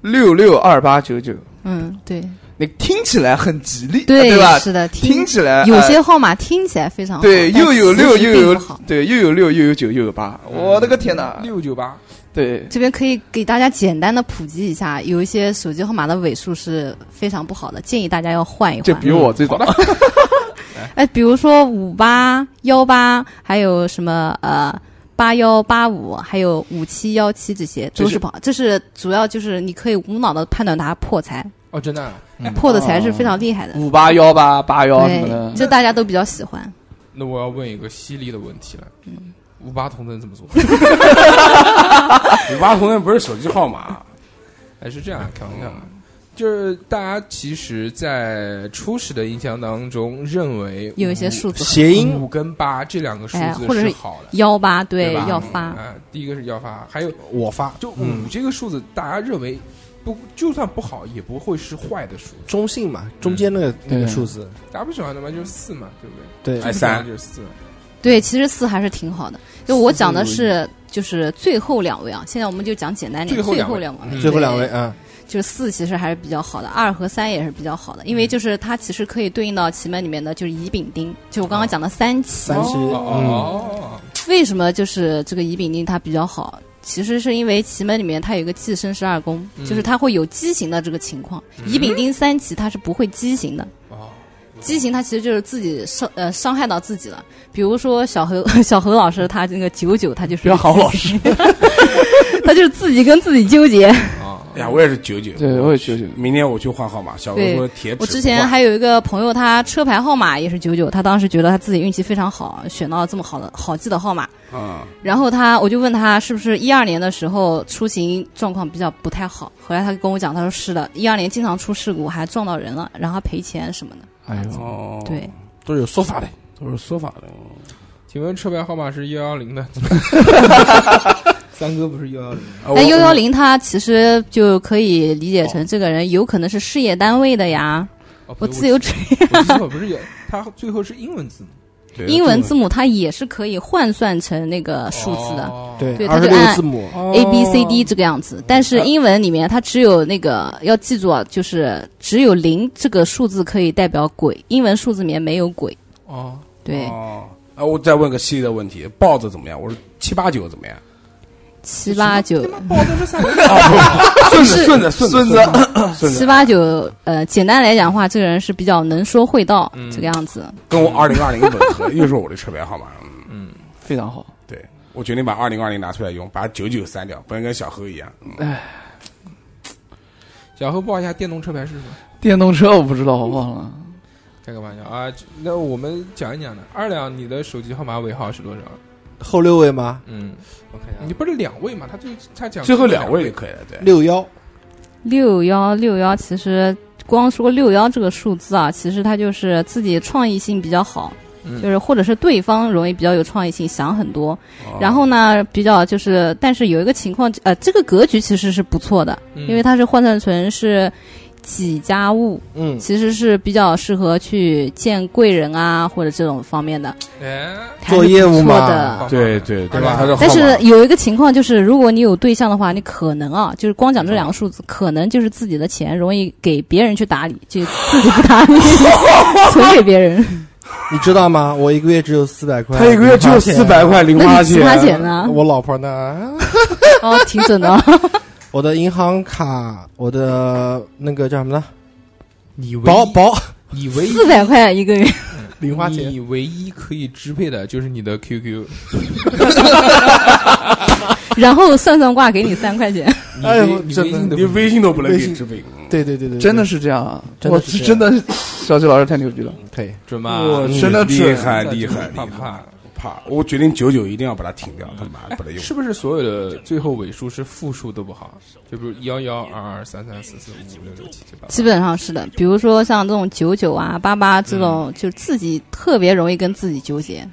Speaker 5: 六六二八九九，
Speaker 8: 嗯，对
Speaker 5: 你听起来很吉利，
Speaker 8: 对
Speaker 5: 啊对吧？
Speaker 8: 是的，
Speaker 5: 听起来
Speaker 8: 有
Speaker 5: 呃
Speaker 8: 些号码听起来非常好，
Speaker 5: 对，
Speaker 8: 但
Speaker 5: 又有
Speaker 8: 其实
Speaker 5: 六又
Speaker 8: 并不
Speaker 5: 有
Speaker 8: 好
Speaker 5: 对，又有六又有九又有八，我的个天哪！
Speaker 6: 六九八，
Speaker 5: 对，
Speaker 8: 这边可以给大家简单的普及一下，有一些手机号码的尾数是非常不好的，建议大家要换一
Speaker 5: 这
Speaker 8: 换。
Speaker 5: 比我最早，
Speaker 8: 哎，比如说五八幺八，还有什么呃八幺八五，还有五七幺七这些
Speaker 5: 这
Speaker 8: 都
Speaker 5: 是
Speaker 8: 是不好。这是主要就是你可以无脑的判断它破财，
Speaker 6: 哦，真的啊，
Speaker 8: 破的财是非常厉害 的。
Speaker 5: 五八幺八八幺什么
Speaker 8: 对，
Speaker 5: 的，
Speaker 8: 这大家都比较喜欢。
Speaker 6: 那我要问一个犀利的问题了，
Speaker 8: 嗯
Speaker 6: 五八同城怎 么做？
Speaker 2: 五八同城不是手机号 码，
Speaker 6: 哎，是这样，开玩笑啊。就是大家其实，在初始的印象当中，认为
Speaker 8: 有一些
Speaker 6: 五
Speaker 8: 数字嗯
Speaker 1: 谐音
Speaker 6: 五跟八这两个数
Speaker 8: 哎
Speaker 6: 字
Speaker 8: 或者
Speaker 6: 是
Speaker 8: 是
Speaker 6: 好的，
Speaker 8: 幺八
Speaker 6: 对
Speaker 8: 对
Speaker 6: 吧？
Speaker 8: 要发，
Speaker 6: 啊，第一个是要发，还有
Speaker 1: 我发
Speaker 6: 就五这个数字，大家认为不就算不好，也不会是坏的数，
Speaker 1: 中性嘛，中间那个那个数字，
Speaker 6: 大家不喜欢的嘛就是四嘛，对不对？
Speaker 1: 对
Speaker 2: 哎
Speaker 6: 最
Speaker 2: 三
Speaker 6: 喜欢的就是四嘛，
Speaker 8: 对，其实四还是挺好的。就我讲的是就是最后两位啊，现在我们就讲简单点，
Speaker 6: 最
Speaker 8: 嗯最
Speaker 6: 后两位
Speaker 8: 两位，
Speaker 1: 最后两
Speaker 8: 对
Speaker 1: 位啊，
Speaker 8: 就是四其实还是比较好的，二和三也是比较好的，
Speaker 5: 嗯
Speaker 8: 因为就是它其实可以对应到奇门里面的就是乙丙丁，就我
Speaker 5: 哦
Speaker 8: 刚刚讲的三奇。
Speaker 1: 三七，嗯，
Speaker 6: 哦，
Speaker 8: 为什么就是这个乙丙丁它比较好？其实是因为奇门里面它有一个忌生十二宫，
Speaker 5: 嗯
Speaker 8: 就是它会有畸形的这个情况。乙丙丁三奇它是不会畸形的。
Speaker 5: 哦
Speaker 8: 畸形它其实就是自己伤呃伤害到自己了，比如说小何 小何老师他那个九九他就是
Speaker 5: 不要喊我老
Speaker 8: 师， 他就是自己跟自己纠结。
Speaker 2: 哎呀，我也是九九。
Speaker 5: 对，我也九九，
Speaker 2: 明天我去换号码，小哥
Speaker 8: 对
Speaker 2: 说铁齿哎不换。
Speaker 8: 我之前还有一个朋友，他车牌号码也是九九，他当时觉得他自己运气非常好，选到了这么好的好记的号码。
Speaker 2: 啊，
Speaker 8: 然后他，我就问他是不是一二年的时候出行状况比较不太好。后来他跟我讲，他说是的，一二年经常出事故，还撞到人了，然后还赔钱什么的。
Speaker 5: 哎呦，
Speaker 2: 哦，
Speaker 8: 对，
Speaker 1: 都是有说法的，
Speaker 2: 都是说法的。
Speaker 6: 请问车牌号码是幺幺零的？ 三哥不是幺幺零，
Speaker 2: 啊我哦
Speaker 8: 那幺幺零他其实就可以理解成这个人有可能是事业单位的呀。
Speaker 6: 哦
Speaker 8: 我
Speaker 6: 不
Speaker 8: 自
Speaker 6: 对
Speaker 8: 由职业，
Speaker 6: 我记错了，不是有，它最后是英文字母，
Speaker 2: 对
Speaker 8: 英文字母它也是可以换算成那个数字的。
Speaker 6: 哦
Speaker 1: 对，
Speaker 8: 对
Speaker 1: 二
Speaker 8: 他
Speaker 1: 十
Speaker 8: 就
Speaker 1: 六个
Speaker 8: 按
Speaker 1: 字母，
Speaker 8: A B C D 这个样子，但是英文里面它只有那个要记住啊，就是只有零这个数字可以代表鬼，英文数字里面没有鬼。
Speaker 6: 哦，
Speaker 8: 对，
Speaker 2: 哦，啊，我再问个犀利的问题，豹子怎么样？我说七八九怎 么样？
Speaker 8: 七八九，
Speaker 6: 报的这三个字
Speaker 2: 顺子啊顺子顺子顺
Speaker 8: 七
Speaker 2: 子，
Speaker 8: 八九，呃，简单来讲的话，这个人是比较能说会道这个样子。
Speaker 2: 跟我二零二零吻合，又是我的车牌号码。嗯，
Speaker 5: 非常好，
Speaker 2: 对，我决定把二零二零拿出来用，把九九删掉，不能跟小何一样。嗯
Speaker 6: 小何报一下电动车牌是什么？
Speaker 5: 电动车我不知道，我忘了，
Speaker 6: 开个玩笑啊，这那我们讲一讲呢。二两，你的手机号码尾号是多少？
Speaker 1: 后六位吗？
Speaker 6: 嗯，
Speaker 1: 我看一
Speaker 8: 啊
Speaker 6: 你
Speaker 1: 下，
Speaker 6: 不是两位嘛？他最他讲
Speaker 2: 最后两位
Speaker 6: 位
Speaker 2: 就，可以了，对。
Speaker 1: 六幺，
Speaker 8: 六幺六幺，其实光说六幺这个数字啊，其实它就是自己创意性比较好，
Speaker 6: 嗯
Speaker 8: 就是或者是对方容易比较有创意性，想很多。
Speaker 2: 哦
Speaker 8: 然后呢，比较就是，但是有一个情况，呃，这个格局其实是不错的，
Speaker 6: 嗯
Speaker 8: 因为它是换算成是己家物，
Speaker 1: 嗯，
Speaker 8: 其实是比较适合去见贵人啊或者这种方面的，
Speaker 6: 哎，
Speaker 8: 还是
Speaker 1: 做业务
Speaker 8: 不错
Speaker 1: 嘛
Speaker 8: 的。
Speaker 2: 对对对
Speaker 6: 对吧
Speaker 2: 他是号码
Speaker 8: 但是有一个情况就是，如果你有对象的话，你可能啊，就是光讲这
Speaker 1: 嗯
Speaker 8: 两个数字，可能就是自己的钱容易给别人去打理，就自己不打 理，存给别人。
Speaker 1: 你知道吗？我一个月只有四百块，
Speaker 2: 他一个月只有四百块零
Speaker 8: 那
Speaker 2: 花
Speaker 8: 你 其
Speaker 2: 钱，
Speaker 8: 他钱呢？
Speaker 1: 我老婆呢？
Speaker 8: 哦，挺准的啊。
Speaker 1: 我的银行卡，我的那个叫什么呢？
Speaker 6: 你唯
Speaker 1: 保保
Speaker 6: 你唯一
Speaker 8: 四百块一个月，
Speaker 1: 零花钱，
Speaker 6: 你唯一可以支配的就是你的 QQ，
Speaker 8: 然后算算卦给你三块钱。
Speaker 6: 你
Speaker 1: 哎呦
Speaker 6: 唯你
Speaker 1: 真
Speaker 6: 唯
Speaker 1: 的
Speaker 6: 一
Speaker 2: 你微信都不能
Speaker 1: 微
Speaker 2: 给
Speaker 1: 信
Speaker 2: 支配。
Speaker 1: 对对对对，
Speaker 5: 真的
Speaker 1: 是
Speaker 5: 是这样啊！
Speaker 1: 真
Speaker 5: 我
Speaker 1: 的是
Speaker 5: 是
Speaker 1: 这
Speaker 5: 真的，小九老师太牛逼了，
Speaker 1: 可以。
Speaker 6: 准吧？
Speaker 2: 我去
Speaker 5: 真的
Speaker 2: 啊厉
Speaker 5: 准
Speaker 2: 害厉害厉
Speaker 6: 怕
Speaker 2: 害！
Speaker 6: 不怕？
Speaker 2: 怕，我决定九九一定要把它停掉，他妈的不能用。
Speaker 6: 是不是所有的最后尾数是负数都不好？就比如幺幺二二三三四四五五六六七七八八
Speaker 8: 基本上是的，比如说像这种九九啊、八八这种，就自己特别容易跟自己纠结。
Speaker 6: 嗯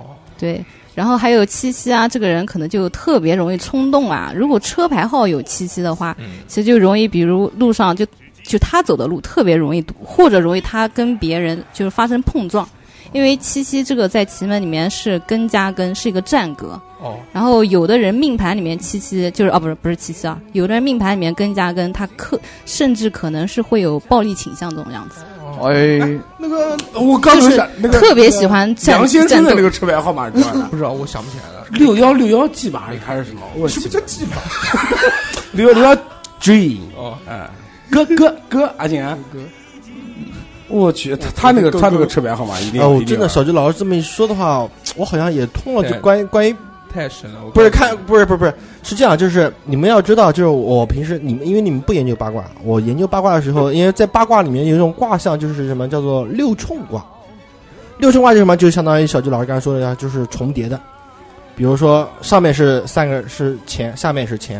Speaker 6: 哦，
Speaker 8: 对，然后还有七七啊，这个人可能就特别容易冲动啊。如果车牌号有七七的话，
Speaker 6: 嗯
Speaker 8: 其实就容易，比如路上就就他走的路特别容易堵，或者容易他跟别人就是发生碰撞。因为七夕这个在奇门里面是根加根，是一个占格。
Speaker 6: 哦，
Speaker 8: 然后有的人命盘里面七七就是哦，不是不是七七啊，有的人命盘里面根加根，他可甚至可能是会有暴力倾向这种样子，嗯
Speaker 5: 哎，
Speaker 6: 那个
Speaker 2: 我刚
Speaker 8: 就
Speaker 2: 有
Speaker 8: 是
Speaker 2: 想那个
Speaker 8: 特别喜欢战
Speaker 2: 杨先生
Speaker 8: 战
Speaker 2: 的
Speaker 8: 斗
Speaker 2: 那。个车牌号码是多少呢？
Speaker 6: 不知道，我想不起来了。
Speaker 2: 六幺六幺 G 吧，还是还是什么？我
Speaker 6: 什
Speaker 2: 记
Speaker 6: 么
Speaker 2: 不
Speaker 6: 叫
Speaker 2: 得
Speaker 6: 技法？
Speaker 2: 六幺六幺 G？
Speaker 6: 哦，
Speaker 2: 哎，哥哥哥，阿锦啊，
Speaker 6: 哥
Speaker 2: 我去，他他那个他这个车牌号码一定
Speaker 1: 啊，
Speaker 2: 要
Speaker 1: 我
Speaker 2: 一定
Speaker 1: 真的
Speaker 2: 要
Speaker 1: 小菊老师这么一说的话，我好像也通了。
Speaker 6: 对
Speaker 1: 就关于关于
Speaker 6: 太神了！我
Speaker 1: 不是看不是不是不是是这样，就是你们要知道，就是我平时你们因为你们不研究八卦，我研究八卦的时候，因为在八卦里面有一种卦象，就是什么叫做六冲卦。六冲卦就是什么？就相当于小菊老师刚才说的呀，就是重叠的。比如说上面是三个是乾，下面是乾，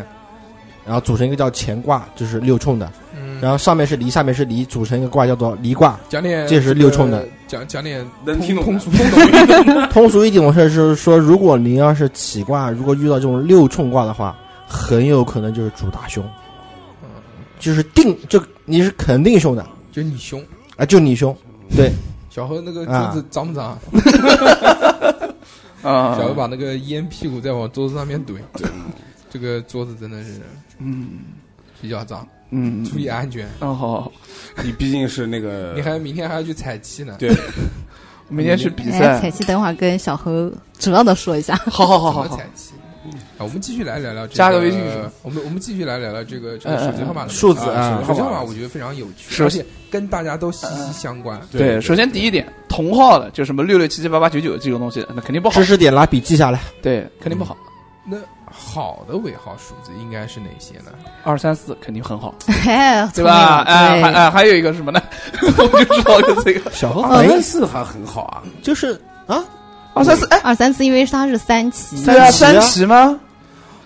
Speaker 1: 然后组成一个叫乾卦，就是六冲的。
Speaker 6: 嗯
Speaker 1: 然后上面是离，下面是离，组成一个卦叫做离卦。
Speaker 6: 讲点
Speaker 1: 这是六冲的
Speaker 6: 这个，讲讲点
Speaker 2: 能听懂
Speaker 6: 通
Speaker 2: 的
Speaker 6: 俗 通懂的。
Speaker 1: 通俗一点，我是是说，如果您要是起卦，如果遇到这种六冲卦的话，很有可能就是主大凶，就是定就你是肯定凶的
Speaker 6: 就你凶，
Speaker 1: 啊，就你凶。
Speaker 6: 小何那个
Speaker 1: 啊
Speaker 6: 桌子脏不脏？
Speaker 5: 啊，
Speaker 6: 小何把那个烟屁股再往桌子上面怼， 这个桌子真的是
Speaker 5: 嗯
Speaker 6: 比较脏，
Speaker 5: 嗯，呃
Speaker 6: 注意安全。
Speaker 5: 哦，好好，好
Speaker 2: 你毕竟是那个
Speaker 6: 你还明天还要去采漆呢，
Speaker 2: 对
Speaker 5: 我明天去比
Speaker 8: 哎，彩
Speaker 5: 赛，
Speaker 8: 琪，等会儿跟小何主要的说一下。
Speaker 5: 好好好好
Speaker 6: 怎么
Speaker 5: 好，
Speaker 6: 采漆？啊，我们继续来聊聊这
Speaker 5: 加个微信嗯
Speaker 6: 我们我们继续来聊聊这个这个手机号码的问题
Speaker 1: 数字
Speaker 2: 啊
Speaker 6: 手机号码我觉得非常有趣，
Speaker 5: 是嗯
Speaker 6: 而且跟大家都息息相关。
Speaker 5: 对，首先第一点，同号的就什么六六七七八八九九这种东西，那肯定不好
Speaker 1: 知，识点拿笔记下来，
Speaker 5: 对，肯定不好。
Speaker 6: 那好的尾号数字应该是哪些呢？
Speaker 5: 二三四肯定很好，
Speaker 8: 哎，
Speaker 5: 对吧？哎，还
Speaker 8: 对
Speaker 5: 哎还有一个什么呢？ 我就知道有这个
Speaker 1: 小何
Speaker 2: 二
Speaker 1: 反应
Speaker 2: 三四还很好啊，
Speaker 1: 就是啊，
Speaker 5: 二三四，哎，
Speaker 8: 二三四，因为它是三期，
Speaker 1: 三
Speaker 5: 对啊，
Speaker 1: 旗啊
Speaker 5: 三旗吗？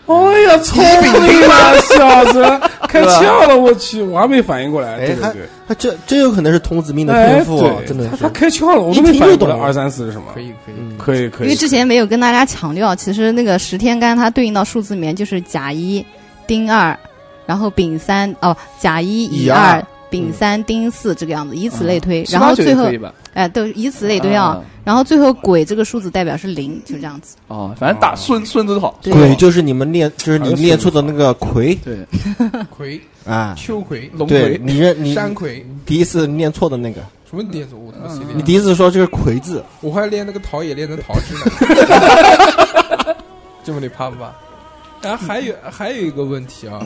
Speaker 2: 哎呀，聪明啊，小子， 开窍了！我去，我还没反应过来。
Speaker 1: 哎
Speaker 2: 对对
Speaker 1: 还
Speaker 2: 对，
Speaker 1: 他这真有可能是童子命的天赋啊
Speaker 2: 哎，对
Speaker 1: 真的
Speaker 2: 他
Speaker 1: 是
Speaker 2: 他。开窍了，我都
Speaker 1: 一
Speaker 2: 没
Speaker 1: 听
Speaker 2: 反
Speaker 1: 就
Speaker 2: 应过来
Speaker 1: 懂了
Speaker 2: 二三四是什么
Speaker 6: 可。以可以，
Speaker 1: 嗯
Speaker 2: 可以可以
Speaker 8: 因为，之前没有跟大家强调，其实那个十天干它对应到数字里面就是甲一、丁二，然后丙三哦，甲一、乙
Speaker 1: 乙二
Speaker 8: 二、丙三、丁四这个样子，以此类推。
Speaker 5: 七嗯
Speaker 8: 然
Speaker 5: 八
Speaker 8: 后
Speaker 5: 九
Speaker 8: 最
Speaker 5: 也
Speaker 8: 后
Speaker 5: 可以吧？
Speaker 8: 哎，都以此类推啊。然后最后癸这个数字代表是零，就这样子。
Speaker 5: 哦，反正打顺顺子好，
Speaker 1: 鬼就是你们练，就是你们练出的那个魁
Speaker 5: 对，
Speaker 6: 葵、
Speaker 1: 啊，
Speaker 6: 秋葵、
Speaker 5: 龙
Speaker 1: 对
Speaker 5: 葵
Speaker 1: 你认你
Speaker 6: 山葵，
Speaker 1: 第一次念错的那
Speaker 2: 嗯
Speaker 1: 个，
Speaker 6: 什么练组？我他妈谁
Speaker 1: 嗯你
Speaker 6: 练？
Speaker 1: 第一次说这是魁字，
Speaker 6: 我还练那个陶冶练成陶制呢，这么你怕不怕？然后啊还有还有一个问题啊，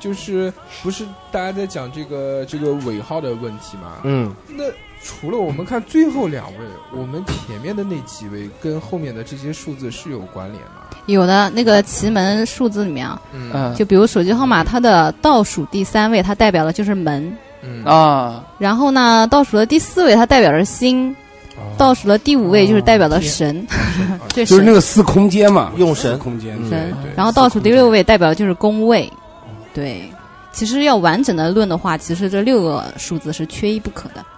Speaker 6: 就是不是大家在讲这个这个尾号的问题吗？
Speaker 1: 嗯，
Speaker 6: 那除了我们看最后两位，我们前面的那几位跟后面的这些数字是有关联吗？
Speaker 8: 有的那个奇门数字里面啊，
Speaker 6: 嗯
Speaker 5: 嗯
Speaker 8: 就比如手机号码，它的倒数第三位它代表的就是门，
Speaker 6: 嗯
Speaker 5: 啊，
Speaker 8: 然后呢，倒数的第四位它代表着心，
Speaker 2: 哦
Speaker 6: 嗯
Speaker 8: 倒数的第五位就是代表的神，
Speaker 6: 啊
Speaker 8: 这
Speaker 2: 就是
Speaker 8: 神
Speaker 2: 那个四空间嘛，
Speaker 1: 用神
Speaker 2: 四空间，对
Speaker 8: 神
Speaker 2: 对。
Speaker 8: 然后倒数第六位代表的就是宫位，对。其实要完整的论的话，其实这六个数字是缺一不可的。
Speaker 1: 嗯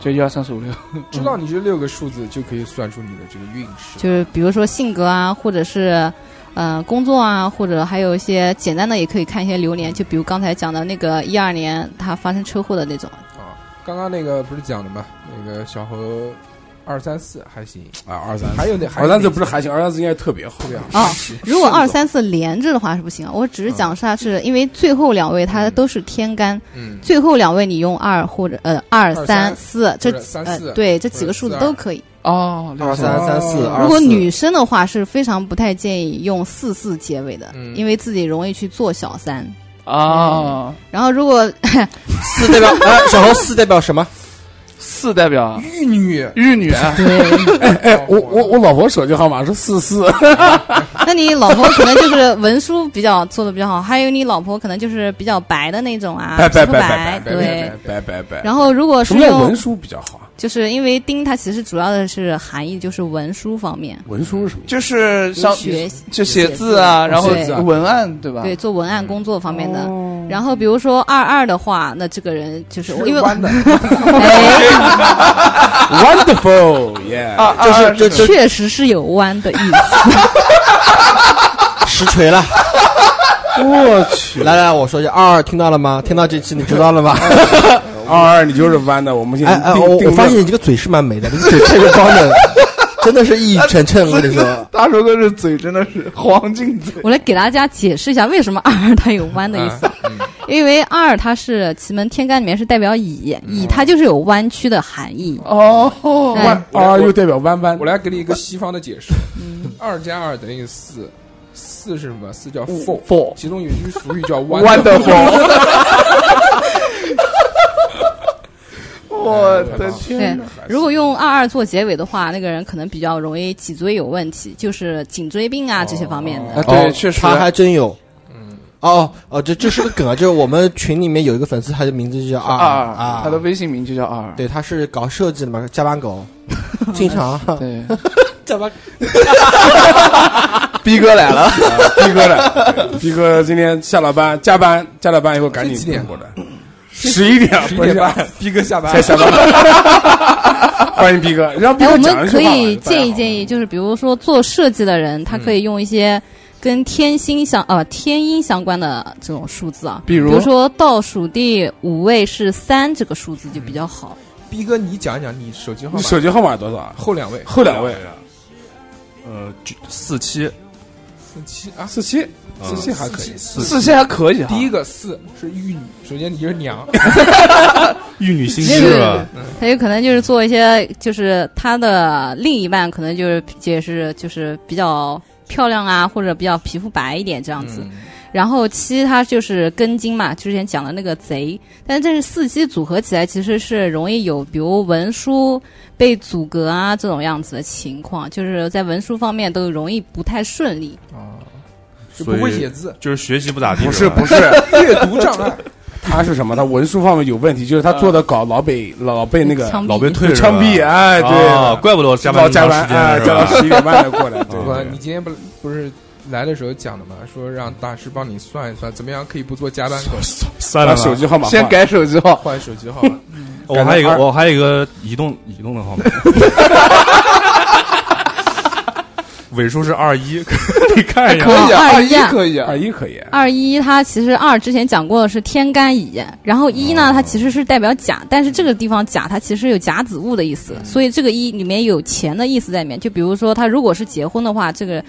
Speaker 5: 就一二三四五六，
Speaker 6: 知道你这六个数字就可以算出你的这个运势。
Speaker 8: 嗯就是比如说性格啊，或者是呃工作啊，或者还有一些简单的，也可以看一些流年，就比如刚才讲的那个一二年他发生车祸的那种。
Speaker 6: 啊刚刚那个不是讲的吗？那个小何二三四还行，
Speaker 2: 啊，二三四
Speaker 6: 还有那还有
Speaker 2: 二三四
Speaker 6: 那
Speaker 2: 不是还行，二三四应该特别好
Speaker 6: 特。别好
Speaker 8: 啊
Speaker 6: 是
Speaker 8: 如果
Speaker 6: 是的
Speaker 8: 二三四连着的话是不行啊，我只是讲是它是因为最后两位它都是天干，
Speaker 6: 嗯
Speaker 8: 最后两位你用二或者呃二
Speaker 6: 二
Speaker 8: 三
Speaker 6: 三
Speaker 8: 四这
Speaker 6: 或者三
Speaker 8: 呃
Speaker 6: 四
Speaker 8: 对这几个数字
Speaker 6: 或者四
Speaker 8: 都
Speaker 6: 二
Speaker 8: 可以。
Speaker 5: 哦，
Speaker 1: 二
Speaker 5: 两
Speaker 1: 三三四，
Speaker 6: 哦
Speaker 8: 如果
Speaker 1: 24
Speaker 8: 女生的话是非常不太建议用四四结尾的，
Speaker 6: 嗯
Speaker 8: 因为自己容易去做小三。
Speaker 5: 啊，
Speaker 8: 然后如果
Speaker 1: 四 代表哎，小何四代表什么？
Speaker 5: 四代
Speaker 2: 嗯
Speaker 5: 表
Speaker 6: 玉女，
Speaker 5: 玉 女，
Speaker 2: 哎，我我我老婆手机号码是四四，
Speaker 8: 那你老婆可能就是文书比较做的比较好，还有你老婆可能就是比较白的那种啊，
Speaker 2: 拜
Speaker 8: 皮
Speaker 2: 拜
Speaker 8: 肤
Speaker 2: 拜拜拜
Speaker 8: 对。
Speaker 6: 啊
Speaker 2: 拜拜拜。
Speaker 8: 然后如果是
Speaker 2: 什么叫文
Speaker 8: 用，
Speaker 2: 书比较好啊？
Speaker 8: 就是因为丁它其实主要的是含义就是文书方面，
Speaker 2: 文书是什么意思？
Speaker 5: 就是像
Speaker 8: 学
Speaker 5: 就写字啊，
Speaker 8: 写字
Speaker 5: 然后
Speaker 8: 写字啊
Speaker 5: 文案对吧？
Speaker 8: 对做文案工作方面的。然后比如说二二的话，那这个人就是因为
Speaker 6: 弯的，
Speaker 8: 哎，
Speaker 2: Wonderful，yeah！
Speaker 5: 啊，就是
Speaker 1: 这这
Speaker 8: 确实是有弯的意思。
Speaker 1: 实锤了。
Speaker 2: 我去，
Speaker 1: 来来，我说一下，二二听到了吗？听到这期你知道了吧？
Speaker 2: 二 二你就是弯的，我们现
Speaker 1: 哎
Speaker 2: 在
Speaker 1: 哎，
Speaker 2: 定
Speaker 1: 我
Speaker 2: 定
Speaker 1: 我发
Speaker 2: 论
Speaker 1: 现你这个嘴是蛮美的，你嘴这个方 的，真的是一晨晨，我跟你说，
Speaker 5: 大手哥这嘴真的是黄金嘴，
Speaker 8: 我来给大家解释一下为什么二它有弯的
Speaker 6: 啊
Speaker 8: 意思，因为二它是奇门天干里面是代表乙，乙它就是有弯曲的含义。
Speaker 5: 哦，
Speaker 8: 哎
Speaker 2: 弯二又代表弯弯
Speaker 6: 我，来给你一个西方的解释：
Speaker 8: 嗯
Speaker 6: 二加二等于四，四是什么？四叫 four，
Speaker 5: four
Speaker 6: 其中有一句俗语 叫
Speaker 5: wonderful，我的
Speaker 8: 对
Speaker 5: 天哪！，
Speaker 8: 如果用二二做结尾的话，那个人可能比较容易脊椎有问题，就是颈椎病啊这些方面的。
Speaker 5: 啊，对，
Speaker 1: 哦
Speaker 5: 确实，嗯
Speaker 1: 他还真有。哦哦，这这是个梗啊！就是我们群里面有一个粉丝，他的名字就叫二
Speaker 5: 二，
Speaker 1: 啊，
Speaker 5: 他的微信名就叫二，
Speaker 1: 对，他是搞设计的嘛，加班狗，经常
Speaker 5: 对，
Speaker 1: 加班
Speaker 5: 逼哥 来了，
Speaker 2: 逼哥的，逼哥今天下了班，加班，加了班以后赶紧
Speaker 6: 这几点
Speaker 2: 过来，十一点，
Speaker 6: 十一
Speaker 2: 不是
Speaker 6: 点半，逼哥下班
Speaker 2: 才下班。欢迎逼哥，让逼
Speaker 8: 哎，
Speaker 2: 哥
Speaker 8: 我
Speaker 2: 讲
Speaker 8: 们
Speaker 2: 一句
Speaker 8: 可
Speaker 2: 话吧
Speaker 8: 以建议建议，，
Speaker 2: 大家好
Speaker 8: 就是比如说做设计的人，他可以用一些跟天星相呃天音相关的这种数字啊，
Speaker 5: 比如
Speaker 8: 比如说倒数第五位是三这个数字就比较好。
Speaker 6: 逼哥，你讲一讲你手机号
Speaker 2: 你
Speaker 6: 码
Speaker 2: 手机号码多少啊？
Speaker 6: 后两位
Speaker 2: 后两位，
Speaker 4: 呃，就四期
Speaker 6: 四七啊，
Speaker 2: 四七，
Speaker 6: 四
Speaker 2: 四
Speaker 6: 七
Speaker 2: 七
Speaker 6: 还
Speaker 2: 还
Speaker 6: 可
Speaker 2: 可
Speaker 6: 以
Speaker 2: 以。
Speaker 5: 四期还可以啊哈，
Speaker 6: 第一个四是玉女，首先你就是娘，
Speaker 4: 玉女心
Speaker 8: 那
Speaker 4: 事
Speaker 8: 个
Speaker 4: 吧，
Speaker 8: 他有可能就是做一些，就是他的另一半可能就是也是就是比较漂亮啊，或者比较皮肤白一点这样子。然后七它就是根茎嘛，之前讲的那个贼，但这是四期组合起来其实是容易有比如文书被阻隔啊这种样子的情况，就是在文书方面都容易不太顺利。
Speaker 6: 就不
Speaker 4: 所以
Speaker 6: 会写字，
Speaker 4: 就是学习不咋地，
Speaker 2: 不
Speaker 4: 是
Speaker 2: 是
Speaker 4: 吧
Speaker 2: 不是，
Speaker 6: 阅读障碍。
Speaker 2: 他是什么？他文书方面有问题，就是他做的稿老被老被那个
Speaker 8: 枪毙
Speaker 4: 老被退是吧
Speaker 2: 枪毙，哎，对
Speaker 4: 哦
Speaker 2: 的，
Speaker 4: 怪不得我加班
Speaker 2: 老加
Speaker 4: 那么
Speaker 2: 班
Speaker 4: 长时
Speaker 2: 哎，
Speaker 4: 间
Speaker 2: 加到
Speaker 4: 是吧？
Speaker 2: 十一点半才过来，对
Speaker 4: 嗯
Speaker 6: 对吧？
Speaker 4: 对
Speaker 6: 你今天不不是来的时候讲的嘛，说让大师帮你算一算，怎么样可以不做加班狗，
Speaker 4: 算
Speaker 2: 把
Speaker 4: 了
Speaker 2: 手
Speaker 4: 吧，
Speaker 2: 机号码
Speaker 5: 先
Speaker 2: 换
Speaker 5: 改手机号，
Speaker 6: 换手机号码。
Speaker 4: 我还有一
Speaker 2: 改
Speaker 4: 个，
Speaker 2: 到
Speaker 4: 我还有一个移动移动的号码， 尾数是二一， 你看一
Speaker 2: 哎
Speaker 4: 下
Speaker 5: 可以啊，
Speaker 8: 二
Speaker 5: 二
Speaker 8: 一啊
Speaker 5: 可以啊
Speaker 2: 二，一可以，
Speaker 8: 二一它其实二之前讲过的是天干乙，然后一呢它其实是代表甲，但是这个地方甲它其实有甲子物的意思，所以这个一里面有钱的意思在里面。就比如说他如果是结婚的话，这个，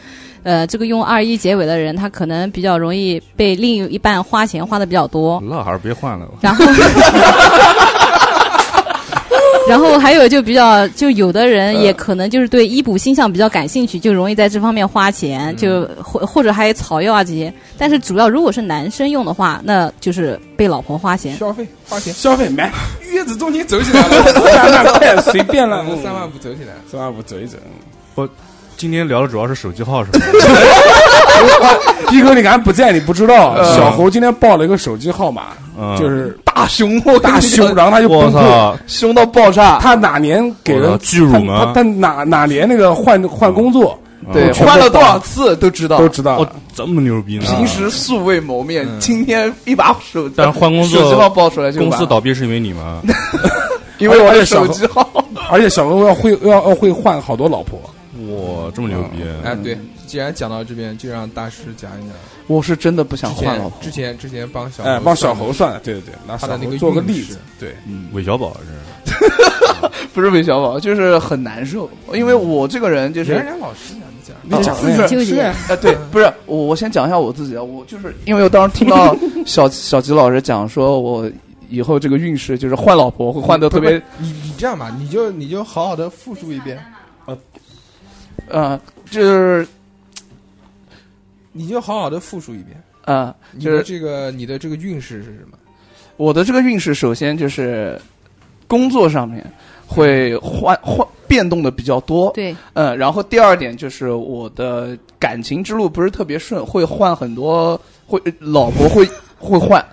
Speaker 8: 呃，这个用二一结尾的人，他可能比较容易被另一半花钱花的比较多，
Speaker 4: 那还是别换了吧。
Speaker 8: 然后。 然后还有就比较，就有的人
Speaker 5: 嗯
Speaker 8: 也可能就是对医补星象比较感兴趣，就容易在这方面花钱，就
Speaker 5: 嗯
Speaker 8: 或或者还有草药啊这些。但是主要如果是男生用的话，那就是被老婆花钱。
Speaker 6: 消费花钱，
Speaker 2: 消费买
Speaker 6: 月子中间走起来了，
Speaker 2: 三万块随便了， 嗯
Speaker 6: 三万五走起来了。
Speaker 2: 三万五走一走。
Speaker 4: 今天聊的主要是手机号 是吧？
Speaker 2: 逼哥，你刚才不在，你不知道，
Speaker 4: 嗯
Speaker 2: 小猴今天报了一个手机号码，
Speaker 4: 嗯，
Speaker 2: 就是
Speaker 5: 大熊，我
Speaker 2: 大胸，然后他就
Speaker 4: 我
Speaker 2: 崩溃。
Speaker 4: 操，
Speaker 5: 凶到爆炸，
Speaker 2: 他哪年给
Speaker 4: 我
Speaker 2: 人
Speaker 4: 操巨乳
Speaker 2: 他
Speaker 4: 吗？
Speaker 2: 他哪哪年那个换换工作
Speaker 5: 对，
Speaker 2: 全部
Speaker 5: 换了多少次都知道
Speaker 2: 都。知道
Speaker 4: 哦
Speaker 2: 了，，
Speaker 4: 这么牛逼呢？
Speaker 5: 平时素未谋面，今天一把手，
Speaker 4: 但是换工作
Speaker 5: 手机号爆出来就
Speaker 4: 公
Speaker 5: 完
Speaker 4: 司，倒闭是因为你吗？
Speaker 5: 因为我
Speaker 2: 而且
Speaker 5: 的
Speaker 2: 小
Speaker 5: 手机号。
Speaker 2: 而且小猴要会要要会换好多老婆。
Speaker 4: 哇，这么牛逼！
Speaker 6: 哎，对，既然讲到这边，就让大师讲一讲。
Speaker 5: 我是真的不想
Speaker 6: 之
Speaker 5: 换老
Speaker 6: 前
Speaker 5: 婆，
Speaker 6: 之前之前帮小
Speaker 2: 哎，帮小猴
Speaker 6: 猴
Speaker 2: 算了，对对对，拿小
Speaker 6: 他的那
Speaker 2: 猴
Speaker 6: 个
Speaker 2: 做个
Speaker 6: 运势
Speaker 2: 例子，对，
Speaker 4: 嗯韦小宝是
Speaker 5: 不是韦小宝，就是很难受，因为我这个人就
Speaker 6: 算，人
Speaker 5: 是。
Speaker 6: 家老师讲你讲，
Speaker 2: 你讲
Speaker 8: 自己纠结，
Speaker 5: 啊，对，不是我，我先讲一下我自己啊，我就是因为我当时听 到小小吉老师讲说，我以后这个运势就是换老婆会换的特 别，
Speaker 6: 不是你你这样吧，你就你就好好的复述一遍，
Speaker 5: 呃，就是
Speaker 6: 你就好好的复述一遍，
Speaker 5: 呃，
Speaker 6: 你
Speaker 5: 就是
Speaker 6: 的这个你的这个运势是什么？
Speaker 5: 我的这个运势，首先就是工作上面会换换变动的比较多，
Speaker 8: 对，
Speaker 5: 嗯，然后第二点就是我的感情之路不是特别顺，会换很多，会老婆会会换，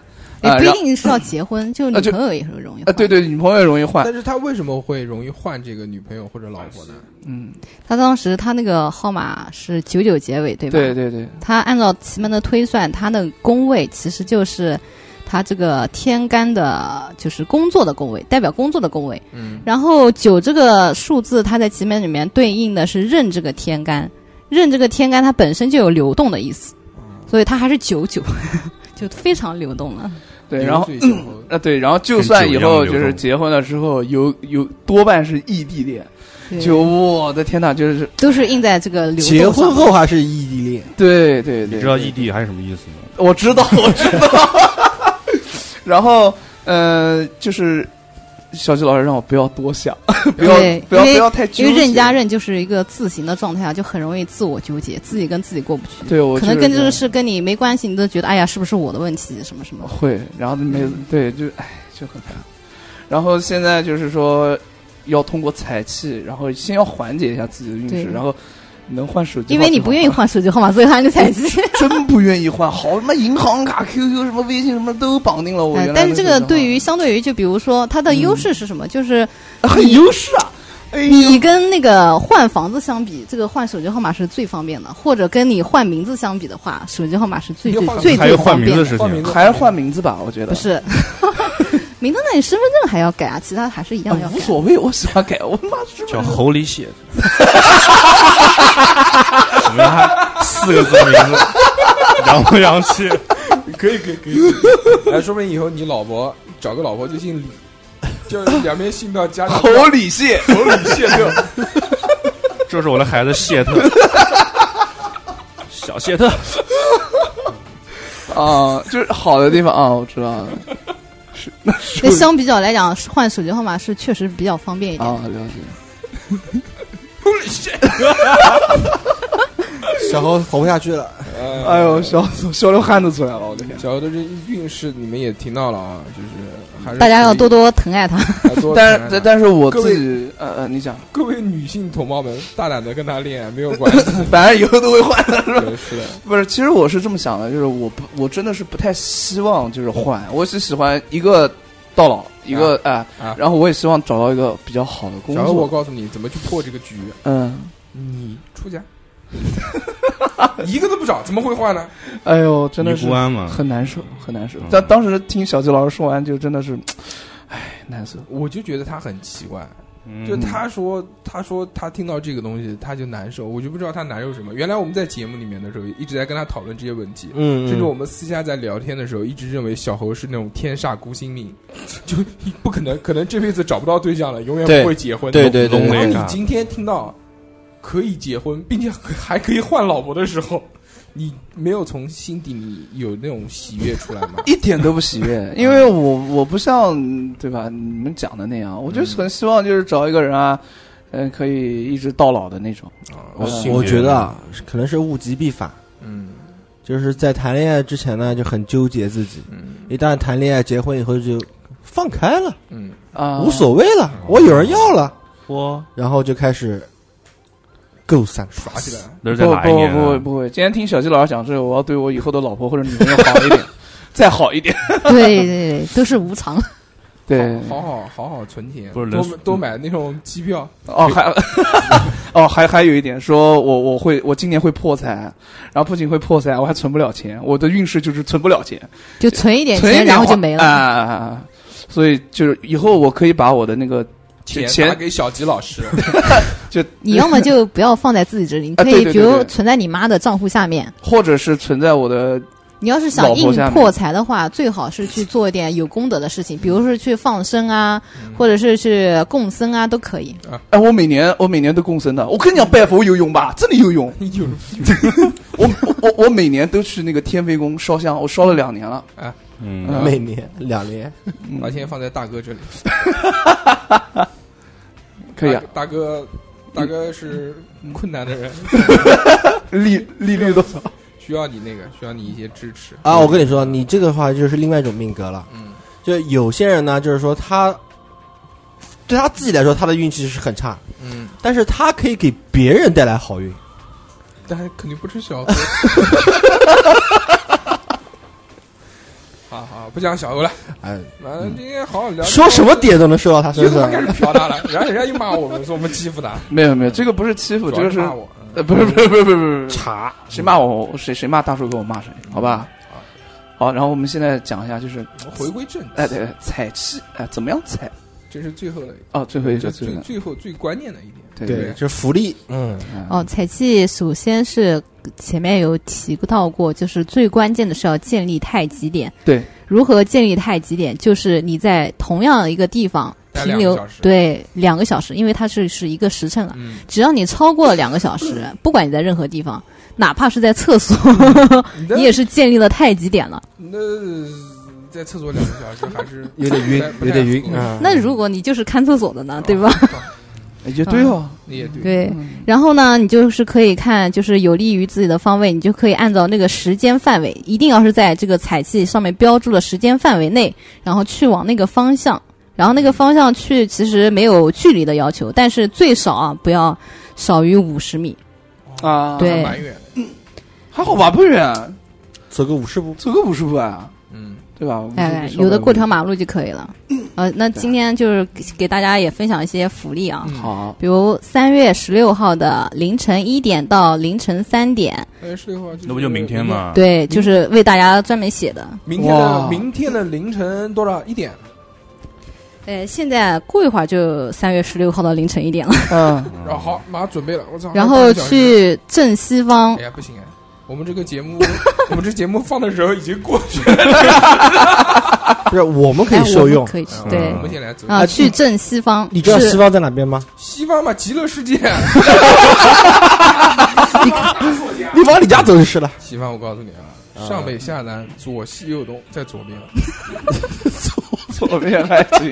Speaker 8: 也
Speaker 5: 啊、然
Speaker 8: 不一
Speaker 5: 后
Speaker 8: 定是要结婚，就女朋友也是容易
Speaker 5: 啊，。对，对，女朋友也容易换
Speaker 6: 但，是他为什么会容易换这个女朋友或者老婆呢？
Speaker 5: 嗯，
Speaker 8: 他当时他那个号码是九九结尾，对吧？
Speaker 5: 对对对，
Speaker 8: 他按照奇门的推算，他的宫位其实就是他这个天干的，就是工作的宫位，代表工作的宫位。
Speaker 6: 嗯，
Speaker 8: 然后九这个数字，它在奇门里面对应的是壬这个天干，壬这个天干 它本身就有流动的意思，所以它还是九九，就非常流动了。
Speaker 5: 对，然后
Speaker 6: 流水以后
Speaker 5: 啊对，然后就算以后就
Speaker 4: 跟酒一样流
Speaker 5: 是
Speaker 4: 动
Speaker 5: 结婚了之后，有有多半是异地恋，
Speaker 8: 对
Speaker 5: 就我的天哪，就是
Speaker 8: 都是印在这个流动
Speaker 1: 结
Speaker 8: 上
Speaker 1: 婚后还是异地 恋，
Speaker 5: 对对对，
Speaker 4: 你知道异地还是什么意思吗？
Speaker 5: 我知道，我知道。 然后，呃，就是小吉老师让我不要多想， 不要
Speaker 8: 对
Speaker 5: 不要
Speaker 8: 因
Speaker 5: 不
Speaker 8: 为
Speaker 5: 要太
Speaker 8: 因
Speaker 5: 纠
Speaker 8: 为
Speaker 5: 结。
Speaker 8: 认家认就是一个自行的状态啊，就很容易自我纠结，自己跟自己过不去。
Speaker 5: 对我
Speaker 8: 可能跟这
Speaker 5: 就
Speaker 8: 个
Speaker 5: 是
Speaker 8: 事跟你没关系，你都觉得哎呀，是不是我的问题？什么什么
Speaker 5: 这样？会，然后就没对，就哎就很烦。然后现在就是说，要通过财气，然后先要缓解一下自己的运势，
Speaker 8: 对
Speaker 5: 然后能换手机，
Speaker 8: 因为你不愿意，换手机号码，所以还能采集。
Speaker 5: 真不愿意换，好什么银行卡、QQ 什么微信什么都绑定了我原来的手
Speaker 8: 哎
Speaker 5: 机号码。
Speaker 8: 但是这个对于相对于就比如说它的优势是什么？就是
Speaker 5: 很优势啊，哎呦
Speaker 8: 你跟那个换房子相比，这个换手机号码是最方便的，或者跟你换名字相比的话，手机号码是最
Speaker 6: 你
Speaker 8: 最
Speaker 6: 换
Speaker 8: 最
Speaker 4: 还
Speaker 8: 最
Speaker 4: 有换
Speaker 8: 方
Speaker 4: 名
Speaker 8: 便
Speaker 4: 字的
Speaker 8: 的。
Speaker 4: 事
Speaker 6: 换名
Speaker 4: 情，啊
Speaker 6: 字
Speaker 5: 还是换名字吧，我觉得啊
Speaker 8: 不是， 名字那你身份证还要改啊，其他还是一样要
Speaker 5: 啊
Speaker 8: 改。
Speaker 5: 无所谓，我喜欢改，我妈是
Speaker 4: 叫猴里血。怎么样？四个字名字， 洋不洋气？
Speaker 6: 可以可以可 以，哎，说不定以后你老婆找个老婆就姓李，就两边姓到家里
Speaker 5: 猴李谢，
Speaker 6: 头李谢特，
Speaker 4: 这是我的孩子谢特，小谢特。
Speaker 5: 啊，就是好的地方啊，我知道了
Speaker 8: 那相比较来讲，换手机号码是确实比较方便一点。
Speaker 5: 啊，了解。
Speaker 1: 小猴活不下去了。
Speaker 5: 哎
Speaker 6: 哎
Speaker 5: 呦，小小流汗都出来了，我的天！
Speaker 6: 小的这运势你们也听到了啊，就是还是啊
Speaker 8: 大家要多
Speaker 6: 多
Speaker 8: 多疼爱他。
Speaker 6: 多谈
Speaker 5: 但是
Speaker 6: 谈
Speaker 5: 但但是我
Speaker 6: 各
Speaker 5: 自
Speaker 6: 位
Speaker 5: 己，呃呃，你 讲，
Speaker 6: 各位女性同胞们，大胆的跟他恋爱没有关系，
Speaker 5: 反正以后都会换的，是吧？
Speaker 6: 对 是的，
Speaker 5: 不是，其实我是这么想的，就是我不，我真的是不太希望就是换，我是喜欢一个到老，一个啊
Speaker 6: 啊，
Speaker 5: 然后我也希望找到一个比较好的工
Speaker 6: 小何，我
Speaker 5: 作，
Speaker 6: 告诉你怎么去破这个局，
Speaker 5: 嗯，
Speaker 6: 你出 家，一个都不找，怎么会换呢？
Speaker 5: 哎呦，真
Speaker 4: 尼
Speaker 5: 的是
Speaker 4: 姑庵嘛，
Speaker 5: 很难受，很难受
Speaker 4: 嗯。
Speaker 5: 但当时听小吉老师说完，就真的是，哎，难受。
Speaker 6: 我就觉得他很奇怪，
Speaker 4: 嗯
Speaker 6: 就他说，他说他听到这个东西他就难受，我就不知道他难受什么。原来我们在节目里面的时候一直在跟他讨论这些问题，
Speaker 1: 嗯，
Speaker 6: 甚至我们私下在聊天的时候一直认为小猴是那种天煞孤星命， 就不可能，可能这辈子找不到对象了，永远
Speaker 1: 对
Speaker 6: 不会结婚的。
Speaker 1: 对对对
Speaker 6: 当
Speaker 4: 对对
Speaker 6: 你今天听到可以结婚，并且 还可以换老婆的时候，你没有从心底里有那种喜悦出来 吗？
Speaker 5: 一点都不喜悦，因为我我不像对吧？你们讲的那样，我就很希望就是找一个人啊，嗯、可以一直到老的那种。
Speaker 1: 我
Speaker 4: 性
Speaker 1: 我
Speaker 4: 别
Speaker 1: 觉得啊，可能是物极必反，
Speaker 6: 嗯
Speaker 1: 就是在谈恋爱之前呢就很纠结自己，
Speaker 6: 嗯
Speaker 1: 一旦谈恋爱结婚以后就放开了，
Speaker 6: 嗯，
Speaker 5: 啊，
Speaker 1: 无所谓
Speaker 6: 哦
Speaker 1: 了，我有人要了，
Speaker 4: 我
Speaker 1: 然后就开始够散
Speaker 6: 耍起来。
Speaker 4: 那
Speaker 5: 不
Speaker 4: 是在
Speaker 5: 不
Speaker 4: 哪一
Speaker 5: 不
Speaker 4: 年
Speaker 5: 不会
Speaker 4: 啊？
Speaker 5: 不会，今天听小鸡老师讲这个，我要对我以后的老婆或者女朋友好一点， 再好一点。
Speaker 8: 对对对，都是无常。
Speaker 5: 对，
Speaker 6: 好好好好存钱，
Speaker 4: 不是
Speaker 6: 多
Speaker 4: 人
Speaker 6: 买多买那种机票，
Speaker 5: 哦还 哦还还有一点，说我我会我今年会破财，然后不仅会破财，我还存不了钱，我的运势就是存不了钱。
Speaker 8: 就存一点
Speaker 5: 存一
Speaker 8: 钱，
Speaker 5: 点
Speaker 8: 然后
Speaker 5: 花
Speaker 8: 就没了。
Speaker 5: 啊。所以就是以后我可以把我的那个
Speaker 6: 钱
Speaker 5: 钱
Speaker 6: 打给小吉老师，
Speaker 5: 就
Speaker 8: 你要么就不要放在自己这里，你
Speaker 5: 啊
Speaker 8: 可
Speaker 5: 对
Speaker 8: 以
Speaker 5: 对
Speaker 8: 比
Speaker 5: 对
Speaker 8: 如
Speaker 5: 对
Speaker 8: 存在你妈的账户下面。
Speaker 5: 或者是存在我的
Speaker 8: 你要是想
Speaker 5: 老婆
Speaker 8: 硬
Speaker 5: 下面
Speaker 8: 破财的话，最好是去做一点有功德的事情，比如是去放生啊，或者是去供僧啊，都可以。
Speaker 5: 哎，我每年我每年都共生的。我跟你讲，拜佛有用吧？真的有用。
Speaker 6: 有
Speaker 5: 我我我我每年都去那个天妃宫烧香，我烧了两年了。
Speaker 4: 嗯，
Speaker 5: 嗯
Speaker 1: 每年两年，
Speaker 6: 把钱放在大哥这里，
Speaker 5: 可以啊，
Speaker 6: 大大哥，大哥是困难的人，
Speaker 5: 利利率多少？
Speaker 6: 需要你那个，需要你一些支持
Speaker 1: 啊，我跟你说，你这个话就是另外一种命格了。
Speaker 6: 嗯，
Speaker 1: 就有些人呢，就是说他对他自己来说，他的运气是很差，
Speaker 6: 嗯，
Speaker 1: 但是他可以给别人带来好运。
Speaker 6: 但肯定不吃小何。 好好，不讲小何了，
Speaker 1: 哎，
Speaker 6: 反正今天好好聊。
Speaker 1: 说什么？点都能说到他
Speaker 6: 结
Speaker 1: 身
Speaker 6: 果
Speaker 1: 上
Speaker 6: 开。始嫖他了，然后人家又骂我们，说我们欺负他，
Speaker 5: 没有没有，这个不是欺负，
Speaker 6: 主
Speaker 5: 这
Speaker 6: 要
Speaker 5: 个
Speaker 6: 是
Speaker 5: 是
Speaker 6: 骂我。嗯
Speaker 5: 呃不是不是不是不是不是，
Speaker 1: 查
Speaker 5: 谁骂我我谁谁骂大叔给我骂谁，好吧？好，然后我们现在讲一下，就是
Speaker 6: 我们回归正
Speaker 5: 哎
Speaker 6: 题，
Speaker 5: 对采气哎怎么样采
Speaker 6: 这是最后的，
Speaker 5: 哦，最后一
Speaker 6: 这
Speaker 5: 个
Speaker 6: 是最
Speaker 5: 最后一个
Speaker 6: 最后最关键的一点。
Speaker 5: 对
Speaker 1: 对，就是福利。嗯，
Speaker 8: 哦，财气首先是前面有提到过，就是最关键的是要建立太极点。
Speaker 5: 对，
Speaker 8: 如何建立太极点，就是你在同样一个地方
Speaker 6: 待两
Speaker 8: 停
Speaker 6: 个
Speaker 8: 留
Speaker 6: 小时
Speaker 8: 对两个小时，因为它是是一个时辰了。
Speaker 6: 嗯，
Speaker 8: 只要你超过了两个小时，不管你在任何地方，哪怕是在厕所，
Speaker 6: 你的
Speaker 8: 你也是建立了太极点了。
Speaker 6: 那在厕所两个小时还是
Speaker 1: 有点晕，
Speaker 6: 不
Speaker 1: 有
Speaker 6: 太
Speaker 1: 点晕
Speaker 6: 不太
Speaker 1: 啊。
Speaker 8: 那如果你就是看厕所的呢，对吧？
Speaker 5: 也对哦，
Speaker 6: 也对，
Speaker 8: 对，然后呢，你就是可以看，就是有利于自己的方位，你就可以按照那个时间范围，一定要是在这个彩器上面标注的时间范围内，然后去往那个方向。然后那个方向去，其实没有距离的要求，但是最少啊，不要少于五十米。
Speaker 5: 啊，
Speaker 8: 对
Speaker 6: 蛮远的，
Speaker 5: 还好吧，不远，
Speaker 1: 走个五十步，
Speaker 5: 走个五十步啊，
Speaker 6: 嗯，
Speaker 5: 对吧？50
Speaker 8: 哎，
Speaker 5: 稍微
Speaker 8: 有的过条马路就可以了。呃，那今天就是给给大家也分享一些福利啊，
Speaker 6: 嗯
Speaker 5: 好，
Speaker 8: 比如三月十六号的凌晨一点到凌晨三点，
Speaker 6: 哎，是的话，
Speaker 4: 那不就明天？嘛？，
Speaker 6: 嗯
Speaker 8: 对，就是为大家专门写的。
Speaker 6: 明天的
Speaker 5: 哇
Speaker 6: 明天的凌晨多少一点？
Speaker 8: 呃，现在过一会儿就三月十六号到凌晨一点了，
Speaker 5: 嗯，
Speaker 6: 然后好，马上准备了，我操，
Speaker 8: 然
Speaker 6: 还有
Speaker 8: 后
Speaker 6: 哦半个小时，
Speaker 8: 去正西方
Speaker 6: 哎，呀，不行哎，我们这个节目， 我们这节目放的时候已经过去了，
Speaker 1: 不是我们可
Speaker 8: 哎
Speaker 1: 以受
Speaker 8: 我们
Speaker 1: 用。
Speaker 8: 可以去
Speaker 4: 嗯
Speaker 8: 对
Speaker 6: 我们先来走
Speaker 8: 啊，去正西方，
Speaker 1: 你知道
Speaker 8: 是
Speaker 1: 西方在哪边吗？
Speaker 6: 西方嘛，极乐世界，
Speaker 1: 你往你家走就是了。
Speaker 6: 西方，我告诉你啊，上北下南，左西右东，在左边。
Speaker 5: 左边还行，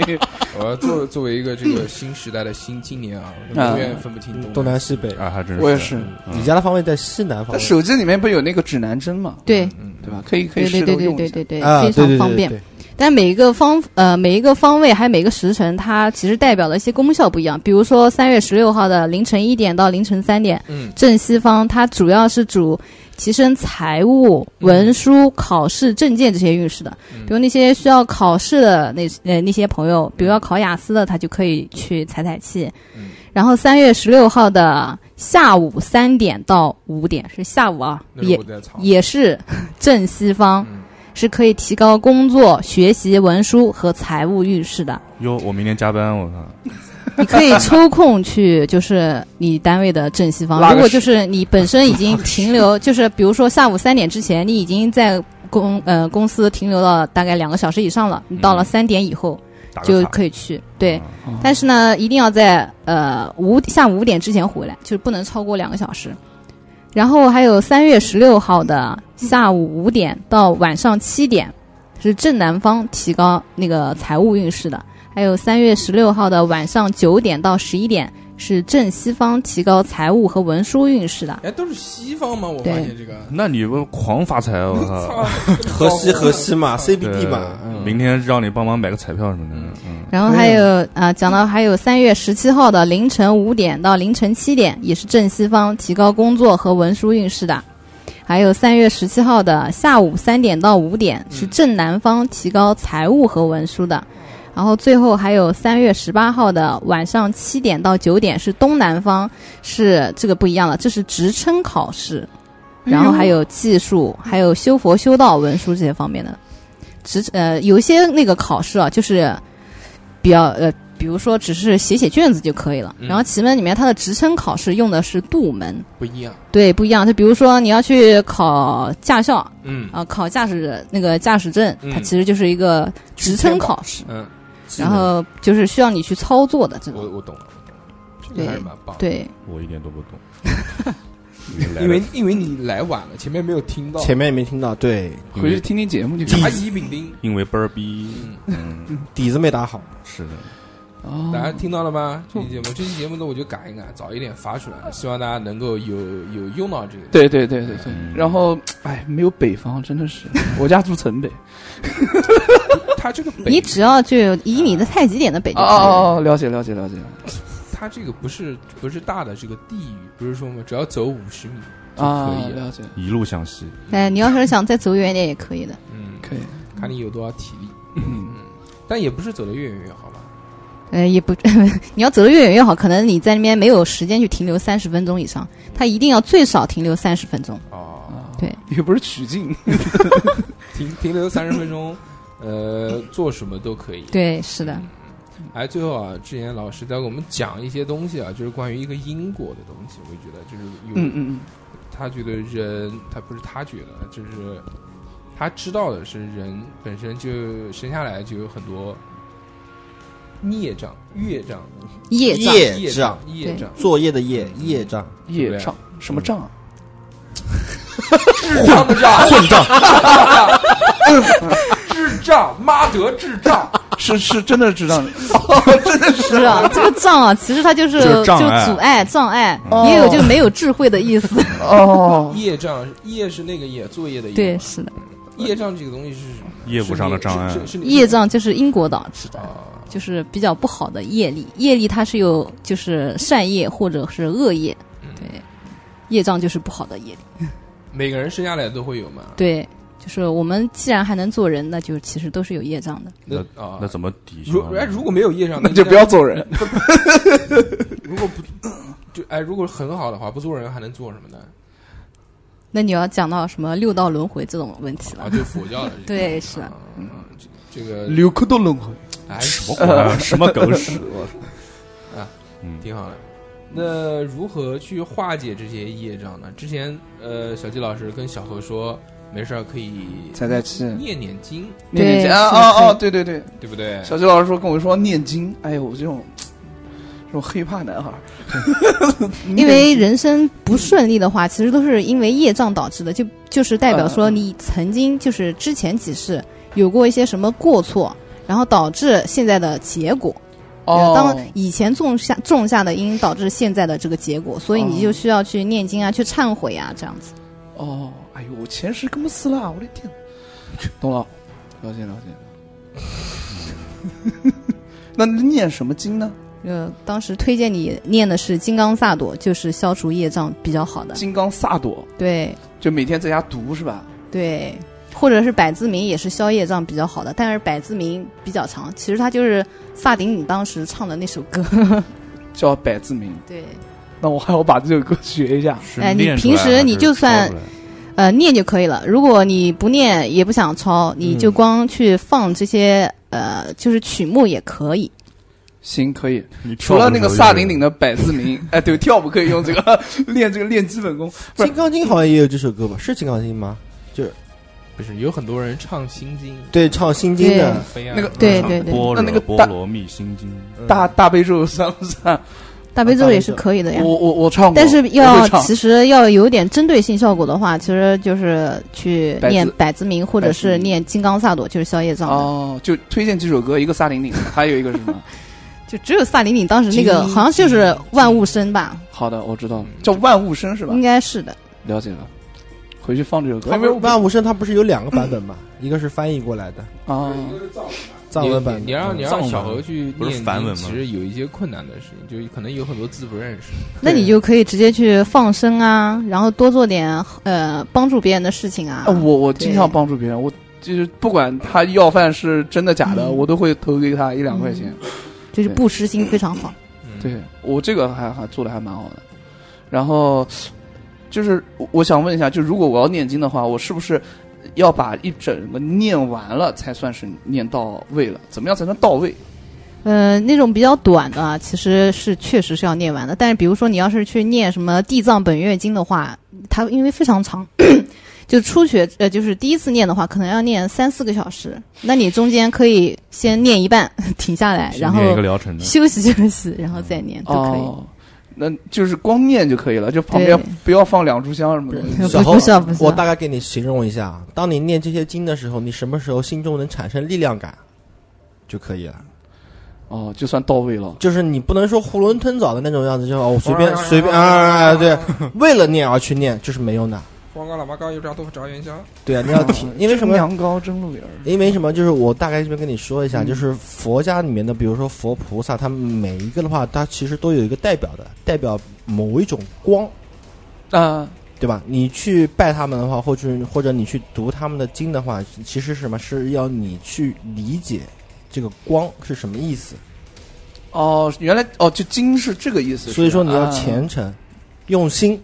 Speaker 6: 我要作作为一个这个新时代的新青年啊，我永远分不清
Speaker 1: 东
Speaker 6: 东
Speaker 1: 南西北，
Speaker 4: 啊，还真是。
Speaker 5: 我也是。
Speaker 1: 你家的方位在西南方
Speaker 5: 那
Speaker 1: 位
Speaker 5: 手机里面不有那个指南针嘛，
Speaker 8: 对
Speaker 6: 嗯，
Speaker 5: 对吧？可以可以
Speaker 8: 对对
Speaker 5: 试
Speaker 8: 对
Speaker 5: 着
Speaker 8: 对
Speaker 5: 用一
Speaker 8: 对
Speaker 5: 下。
Speaker 8: 对对，
Speaker 1: 啊，
Speaker 8: 非
Speaker 1: 对
Speaker 8: 常
Speaker 1: 对
Speaker 8: 方
Speaker 1: 对
Speaker 8: 便。
Speaker 1: 对，
Speaker 8: 但每一个方呃每一个方位还有每个时辰，它其实代表的一些功效不一样。比如说三月十六号的凌晨一点到凌晨三点，
Speaker 6: 嗯，
Speaker 8: 正西方它主要是主提升财务、文书、考试、证件这些运势的。
Speaker 6: 嗯
Speaker 8: 比如那些需要考试的那呃那些朋友，比如要考雅思的，他就可以去踩踩气。
Speaker 6: 嗯
Speaker 8: 然后三月十六号的下午三点到五点是下午啊，
Speaker 6: 那是
Speaker 8: 也
Speaker 6: 我在藏。
Speaker 8: 也是 正西方。
Speaker 6: 嗯
Speaker 8: 是可以提高工作、学习、文书和财务运势的。
Speaker 4: 哟，我明天加班，我靠。
Speaker 8: 你可以抽空去，就是你单位的正西方。
Speaker 5: 拉个
Speaker 8: 如果
Speaker 5: 屎
Speaker 8: 就是你本身已经停留，就是比如说下午三点之前，你已经在公呃公司停留了大概两个小时以上了，你到了
Speaker 4: 嗯
Speaker 8: 三点以后
Speaker 4: 打个
Speaker 8: 就
Speaker 4: 卡
Speaker 8: 可以去。对，，
Speaker 5: 嗯
Speaker 8: 但是呢，一定要在呃五下午五点之前回来，就是不能超过两个小时。然后还有三月十六号的下午五点到晚上七点，是正南方提高那个财务运势的；还有三月十六号的晚上九点到十一点，是正西方提高财务和文书运势的。
Speaker 6: 哎，都是西方吗？我发现这个，
Speaker 4: 那你不狂发财，我
Speaker 6: 操
Speaker 4: 靠！，
Speaker 1: 河西河西嘛
Speaker 6: 西
Speaker 1: ，CBD 嘛，
Speaker 4: 对
Speaker 1: 嗯
Speaker 4: 明天让你帮忙买个彩票什么的，嗯，
Speaker 8: 然后还有啊、讲到还有三月十七号的凌晨五点到凌晨七点，也是正西方提高工作和文书运势的。还有三月十七号的下午三点到五点是正南方提高财务和文书的。然后最后还有三月十八号的晚上七点到九点是东南方，是这个不一样了，这是职称考试，然后还有技术，还有修佛修道文书这些方面的。职呃，有一些那个考试啊，就是比较呃，比如说只是写写卷子就可以了。然后奇门里面它的职称考试用的是度门，
Speaker 6: 不一样。
Speaker 8: 对，不一样。就比如说你要去考驾校啊、
Speaker 6: 嗯
Speaker 8: 考驾驶那个驾驶证，它
Speaker 6: 嗯
Speaker 8: 其实就是一个职称考试，
Speaker 6: 嗯，
Speaker 8: 然后就是需要你去操作的这
Speaker 6: 我
Speaker 8: 种。
Speaker 6: 我懂了，这个还是蛮棒。，
Speaker 8: 对，
Speaker 4: 我一点都不懂。
Speaker 6: 因为因为你来晚了，前面没有听到。
Speaker 1: 前面也没听到，对，
Speaker 4: 因
Speaker 5: 回去
Speaker 4: 为
Speaker 5: 听听节目就行
Speaker 6: 甲。乙丙丁，
Speaker 4: 因为倍儿逼，
Speaker 6: 嗯，
Speaker 4: 嗯，
Speaker 1: 底子没打好，
Speaker 4: 是的，
Speaker 5: 哦
Speaker 6: 大家听到了吗？这期节目，这期节目呢，我就赶一赶，早一点发出来，希望大家能够有有用到这个。
Speaker 5: 对对对对对
Speaker 4: 嗯，
Speaker 5: 然后哎，没有北方真的 是，我家住城北。
Speaker 6: 他这个北，
Speaker 8: 你只要就以你的太极点的北就
Speaker 5: 哦
Speaker 8: 可以了
Speaker 5: 哦哦，了解了解了解。
Speaker 6: 他这个不是不是大的这个地域，不是说我们只要走五十米就可
Speaker 5: 啊
Speaker 6: 以，了。
Speaker 5: 了解，
Speaker 4: 一路向西，
Speaker 8: 哎，你要是想再走远一点也可以的。
Speaker 6: 嗯，
Speaker 5: 可以。
Speaker 6: 看你有多少体力，
Speaker 5: 嗯，
Speaker 6: 但也不是走得越远越好吧？
Speaker 8: 呃，也不， 你要走得越远越好。可能你在那边没有时间去停留三十分钟以上，它一定要最少停留三十分钟。
Speaker 6: 哦，
Speaker 5: 啊
Speaker 8: 对，
Speaker 5: 也不是取经，
Speaker 6: 停停留三十分钟，呃，做什么都可以。
Speaker 8: 对，是的，
Speaker 6: 嗯哎，最后啊，之前老师在给我们讲一些东西啊，就是关于一个因果的东西，我觉得就是有，
Speaker 5: 嗯嗯
Speaker 6: 他觉得人，他不是他觉得，就是他知道的是人本身就生下来就有很多孽障、业障、
Speaker 8: 业障
Speaker 1: 业
Speaker 6: 业
Speaker 1: 障
Speaker 6: 障、业障。
Speaker 1: 作业的业业障，
Speaker 5: 业障嗯什么障啊？
Speaker 6: 智障的障，混账， 智障，妈得智障，
Speaker 5: 是是真的知哦道，
Speaker 8: 嗯 是啊，这个障啊，其实它就是
Speaker 4: 就是障碍
Speaker 8: 阻碍、障碍，
Speaker 5: 哦
Speaker 8: 也有就没有智慧的意思。
Speaker 5: 哦，
Speaker 8: 啊
Speaker 6: 业障，业是那个业，作业的业。
Speaker 8: 对，，是的，
Speaker 6: 业障这个东西是什么？
Speaker 4: 业务上的障碍
Speaker 6: 是，是是
Speaker 8: 业障就是因果导致的，
Speaker 6: 啊，
Speaker 8: 就是比较不好的业力。业力它是有就是善业或者是恶业，
Speaker 4: 嗯
Speaker 8: 对，业障就是不好的业力。
Speaker 6: 每个人生下来都会有嘛。
Speaker 8: 对，就是我们既然还能做人，那就其实都是有业障的。
Speaker 6: 那啊，
Speaker 4: 那怎么抵消
Speaker 6: 如哎
Speaker 4: 呢？
Speaker 6: 如果没有业障，
Speaker 5: 那就不要做人。
Speaker 6: 如果不就哎，如果很好的话，不做人还能做什么呢？
Speaker 8: 那你要讲到什么六道轮回这种问题
Speaker 6: 啊，
Speaker 8: 了？
Speaker 6: 就佛教的这个。
Speaker 8: 对，是的，
Speaker 6: 嗯，这这个
Speaker 3: 留克都轮回，
Speaker 6: 哎
Speaker 4: 什么鬼啊什么狗屎！我操
Speaker 6: 挺好的。那如何去化解这些业障呢？之前呃，小纪老师跟小何说，没事儿可以
Speaker 5: 才在气，
Speaker 6: 念念经，
Speaker 5: 念念经
Speaker 8: 是
Speaker 5: 啊哦哦，
Speaker 8: 是
Speaker 5: 对对对，
Speaker 6: 对不对？
Speaker 5: 小徐老师说跟我说念经，哎呦，我这种这种黑怕男孩儿，
Speaker 8: 因
Speaker 5: 嗯
Speaker 8: 为人生不顺利的话，其实都是因为业障导致的，就就是代表说
Speaker 5: 嗯嗯
Speaker 8: 你曾经就是之前几世有过一些什么过错，然后导致现在的结果。
Speaker 5: 哦，
Speaker 8: 当以前种下种下的因导致现在的这个结果，所以你就需要去念经啊，去忏悔啊，这样子。
Speaker 5: 哦，哎呦，我前世根本死了，我的天！懂了，了解了解。 那念什么经呢？
Speaker 8: 呃，当时推荐你念的是《金刚萨埵》，就是消除业障比较好的。
Speaker 5: 金刚萨埵，
Speaker 8: 对
Speaker 5: 就每天在家读是吧？
Speaker 8: 对，或者是百字明也是消业障比较好的，但是百字明比较长，其实它就是萨顶你当时唱的那首歌。
Speaker 5: 叫百字明。
Speaker 8: 对，
Speaker 5: 那我还要把这首歌学一下。
Speaker 4: 是
Speaker 8: 哎你
Speaker 4: 练出
Speaker 8: 平
Speaker 4: 来啊
Speaker 8: 时
Speaker 4: 还
Speaker 8: 你
Speaker 4: 是
Speaker 8: 就
Speaker 4: 抄
Speaker 8: 算
Speaker 4: 出来
Speaker 8: 呃，念就可以了。如果你不念也不想抄，你就光去放这些、呃，就是曲目也可以。
Speaker 5: 行，可以。
Speaker 4: 你
Speaker 5: 除了那个萨
Speaker 4: 萨
Speaker 5: 顶顶
Speaker 4: 的，
Speaker 5: 的百字 明，哎，对，跳舞可以用这个 练这个练基本功。不
Speaker 1: 《
Speaker 5: 是
Speaker 1: 金刚经》好像也有这首歌吧？是《金刚经》吗？
Speaker 6: 不是有很多人唱心经，
Speaker 1: 对，唱《心经》的，
Speaker 6: 飞啊
Speaker 5: 那个
Speaker 8: 对对
Speaker 5: 那
Speaker 8: 对，
Speaker 4: 般若
Speaker 5: 那个
Speaker 4: 波
Speaker 5: 大
Speaker 4: 罗蜜心经，
Speaker 1: 嗯
Speaker 5: 大大悲咒算不算？
Speaker 8: 大悲咒也是可以的呀
Speaker 5: 我。我我唱过，
Speaker 8: 但是
Speaker 5: 我
Speaker 8: 要
Speaker 5: 会唱
Speaker 8: 其实要有点针对性效果的话，其实就是去
Speaker 5: 百字
Speaker 8: 念百字明或者
Speaker 5: 百字
Speaker 8: 是
Speaker 5: 明
Speaker 8: 念金刚萨埵，就是消业障的。
Speaker 5: 哦，就推荐几首歌，一个萨顶顶，还有一个是什 么？
Speaker 8: 就只有萨顶顶当时那个
Speaker 6: 金
Speaker 8: 好像就是万物生吧，
Speaker 5: 好的，我知道了，叫万物生是吧
Speaker 8: 应？该是的。
Speaker 5: 了解了，回去放这首歌
Speaker 1: 他不是万物生，它不是有两个版本吗？一个是翻译过来的
Speaker 5: 啊。
Speaker 1: 藏文版的，嗯
Speaker 6: 你你让你
Speaker 4: 藏
Speaker 6: 让
Speaker 4: 文
Speaker 6: 小何去
Speaker 4: 不是
Speaker 6: 念
Speaker 4: 梵文
Speaker 6: 经，
Speaker 4: 吗
Speaker 6: 其实有一些困难的事情，就可能有很多字不认识。
Speaker 8: 那你就可以直接去放生啊，然后多做点呃帮助别人的事情啊。
Speaker 5: 啊，我我经常
Speaker 8: 对
Speaker 5: 帮助别人，我就是不管他要饭是真的假的，
Speaker 8: 嗯
Speaker 5: 我都会投给他一两块钱。
Speaker 8: 就是不失心非常好。
Speaker 6: 嗯，
Speaker 5: 对我这个还还做的还蛮好的。然后就是我我想问一下，就如果我要念经的话，我是不是要把一整个念完了才算是念到位了？怎么样才能到位？
Speaker 8: 呃，那种比较短的啊，其实是确实是要念完的。但是比如说你要是去念什么《地藏本愿经》的话，它因为非常长， 就初学呃就是第一次念的话，可能要念三四个小时。那你中间可以先念一半，停下来，哎然后
Speaker 4: 练一个疗程的，
Speaker 8: 休息休息，然后再念都可以。
Speaker 5: 哦，那就是光念就可以了，就旁边
Speaker 8: 对
Speaker 5: 不要放两炷香什么的。
Speaker 8: 不
Speaker 1: 小猴
Speaker 8: 不需要不需
Speaker 1: 我
Speaker 8: 要。
Speaker 1: 大概给你形容一下，当你念这些经的时候，你什么时候心中能产生力量感就可以了。
Speaker 5: 哦，就算到位了。
Speaker 1: 就是你不能说囫囵吞枣的那种样子，就是哦，我 随 便随便啊啊，啊对，为了念而去念，就是没用的。
Speaker 6: 黄瓜喇嘛糕，油炸豆腐炸元宵。
Speaker 1: 对啊，你 要听，因为什么？
Speaker 5: 娘高蒸鹿眼儿。
Speaker 1: 因为什么？就是我大概这边跟你说一下，
Speaker 5: 嗯
Speaker 1: 就是佛家里面的，比如说佛菩萨，他们每一个的话，它其实都有一个代表的，代表某一种光，
Speaker 5: 啊，
Speaker 1: 对吧？你去拜他们的话，或者或者你去读他们的经的话，其实是什么是要你去理解这个光是什么意思。
Speaker 5: 哦，原来哦，就经是啊这个意思。
Speaker 1: 所以说你要
Speaker 5: 钱
Speaker 1: 虔诚、用心，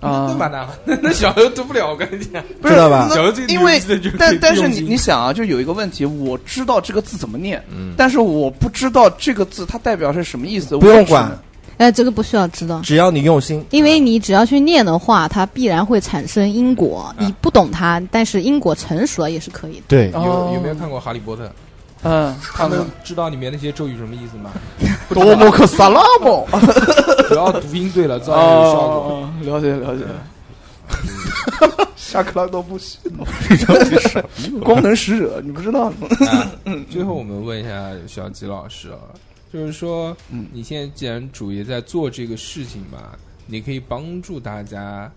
Speaker 5: 啊
Speaker 6: 那，完蛋了，那小何读不了，我跟你讲。
Speaker 5: 不是
Speaker 1: 知道吧
Speaker 5: 那
Speaker 6: 小何这个
Speaker 5: 因为
Speaker 6: 牛逼的就
Speaker 5: 但但是
Speaker 6: 用
Speaker 5: 你
Speaker 6: 心
Speaker 5: 你想啊，就有一个问题，我知道这个字怎么念，
Speaker 6: 嗯
Speaker 5: 但是我不知道这个字它代表是什么意思。
Speaker 1: 不
Speaker 5: 我
Speaker 1: 用
Speaker 5: 只
Speaker 1: 管。
Speaker 8: 哎，这个不需要知道，
Speaker 1: 只要你用心，
Speaker 8: 因为你只要去念的话，它必然会产生因果。你不懂它，但是因果成熟了也是可以的。
Speaker 1: 对
Speaker 6: 有有没有
Speaker 5: 哦
Speaker 6: 看过《哈利波特》？
Speaker 5: 嗯，
Speaker 6: 他
Speaker 5: 看
Speaker 6: 们
Speaker 5: 过
Speaker 6: 知道里面那些咒语什么意思吗？
Speaker 5: 多么克萨拉姆
Speaker 6: 只要读音对 了，自然有效果。
Speaker 5: 哦，了解了解。下克拉多布西，光能使者，你不知道吗？
Speaker 6: 最后，我们问一下小吉老师啊，就是说，你现在既然主业在做这个事情嘛，你可以帮助大家，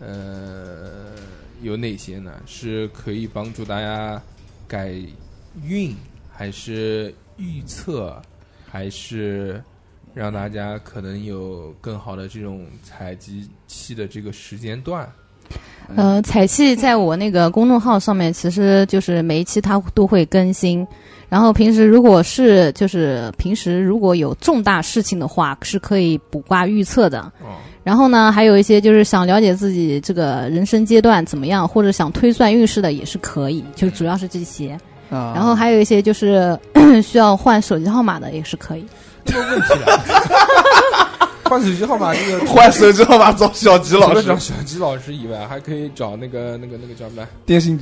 Speaker 6: 呃，有哪些呢？是可以帮助大家改运，还是预测，还是让大家可能有更好的这种采集期的这个时间段？
Speaker 8: 呃，彩气在我那个公众号上面，其实就是每一期它都会更新。然后平时如果是就是平时如果有重大事情的话，是可以卜卦预测的。
Speaker 6: 哦，
Speaker 8: 然后呢，还有一些就是想了解自己这个人生阶段怎么样，或者想推算运势的也是可以，就主要是这些。
Speaker 5: 然
Speaker 8: 然后还有一些就是 需要换手机号码的也是可以。
Speaker 6: 没有问题的。换手机号码这个
Speaker 4: 换手机号码找小吉
Speaker 6: 除
Speaker 4: 老
Speaker 6: 了找
Speaker 4: 师，
Speaker 6: 小鸡老师以外，还可以找那个那个那个叫什么
Speaker 5: 电信，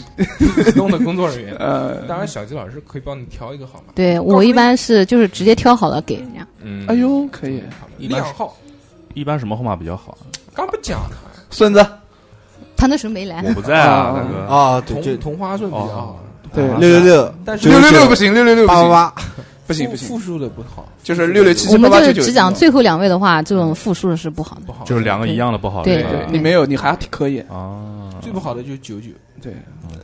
Speaker 6: 自动的工作 人员。
Speaker 5: 呃，
Speaker 6: 当然，小鸡老师可以帮你调一个号码。
Speaker 8: 对我一般是就是直接挑好了给人家。
Speaker 6: 嗯
Speaker 5: 哎，呦，可以，
Speaker 6: 两号，
Speaker 4: 一般什么号码比 较好？
Speaker 6: 刚不讲呢，
Speaker 5: 孙子，
Speaker 8: 他那时候没来，
Speaker 4: 我不在啊，
Speaker 5: 啊
Speaker 4: 大哥。
Speaker 1: 啊，对
Speaker 6: 同
Speaker 1: 这
Speaker 6: 同花顺比较好，
Speaker 5: 对，
Speaker 1: 六六六
Speaker 6: 但是
Speaker 5: 六六六不行，六六六不
Speaker 1: 八
Speaker 5: 行，
Speaker 1: 八八，
Speaker 5: 不行
Speaker 6: 复
Speaker 5: 不行，
Speaker 6: 复数的不好，
Speaker 5: 就是六六七
Speaker 8: 我
Speaker 5: 七八
Speaker 8: 们就
Speaker 5: 八九
Speaker 8: 是
Speaker 5: 九，
Speaker 8: 只讲最后两位的话，这种复数的是不好的。
Speaker 6: 不好，
Speaker 4: 就是两个一样的不好的
Speaker 8: 对
Speaker 4: 是吧
Speaker 5: 对你没有，你还可以，
Speaker 4: 啊，
Speaker 6: 最不好的就是九九。
Speaker 5: 对，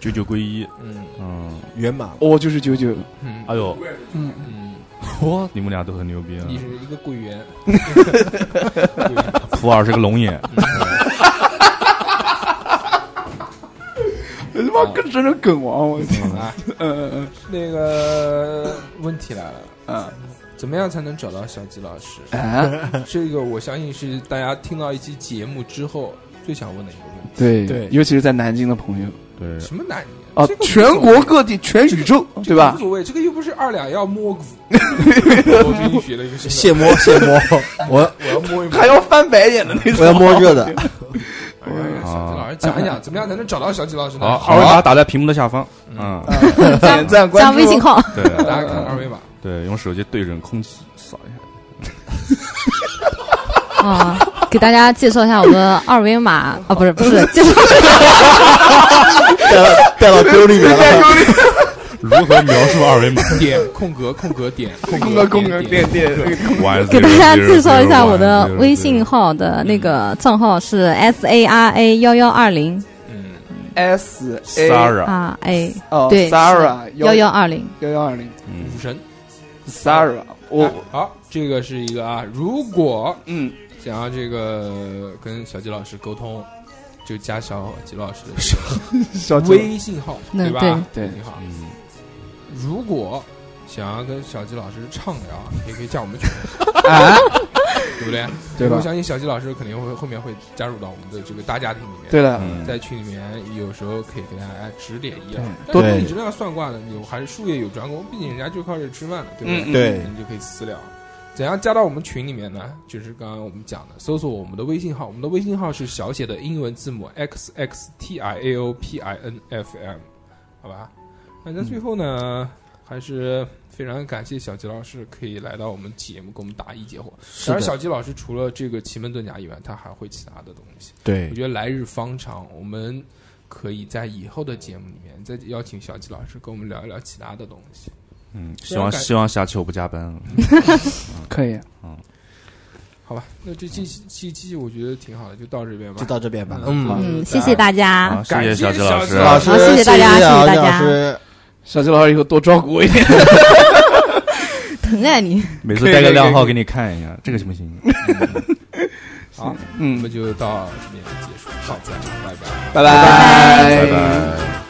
Speaker 4: 九九归一，
Speaker 6: 嗯
Speaker 4: 嗯，
Speaker 1: 圆满，
Speaker 5: 我哦就是九九，
Speaker 6: 嗯
Speaker 4: 哎呦，
Speaker 5: 嗯，
Speaker 6: 嗯，
Speaker 4: 哇，你们俩都很牛逼啊！
Speaker 6: 你是一个柜员，
Speaker 4: 普洱是个龙眼，
Speaker 5: 他妈跟真是梗王，我天，
Speaker 6: 啊，
Speaker 5: 嗯
Speaker 6: 那个问题来了，
Speaker 5: 嗯
Speaker 6: 怎么样才能找到小吉老师？
Speaker 5: 嗯，啊，
Speaker 6: 这个我相信是大家听到一期节目之后最想问的一个问
Speaker 5: 对
Speaker 10: 对
Speaker 5: 尤其是在南京的朋友
Speaker 4: 对
Speaker 6: 题。，什么男人
Speaker 5: 啊
Speaker 6: 这，个无所
Speaker 5: 全
Speaker 6: 谓
Speaker 5: 国各地全宇宙，对吧
Speaker 6: 无？所谓，这个又不是二两要摸 骨。 我最近学了一个新
Speaker 1: 现摸现摸， 我
Speaker 6: 的，我要摸一摸。
Speaker 5: 还要翻白眼的那种，
Speaker 1: 我要摸热的，
Speaker 6: 哎呀小吉
Speaker 5: 啊
Speaker 6: 老师讲一讲，怎么样才能找到小吉老师呢？
Speaker 4: 啊好，二维码打在屏幕的下方，嗯，
Speaker 5: 点赞关
Speaker 8: 加
Speaker 5: 注，
Speaker 8: 微 信号，
Speaker 4: 对啊
Speaker 6: 大家看二维码。
Speaker 5: 啊
Speaker 4: 对，用手机对准空气扫一下，
Speaker 8: 啊，给大家介绍一下我们二维码 啊，不是不是，介绍
Speaker 1: 带到 带到沟里面了，
Speaker 4: 如何描述二维码？
Speaker 6: 点空格空格点
Speaker 5: 空
Speaker 6: 空
Speaker 5: 格空格
Speaker 6: 点
Speaker 5: 点点，
Speaker 8: 给大家介绍一下我的微信号的那个账号是 S A R A 幺幺二零
Speaker 6: 嗯，
Speaker 5: S A
Speaker 4: Sara，
Speaker 8: 啊 A，
Speaker 5: 哦
Speaker 8: 对
Speaker 5: ，Sara
Speaker 8: 幺幺二零，
Speaker 5: 幺幺二零啊
Speaker 4: 嗯
Speaker 6: 武神。
Speaker 5: ，Sara，我
Speaker 6: 哎好，这个是一个啊，如果
Speaker 5: 嗯，
Speaker 6: 想要这个跟小吉老师沟通，就加小吉老师的
Speaker 5: 小鸡
Speaker 6: 微信号，
Speaker 8: 嗯
Speaker 6: 对吧？
Speaker 5: 对
Speaker 6: 你好。
Speaker 4: 嗯，
Speaker 6: 如果想要跟小吉老师畅聊，也可以加我 们群，
Speaker 5: 啊，
Speaker 6: 对不对？
Speaker 5: 对吧
Speaker 6: 我？相信小吉老师肯定会后面会加入到我们的这个大家庭里面。
Speaker 5: 对了，
Speaker 4: 嗯
Speaker 6: 在群里面有时候可以给大家指点一二，但
Speaker 1: 对
Speaker 6: 是你真的要算卦的，你还是术业有专攻，毕竟人家就靠这吃饭的，对不
Speaker 5: 嗯
Speaker 6: 对？
Speaker 5: 嗯
Speaker 1: 对
Speaker 6: 你就可以私聊。怎样加到我们群里面呢？就是刚刚我们讲的，搜索我们的微信号，我们的微信号是小写的英文字母 x x t i a o p i n f m，好吧？那在最后呢，还是非常感谢小吉老师可以来到我们节目，给我们答疑解惑。
Speaker 1: 是
Speaker 6: 当
Speaker 1: 的，
Speaker 6: 然，小吉老师除了这个奇门遁甲以外，他还会其他的东西。
Speaker 1: 对
Speaker 6: 我，觉得来日方长，我们可以在以后的节目里面再邀请小纪老师跟我们聊一聊其他的东西。
Speaker 4: 嗯，希望希望下期我不加班了。
Speaker 5: 可以，
Speaker 6: 好吧，那这期期期我觉得挺好的，就到这边吧
Speaker 1: 就。到这边吧，
Speaker 6: 嗯
Speaker 1: 嗯，
Speaker 8: 嗯，谢谢大家。
Speaker 4: 好，啊谢谢小吉老师，啊
Speaker 1: 老师
Speaker 8: 好，谢谢大家
Speaker 1: 谢
Speaker 8: 谢谢大
Speaker 1: 姚老
Speaker 8: 家
Speaker 1: 师，
Speaker 5: 小鸡老师以后多照顾我一点，
Speaker 8: 疼爱你，
Speaker 4: 每次带个靓号给你看一下，这个行不行？
Speaker 6: 好，
Speaker 5: 嗯
Speaker 6: 我们就到这边结束，好，再见，拜拜。
Speaker 5: 拜
Speaker 8: 拜
Speaker 4: 拜拜。